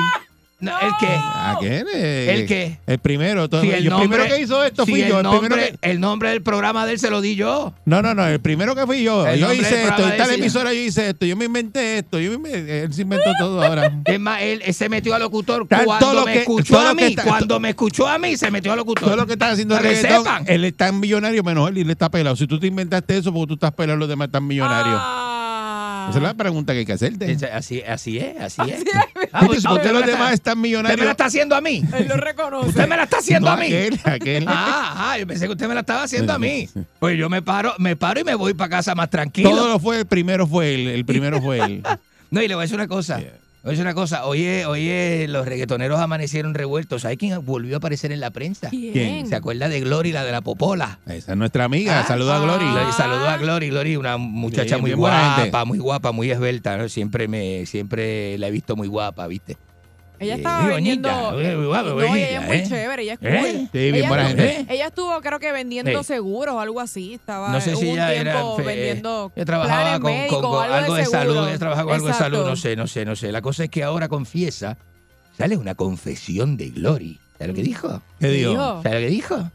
S5: ¿El qué?
S2: Aquel,
S5: ¿El qué?
S2: El primero. todo-
S5: Si el
S2: yo el primero
S5: nombre-
S2: que hizo esto
S5: si
S2: fui
S5: el
S2: yo. El primero
S5: nombre-
S2: que,
S5: el nombre del programa de él se lo di yo.
S2: no, no, no. El primero que fui yo.
S5: El
S2: Yo
S5: nombre del
S2: hice esto.
S5: programa
S2: En tal
S5: de ese-
S2: emisora yo hice esto. Yo me inventé esto. Yo me inventé- él se inventó todo ahora.
S5: Es más, él se metió a locutor
S2: Tal-
S5: cuando
S2: todo lo
S5: me
S2: que-
S5: escuchó
S2: todo lo
S5: a
S2: que
S5: mí.
S2: está-
S5: cuando me escuchó a mí, se metió a locutor.
S2: Todo lo que estás haciendo el
S5: Para que
S2: reggaetón,
S5: sepan.
S2: él está en millonario menos él y él está pelado. Si tú te inventaste eso, porque tú estás pelado, los demás están millonarios. Esa es la pregunta que hay que hacerte.
S5: Esa- Ah. Así, así es, así es. Ah,
S2: Porque
S5: pues, ah,
S2: los
S5: me la
S2: demás
S5: está-
S2: están
S5: Usted me la
S2: millonarios.
S5: está haciendo a mí.
S4: Él lo reconoce.
S5: Usted me la está haciendo
S2: No,
S5: a mí.
S2: aquel, aquel.
S5: Ah, ah, yo pensé que usted me la estaba haciendo a mí. Pues yo me paro, me paro y me voy para casa más tranquilo.
S2: Todo lo fue, el primero fue él. El primero fue él.
S5: No, y le voy a decir una cosa. Le voy a decir una cosa. Oye, oye, los reggaetoneros amanecieron revueltos. ¿Sabes quién volvió a aparecer en la prensa?
S2: ¿Quién?
S5: ¿Se acuerda de Glory, la de la popola? Ah,
S2: Esa es nuestra amiga. Saluda a Glory.
S5: Glory, saludó a Glory, Glory, una muchacha
S2: Bien,
S5: muy
S2: bien buena
S5: guapa,
S2: gente.
S5: muy guapa, muy esbelta, ¿no? siempre me, siempre la he visto muy guapa, ¿viste?
S4: Ella
S5: Eh,
S4: estaba
S5: muy
S4: vendiendo.
S5: bonita, muy guapa,
S4: no,
S5: bonita,
S4: ella es muy
S5: ¿eh?
S4: chévere, ella es cool.
S5: ¿Eh?
S2: Sí, bien
S4: ella,
S2: buena
S4: estuvo,
S2: gente.
S4: ella estuvo, creo que vendiendo
S5: Sí.
S4: seguros o algo así. Estaba
S5: No sé
S4: hubo
S5: si
S4: un
S5: ella era.
S4: tiempo
S5: fe-
S4: vendiendo.
S5: ella trabajaba
S4: planes
S5: con,
S4: médicos,
S5: con- con algo, de, salud.
S4: seguros.
S5: Ella trabajaba con algo de
S4: Exacto.
S5: salud. No sé, no sé, no sé. La cosa es que ahora confiesa. Sale una confesión de Glory. ¿Sabes lo que dijo?
S2: ¿Qué digo?
S4: Dijo.
S5: ¿Sabes lo que dijo?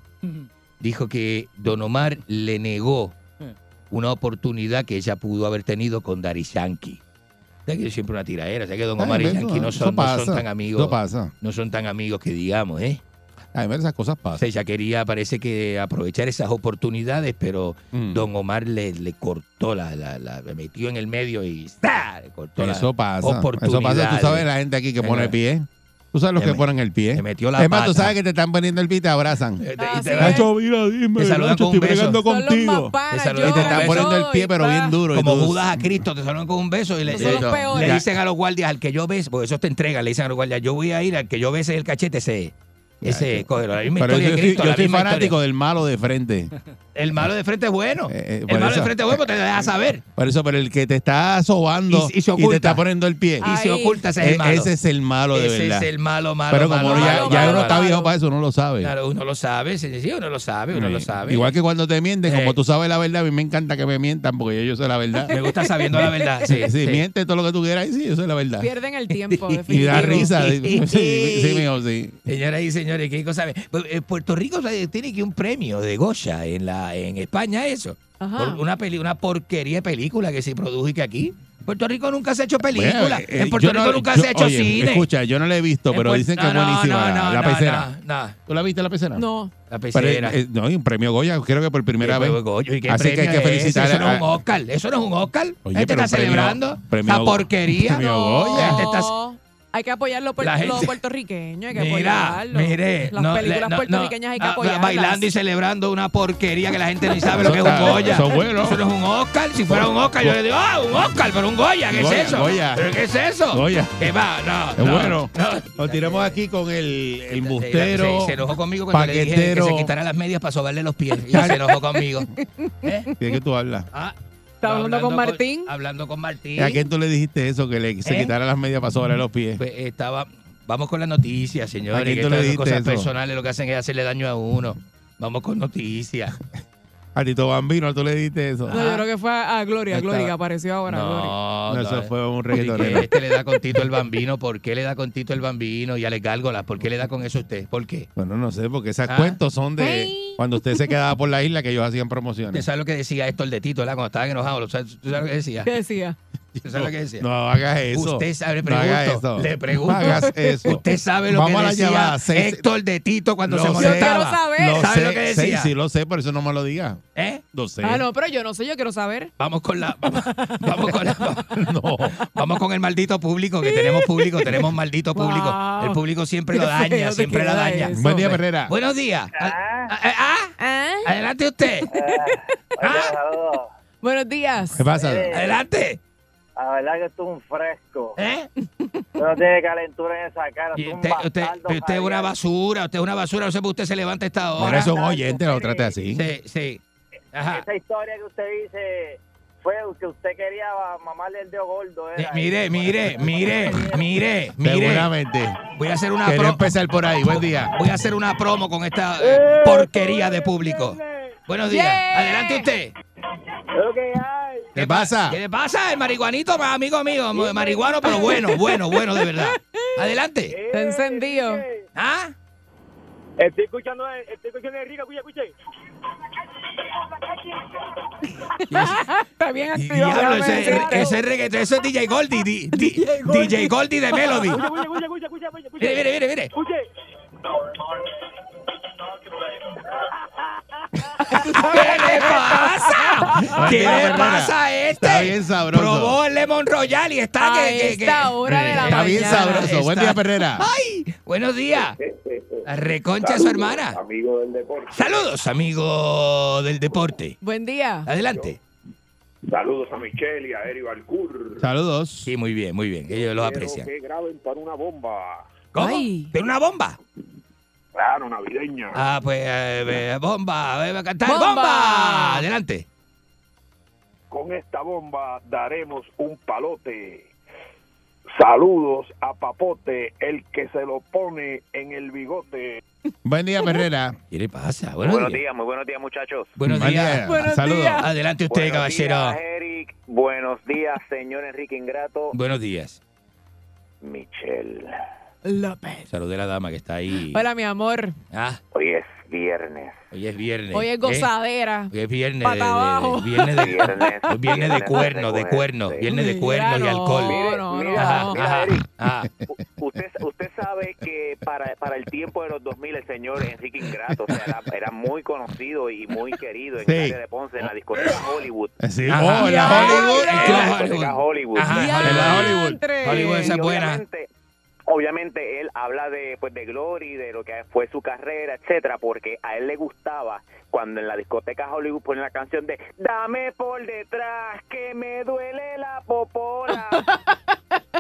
S5: Dijo que Don Omar le negó una oportunidad que ella pudo haber tenido con Dari Yankee. ¿Sabes que es siempre una tiraera? ¿Sabes que Don
S2: Ay,
S5: Omar y
S2: eso-
S5: Yankee no
S2: eso
S5: son, no son
S2: pasa,
S5: tan amigos?
S2: Eso pasa.
S5: No son tan amigos que digamos, ¿eh?
S2: A ver, esas cosas
S5: O
S2: pasan.
S5: sea, ella quería, parece que aprovechar esas oportunidades, pero
S2: Mm.
S5: Don Omar le, le cortó la, la, la- le metió en el medio y ¡tá! Le cortó la-
S2: Eso pasa. Eso
S5: oportunidades.
S2: pasa. Tú sabes la gente aquí que pone el pie. Tú sabes los
S5: Le
S2: que
S5: me-
S2: ponen el pie.
S5: le metió la
S2: es más, tú
S5: pata.
S2: sabes que te están poniendo el pie y te abrazan.
S5: Eh, te-
S4: Ah,
S5: y te-
S4: sí,
S5: Nacho,
S2: Nacho, mira, dime.
S5: Te saludan
S2: Nacho,
S5: con un
S2: estoy
S5: beso.
S2: bregando
S4: Son los
S2: contigo.
S4: más panas,
S5: Te saludan
S4: lloran
S2: Y te
S4: y
S2: están poniendo el
S4: todo, y
S2: pie, pero
S4: pa.
S2: bien duro. y
S5: como
S2: tú-
S5: Judas a Cristo, te saludan con un beso y le,
S4: Esos son los
S5: le-
S4: peores.
S5: le dicen a los guardias, al que yo ves, porque eso te entrega, le dicen a los guardias, yo voy a ir, al que yo bese el cachete, ese, ese, cógelo. La misma
S2: Pero
S5: historia
S2: yo,
S5: de
S2: soy-
S5: Cristo,
S2: yo
S5: la
S2: soy
S5: misma historia.
S2: fanático del malo de frente.
S5: El malo de frente es bueno.
S2: Eh, eh, por
S5: el malo de
S2: eso-
S5: frente es bueno, te deja saber.
S2: Por eso, pero el que te está sobando
S5: Y- y
S2: y,
S5: se
S2: te
S5: oculta.
S2: está poniendo el pie.
S4: Ah,
S5: Y se
S4: Ahí.
S5: oculta, ese es
S2: e-
S5: el malo.
S2: ese es el malo de
S5: Ese
S2: verdad.
S5: es el malo, malo,
S2: pero como
S5: malo,
S2: uno ya,
S5: malo,
S2: ya
S5: malo,
S2: uno está
S5: malo.
S2: viejo para eso, uno lo sabe.
S5: Claro, uno lo sabe, sí, sí, uno lo sabe, uno lo
S2: Sí.
S5: sabe.
S2: Igual que cuando te mienten,
S5: Eh.
S2: como tú sabes la verdad, a mí me encanta que me mientan porque yo, yo sé la verdad.
S5: Me gusta sabiendo la verdad. Sí, sí.
S2: miente todo lo que tú quieras y sí, yo sé la verdad.
S4: Pierden el tiempo,
S2: Y
S4: definitivo.
S2: da risa. sí, sí, mijo, sí.
S5: Señoras y señores, qué cosa. me- Pu- eh, Puerto Rico o sea, tiene que un premio de Goya en la en España eso.
S4: Ajá.
S5: Por una peli, una porquería de película que se produjo y que aquí Puerto Rico nunca se ha hecho película.
S2: Bueno, eh,
S5: en Puerto
S2: yo
S5: Rico
S2: no-
S5: nunca
S2: yo-
S5: se ha hecho
S2: oye,
S5: cine.
S2: Escucha, yo no la he visto,
S5: En
S2: pero
S5: Puer-
S2: dicen que
S5: No,
S2: es
S5: no,
S2: buenísima
S5: no,
S2: la-
S5: no,
S2: la pecera.
S5: No, no,
S2: ¿Tú la viste la pecera?
S4: No.
S5: la
S2: Pero,
S5: pecera.
S2: eh, no, y un premio Goya, creo que por primera vez. Así que hay que felicitar
S5: Eso no es un
S2: a-
S5: Oscar, eso no es un Oscar.
S2: Oye,
S5: este
S2: pero
S5: está
S2: premio-
S5: celebrando
S2: premio
S5: esta
S2: Go-
S5: porquería.
S2: premio
S5: No.
S2: Goya.
S5: Este está-
S4: No. Hay que apoyar lo, puer-
S5: La gente-
S4: lo puertorriqueño, hay que
S5: Mira,
S4: apoyarlo.
S5: mire,
S4: Las
S5: no, le-
S4: películas
S5: no, no,
S4: puertorriqueñas hay que
S5: ah,
S4: apoyarlas.
S5: Bailando y celebrando una porquería que la gente ni sabe lo que es un
S2: Eso está-
S5: Goya.
S2: eso es bueno.
S5: Eso no es un Oscar. Si fuera un Oscar, yo le digo, ah, un Oscar, pero un Goya, ¿qué
S2: Goya,
S5: es eso?
S2: Goya.
S5: ¿Pero qué es eso?
S2: Goya.
S5: ¿Qué va? No,
S2: Es
S5: no,
S2: bueno.
S5: no.
S2: Continuamos aquí con el, el bustero.
S5: Se, se enojó conmigo cuando le dije que
S2: paquetero.
S5: se quitara las medias para sobarle los pies. Y se enojó conmigo.
S2: ¿De qué tú hablas?
S5: Ah,
S4: Estaba hablando con
S5: Martín. hablando con Martín.
S2: ¿A quién tú le dijiste eso? Que le, se
S5: ¿Eh?
S2: quitara las medias para sobre los pies.
S5: Pues, estaba. Vamos con las noticias,
S2: ¿A
S5: señores.
S2: quién
S5: que
S2: tú le
S5: estas
S2: dijiste
S5: cosas
S2: eso?
S5: personales lo que hacen es hacerle daño a uno. Vamos con noticias.
S2: A Tito Bambino, tú le dijiste eso.
S4: No, yo creo que fue a a Gloria,
S2: Estaba-
S4: Gloria, que apareció ahora. Gloria.
S5: No,
S2: No,
S5: no,
S2: eso fue un
S5: porque
S2: reggaetonero.
S5: Este le da con Tito el Bambino. ¿Por qué le da con Tito el Bambino? Y a las gárgolas. ¿Por qué le da con eso a usted? ¿Por qué?
S2: Bueno, no sé, porque esos
S5: Ah.
S2: cuentos son de
S5: Ay.
S2: cuando usted se quedaba por la isla que ellos hacían
S5: ¿Usted
S2: promociones.
S5: sabe lo que decía esto el de Tito, ¿verdad? Cuando estaba enojado. ¿Sabes- ¿Tú sabes lo que decía?
S4: ¿Qué decía?
S5: ¿Usted sabe lo que decía?
S2: No hagas eso.
S5: Usted sabe, le
S2: No haga
S5: pregunto.
S2: eso.
S5: Le pregunto.
S2: No hagas eso.
S5: Usted sabe lo
S2: Vamos a
S5: que
S2: la
S5: decía
S2: llamada, seis-
S5: Héctor de Tito cuando
S2: Lo
S5: se
S2: sé.
S4: Yo
S5: molestaba.
S4: quiero saber.
S2: Lo
S5: ¿Sabe
S2: sé,
S5: lo que
S2: sí,
S5: decía?
S2: sí, lo sé, por eso no me lo diga.
S5: ¿Eh?
S2: Lo sé.
S4: Ah, no, pero yo no sé, yo quiero saber.
S5: Vamos con la. Vamos, vamos con la.
S2: No.
S5: Vamos con el maldito público, que tenemos público, tenemos maldito público.
S4: Wow.
S5: El público siempre
S4: Qué
S5: lo
S4: feo
S5: daña,
S4: te
S5: siempre lo
S4: queda
S5: daña.
S4: eso.
S2: Buen día, Herrera.
S5: Buenos días. Ah, ah, ah,
S4: ¿Ah?
S5: adelante usted.
S13: Saludos.
S4: Buenos días.
S2: ¿Qué pasa?
S13: eh,
S5: Adelante.
S13: La verdad que tú es un fresco.
S5: ¿Eh?
S13: Tú no tienes calentura en esa cara.
S5: Y
S13: tú un
S5: usted, usted,
S13: bastardo,
S5: pero usted es una
S13: Javier.
S5: basura, usted es una basura, no sé por qué usted se levanta a esta
S2: Por
S5: hora.
S2: eso un oyente lo trate así.
S5: Sí, sí. Ajá.
S13: Esa historia que usted dice fue que usted quería mamarle el dedo gordo.
S5: Eh,
S13: era.
S5: mire, mire, mire, mire, mire.
S2: Seguramente.
S5: Voy a hacer una
S2: Quería
S5: pro-
S2: empezar por ahí. Buen día.
S5: voy a hacer una promo con esta eh, porquería de público. Buenos días.
S4: Yeah.
S5: Adelante usted.
S13: Lo que hay.
S2: ¿Qué pasa?
S5: ¿Qué le pasa? El marihuanito, ma- amigo mío. ma- Marihuano, pero bueno, bueno, bueno, de verdad. Adelante.
S4: Está encendido.
S5: ¿Ah?
S13: Estoy escuchando, estoy escuchando el rico, escuche, escuche.
S4: Está bien
S5: Y-
S4: activado.
S5: Diablo,
S4: déjame
S5: ese,
S4: decirte.
S5: ese reggaetón, eso es DJ Goldie, di- di- DJ Goldie de Melody.
S13: Escuche, escuche, escuche, escuche, escuche, escuche.
S5: Mire, mire, mire, mire.
S13: Escuche.
S5: ¿Qué le pasa? ¿Qué
S2: Buenos días,
S5: le
S2: Herrera.
S5: pasa a este?
S2: Está bien sabroso.
S5: Probó el Lemon Royal y está
S4: A
S5: que, que- que- Eh,
S4: esta hora de la
S2: Está bien
S4: mañana.
S2: sabroso. Buen día,
S5: Está-
S2: Perrera.
S5: ¡Ay! Buenos días. La reconcha de su hermana.
S8: Amigo del deporte.
S5: Saludos, amigo del deporte.
S4: Buen día.
S5: Adelante.
S8: Saludos a Michelle y a Eri Balcour.
S2: Saludos.
S5: Sí, muy bien, muy bien. Ellos los aprecian.
S8: que graben para una bomba.
S5: ¿Cómo?
S4: Ay.
S5: ¿Pero una bomba?
S8: Claro, navideña.
S5: Ah, pues eh, eh, bomba, eh, va a cantar
S4: ¡Bomba!
S5: bomba. Adelante.
S8: Con esta bomba daremos un palote. Saludos a Papote, el que se lo pone en el bigote.
S2: Buen día, Perrera.
S5: ¿Qué le pasa?
S13: Buenos,
S5: Buenos, días.
S13: días, muy buenos días, muchachos.
S5: Buenos
S2: Buen
S5: días.
S2: día.
S4: Buenos
S2: Saludos.
S4: días.
S5: Adelante usted,
S13: buenos
S5: caballero.
S13: días, Eric. Buenos días, señor Enrique Ingrato.
S5: Buenos días.
S13: Michelle,
S4: López.
S5: Saludé Eh, a la dama que está ahí.
S4: Hola, mi amor.
S5: Ah,
S13: hoy es viernes.
S5: hoy es viernes.
S4: Hoy es
S5: ¿Eh?
S4: gozadera.
S5: Hoy es viernes
S4: Pata
S5: de, de-
S4: abajo.
S5: de- viernes de,
S13: Viernes,
S5: hoy viernes de
S13: viernes,
S5: cuerno, de
S13: viernes.
S5: cuerno, viernes de cuerno y
S4: Mira,
S5: alcohol.
S4: No, no, no.
S13: Mira,
S5: Ajá,
S13: mira,
S5: ajá,
S13: Eric.
S5: ajá.
S13: U- Usted, usted sabe que para, para el tiempo de los 2000 el señor Enrique Ingrato o sea, era, era muy conocido y muy querido en
S2: Sí.
S13: el área de Ponce, en la discoteca Hollywood.
S2: Sí.
S5: Ajá.
S2: Oh, la
S4: Ya.
S2: Hollywood.
S5: En
S13: En la
S5: la
S13: discoteca
S5: Hollywood.
S13: Hollywood.
S5: Ajá,
S2: en la
S4: ¡Diantre!
S5: Hollywood, esa es
S13: Y
S5: buena.
S13: Obviamente, obviamente él habla de pues de Glory, de lo que fue su carrera, etcétera, porque a él le gustaba cuando en la discoteca Hollywood ponen la canción de Dame por detrás que me duele la popola.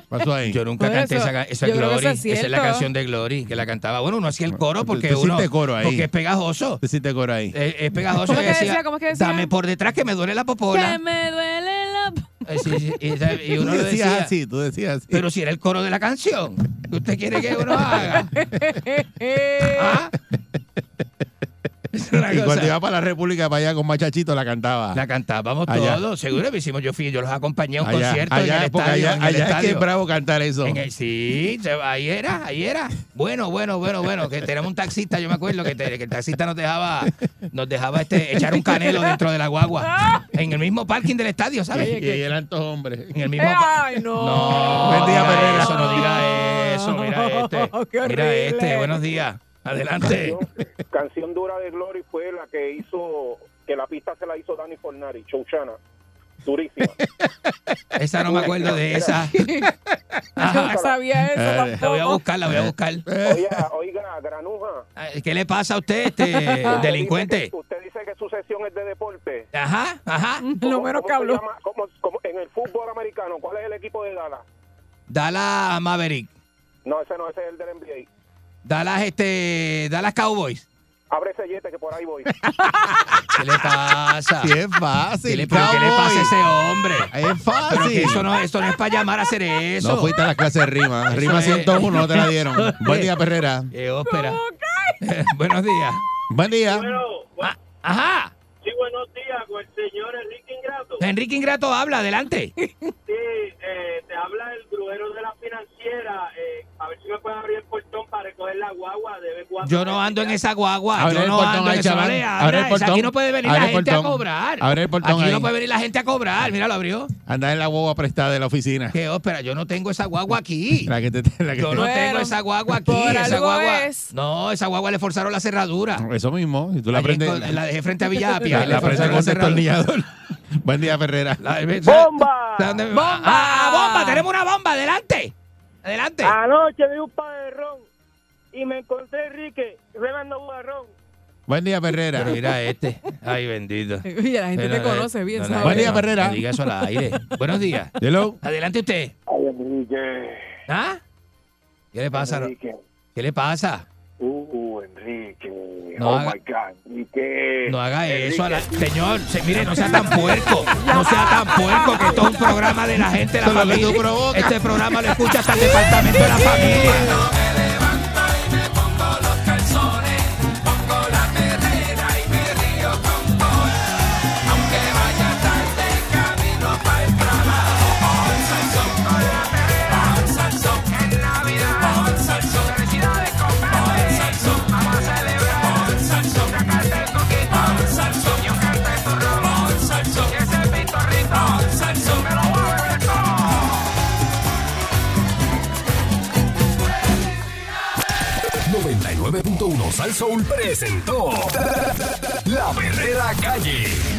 S2: Pasó ahí.
S5: Yo nunca
S4: Bueno,
S5: canté
S4: eso-
S5: esa, ca- esa
S4: yo creo que
S5: Glory.
S4: eso es
S5: esa es la
S4: cierto.
S5: canción de Glory que la cantaba. Bueno, uno hacía el coro
S2: Tú-
S5: porque
S2: tú
S5: uno
S2: hiciste coro ahí.
S5: porque es pegajoso.
S2: Te hiciste coro ahí.
S5: Eh, Es pegajoso.
S4: ¿Cómo es que
S5: y
S4: decía? ¿Cómo es que decía?
S5: Dame por detrás que me duele la popola.
S4: Que me duele la...
S5: Eh, sí, sí, y, esa- y
S2: Tú
S5: uno lo
S2: decías
S5: decía.
S2: así, tú decías así.
S5: Pero si era el coro de la canción. ¿Qué usted quiere que uno haga? ¿Ah? Es una
S2: y cuando
S5: cosa.
S2: iba para la República, para allá con Machachito, la cantaba.
S5: La cantábamos
S2: Allá.
S5: todos, seguro que hicimos, yo fui, yo los acompañé a un
S2: allá,
S5: concierto
S2: allá,
S5: en el
S2: porque
S5: estadio.
S2: allá,
S5: en el
S2: allá es que
S5: estadio.
S2: es bravo cantar eso.
S5: En el- sí, se- ahí era, ahí era. Bueno, bueno, bueno, bueno, que teníamos un taxista, yo me acuerdo que, te- que el taxista nos dejaba, nos dejaba este, echar un canelo dentro de la guagua, en el mismo parking del estadio,
S2: y,
S5: ¿sabes?
S2: y eran todos hombres.
S5: En el mismo pa-
S4: ¡Ay, no!
S5: No,
S2: Buen día,
S5: no diga
S2: Pereira.
S5: Eso, no diga eso, mira
S4: Qué
S5: este, mira
S4: horrible.
S5: este, buenos días, adelante.
S8: Canción dura de Glory fue la que hizo, que la pista se la hizo Dani Fornari, Chouchana. durísima.
S5: Esa no me acuerdo de esa.
S8: Yo no Ah, sabía eso
S5: Eh, La voy a
S8: tampoco.
S5: buscar, la voy a buscar.
S8: Oiga, oiga, granuja.
S5: ¿Qué le pasa a usted, este
S8: Ah,
S5: delincuente?
S8: Usted dice que su sesión es de deporte.
S5: Ajá, ajá.
S8: ¿Cómo- cómo se llama? ¿Cómo- cómo- en el fútbol americano, ¿cuál es el equipo de Dallas?
S5: Dallas Maverick.
S8: No, ese no, ese es el del NBA.
S5: Dallas, este, Dallas Cowboys.
S8: Abre ese yete que por ahí voy.
S5: ¿Qué le pasa?
S8: Sí, es
S5: fácil. ¿Qué le, pero ¿qué le pasa a ese hombre? Es fácil. Pero que eso no, esto no es para llamar a hacer eso.
S14: No fuiste a las clases de rima.
S5: Eso
S14: Rima
S5: es.
S14: 101 no te la dieron.
S5: Eso es.
S14: Buen día, Perrera.
S5: Eh, ópera. Buenos días.
S14: Buen día.
S5: Ajá.
S15: Sí, buenos días, con el señor Enrique Ingrato.
S5: Enrique Ingrato ah. habla, adelante.
S15: Sí, eh, te habla el grujero de la financiera. eh, a ver si me puedes abrir el portón para recoger la guagua de b
S5: Yo no ando en esa guagua.
S14: Abre
S5: Yo
S14: el
S5: no
S14: portón
S5: ando
S14: ahí,
S5: en esa
S14: chaval.
S5: no le
S14: Abre el
S5: abras.
S14: portón.
S5: Aquí no puede venir
S14: Abre
S5: la
S14: el
S5: gente
S14: portón.
S5: a cobrar.
S14: Abre el portón
S5: Aquí
S14: ahí.
S5: no puede venir la gente a cobrar. Mira, lo abrió.
S14: Anda en la guagua prestada de la oficina.
S5: Qué ópera, yo no tengo esa guagua aquí.
S14: La que te, la que
S5: Yo
S14: te-
S5: no tengo esa guagua aquí.
S14: por
S5: esa
S14: algo
S5: guagua.
S14: es.
S5: No, esa guagua le forzaron la cerradura.
S14: Eso mismo. Si tú la
S5: Ayer
S14: prendes.
S5: con- la dejé frente a Villa Apia,
S14: La,
S5: y le
S14: la prendes
S5: forzaron
S14: con
S5: la cerradura.
S14: destornillador. Buen día, Ferrera.
S5: ¡Bomba! ¡Bomba! ¡Ah, bomba! ¡Tenemos una bomba! ¡Adelante! ¡Adelante!
S15: Anoche vi un par de ron y me encontré a Enrique rebando guarrón.
S14: Buen día, Ferrera.
S5: Pero mira este. Ay, bendito.
S4: Oye, la gente te
S5: Pero, eh,
S4: conoce bien,
S5: no, no,
S4: ¿sabes?
S5: no, no, No diga eso al aire. Buenos días.
S14: Hello.
S5: Adelante usted.
S8: Ay, Enrique.
S5: ¿Ah? ¿Qué le pasa?
S8: Enrique.
S5: ¿Qué le pasa?
S8: Uh, Enrique.
S5: No
S8: oh
S5: haga-
S8: my God, Enrique.
S5: No haga eso a la...
S8: Enrique.
S5: Señor, se- mire, no sea tan puerco. No sea tan puerco que esto es un programa de la gente, la familia. Este programa lo escucha hasta el departamento de la familia.
S1: calzones, pongo la perrera y me río con vos. Aunque vaya tarde, camino para el trabajo. Pon salsón con la perrera, pon salsón en Navidad, pon salsón, felicidades compadre, pon salsón, vamos a celebrar, pon salsón, sacarte el coquito, pon salsón, yo canto el turrón, pon salsón, y ese pitorrito, pon salsón, me lo voy a beber todo.
S10: Play 99.1 Sal Soul presentó La Verdadera Calle.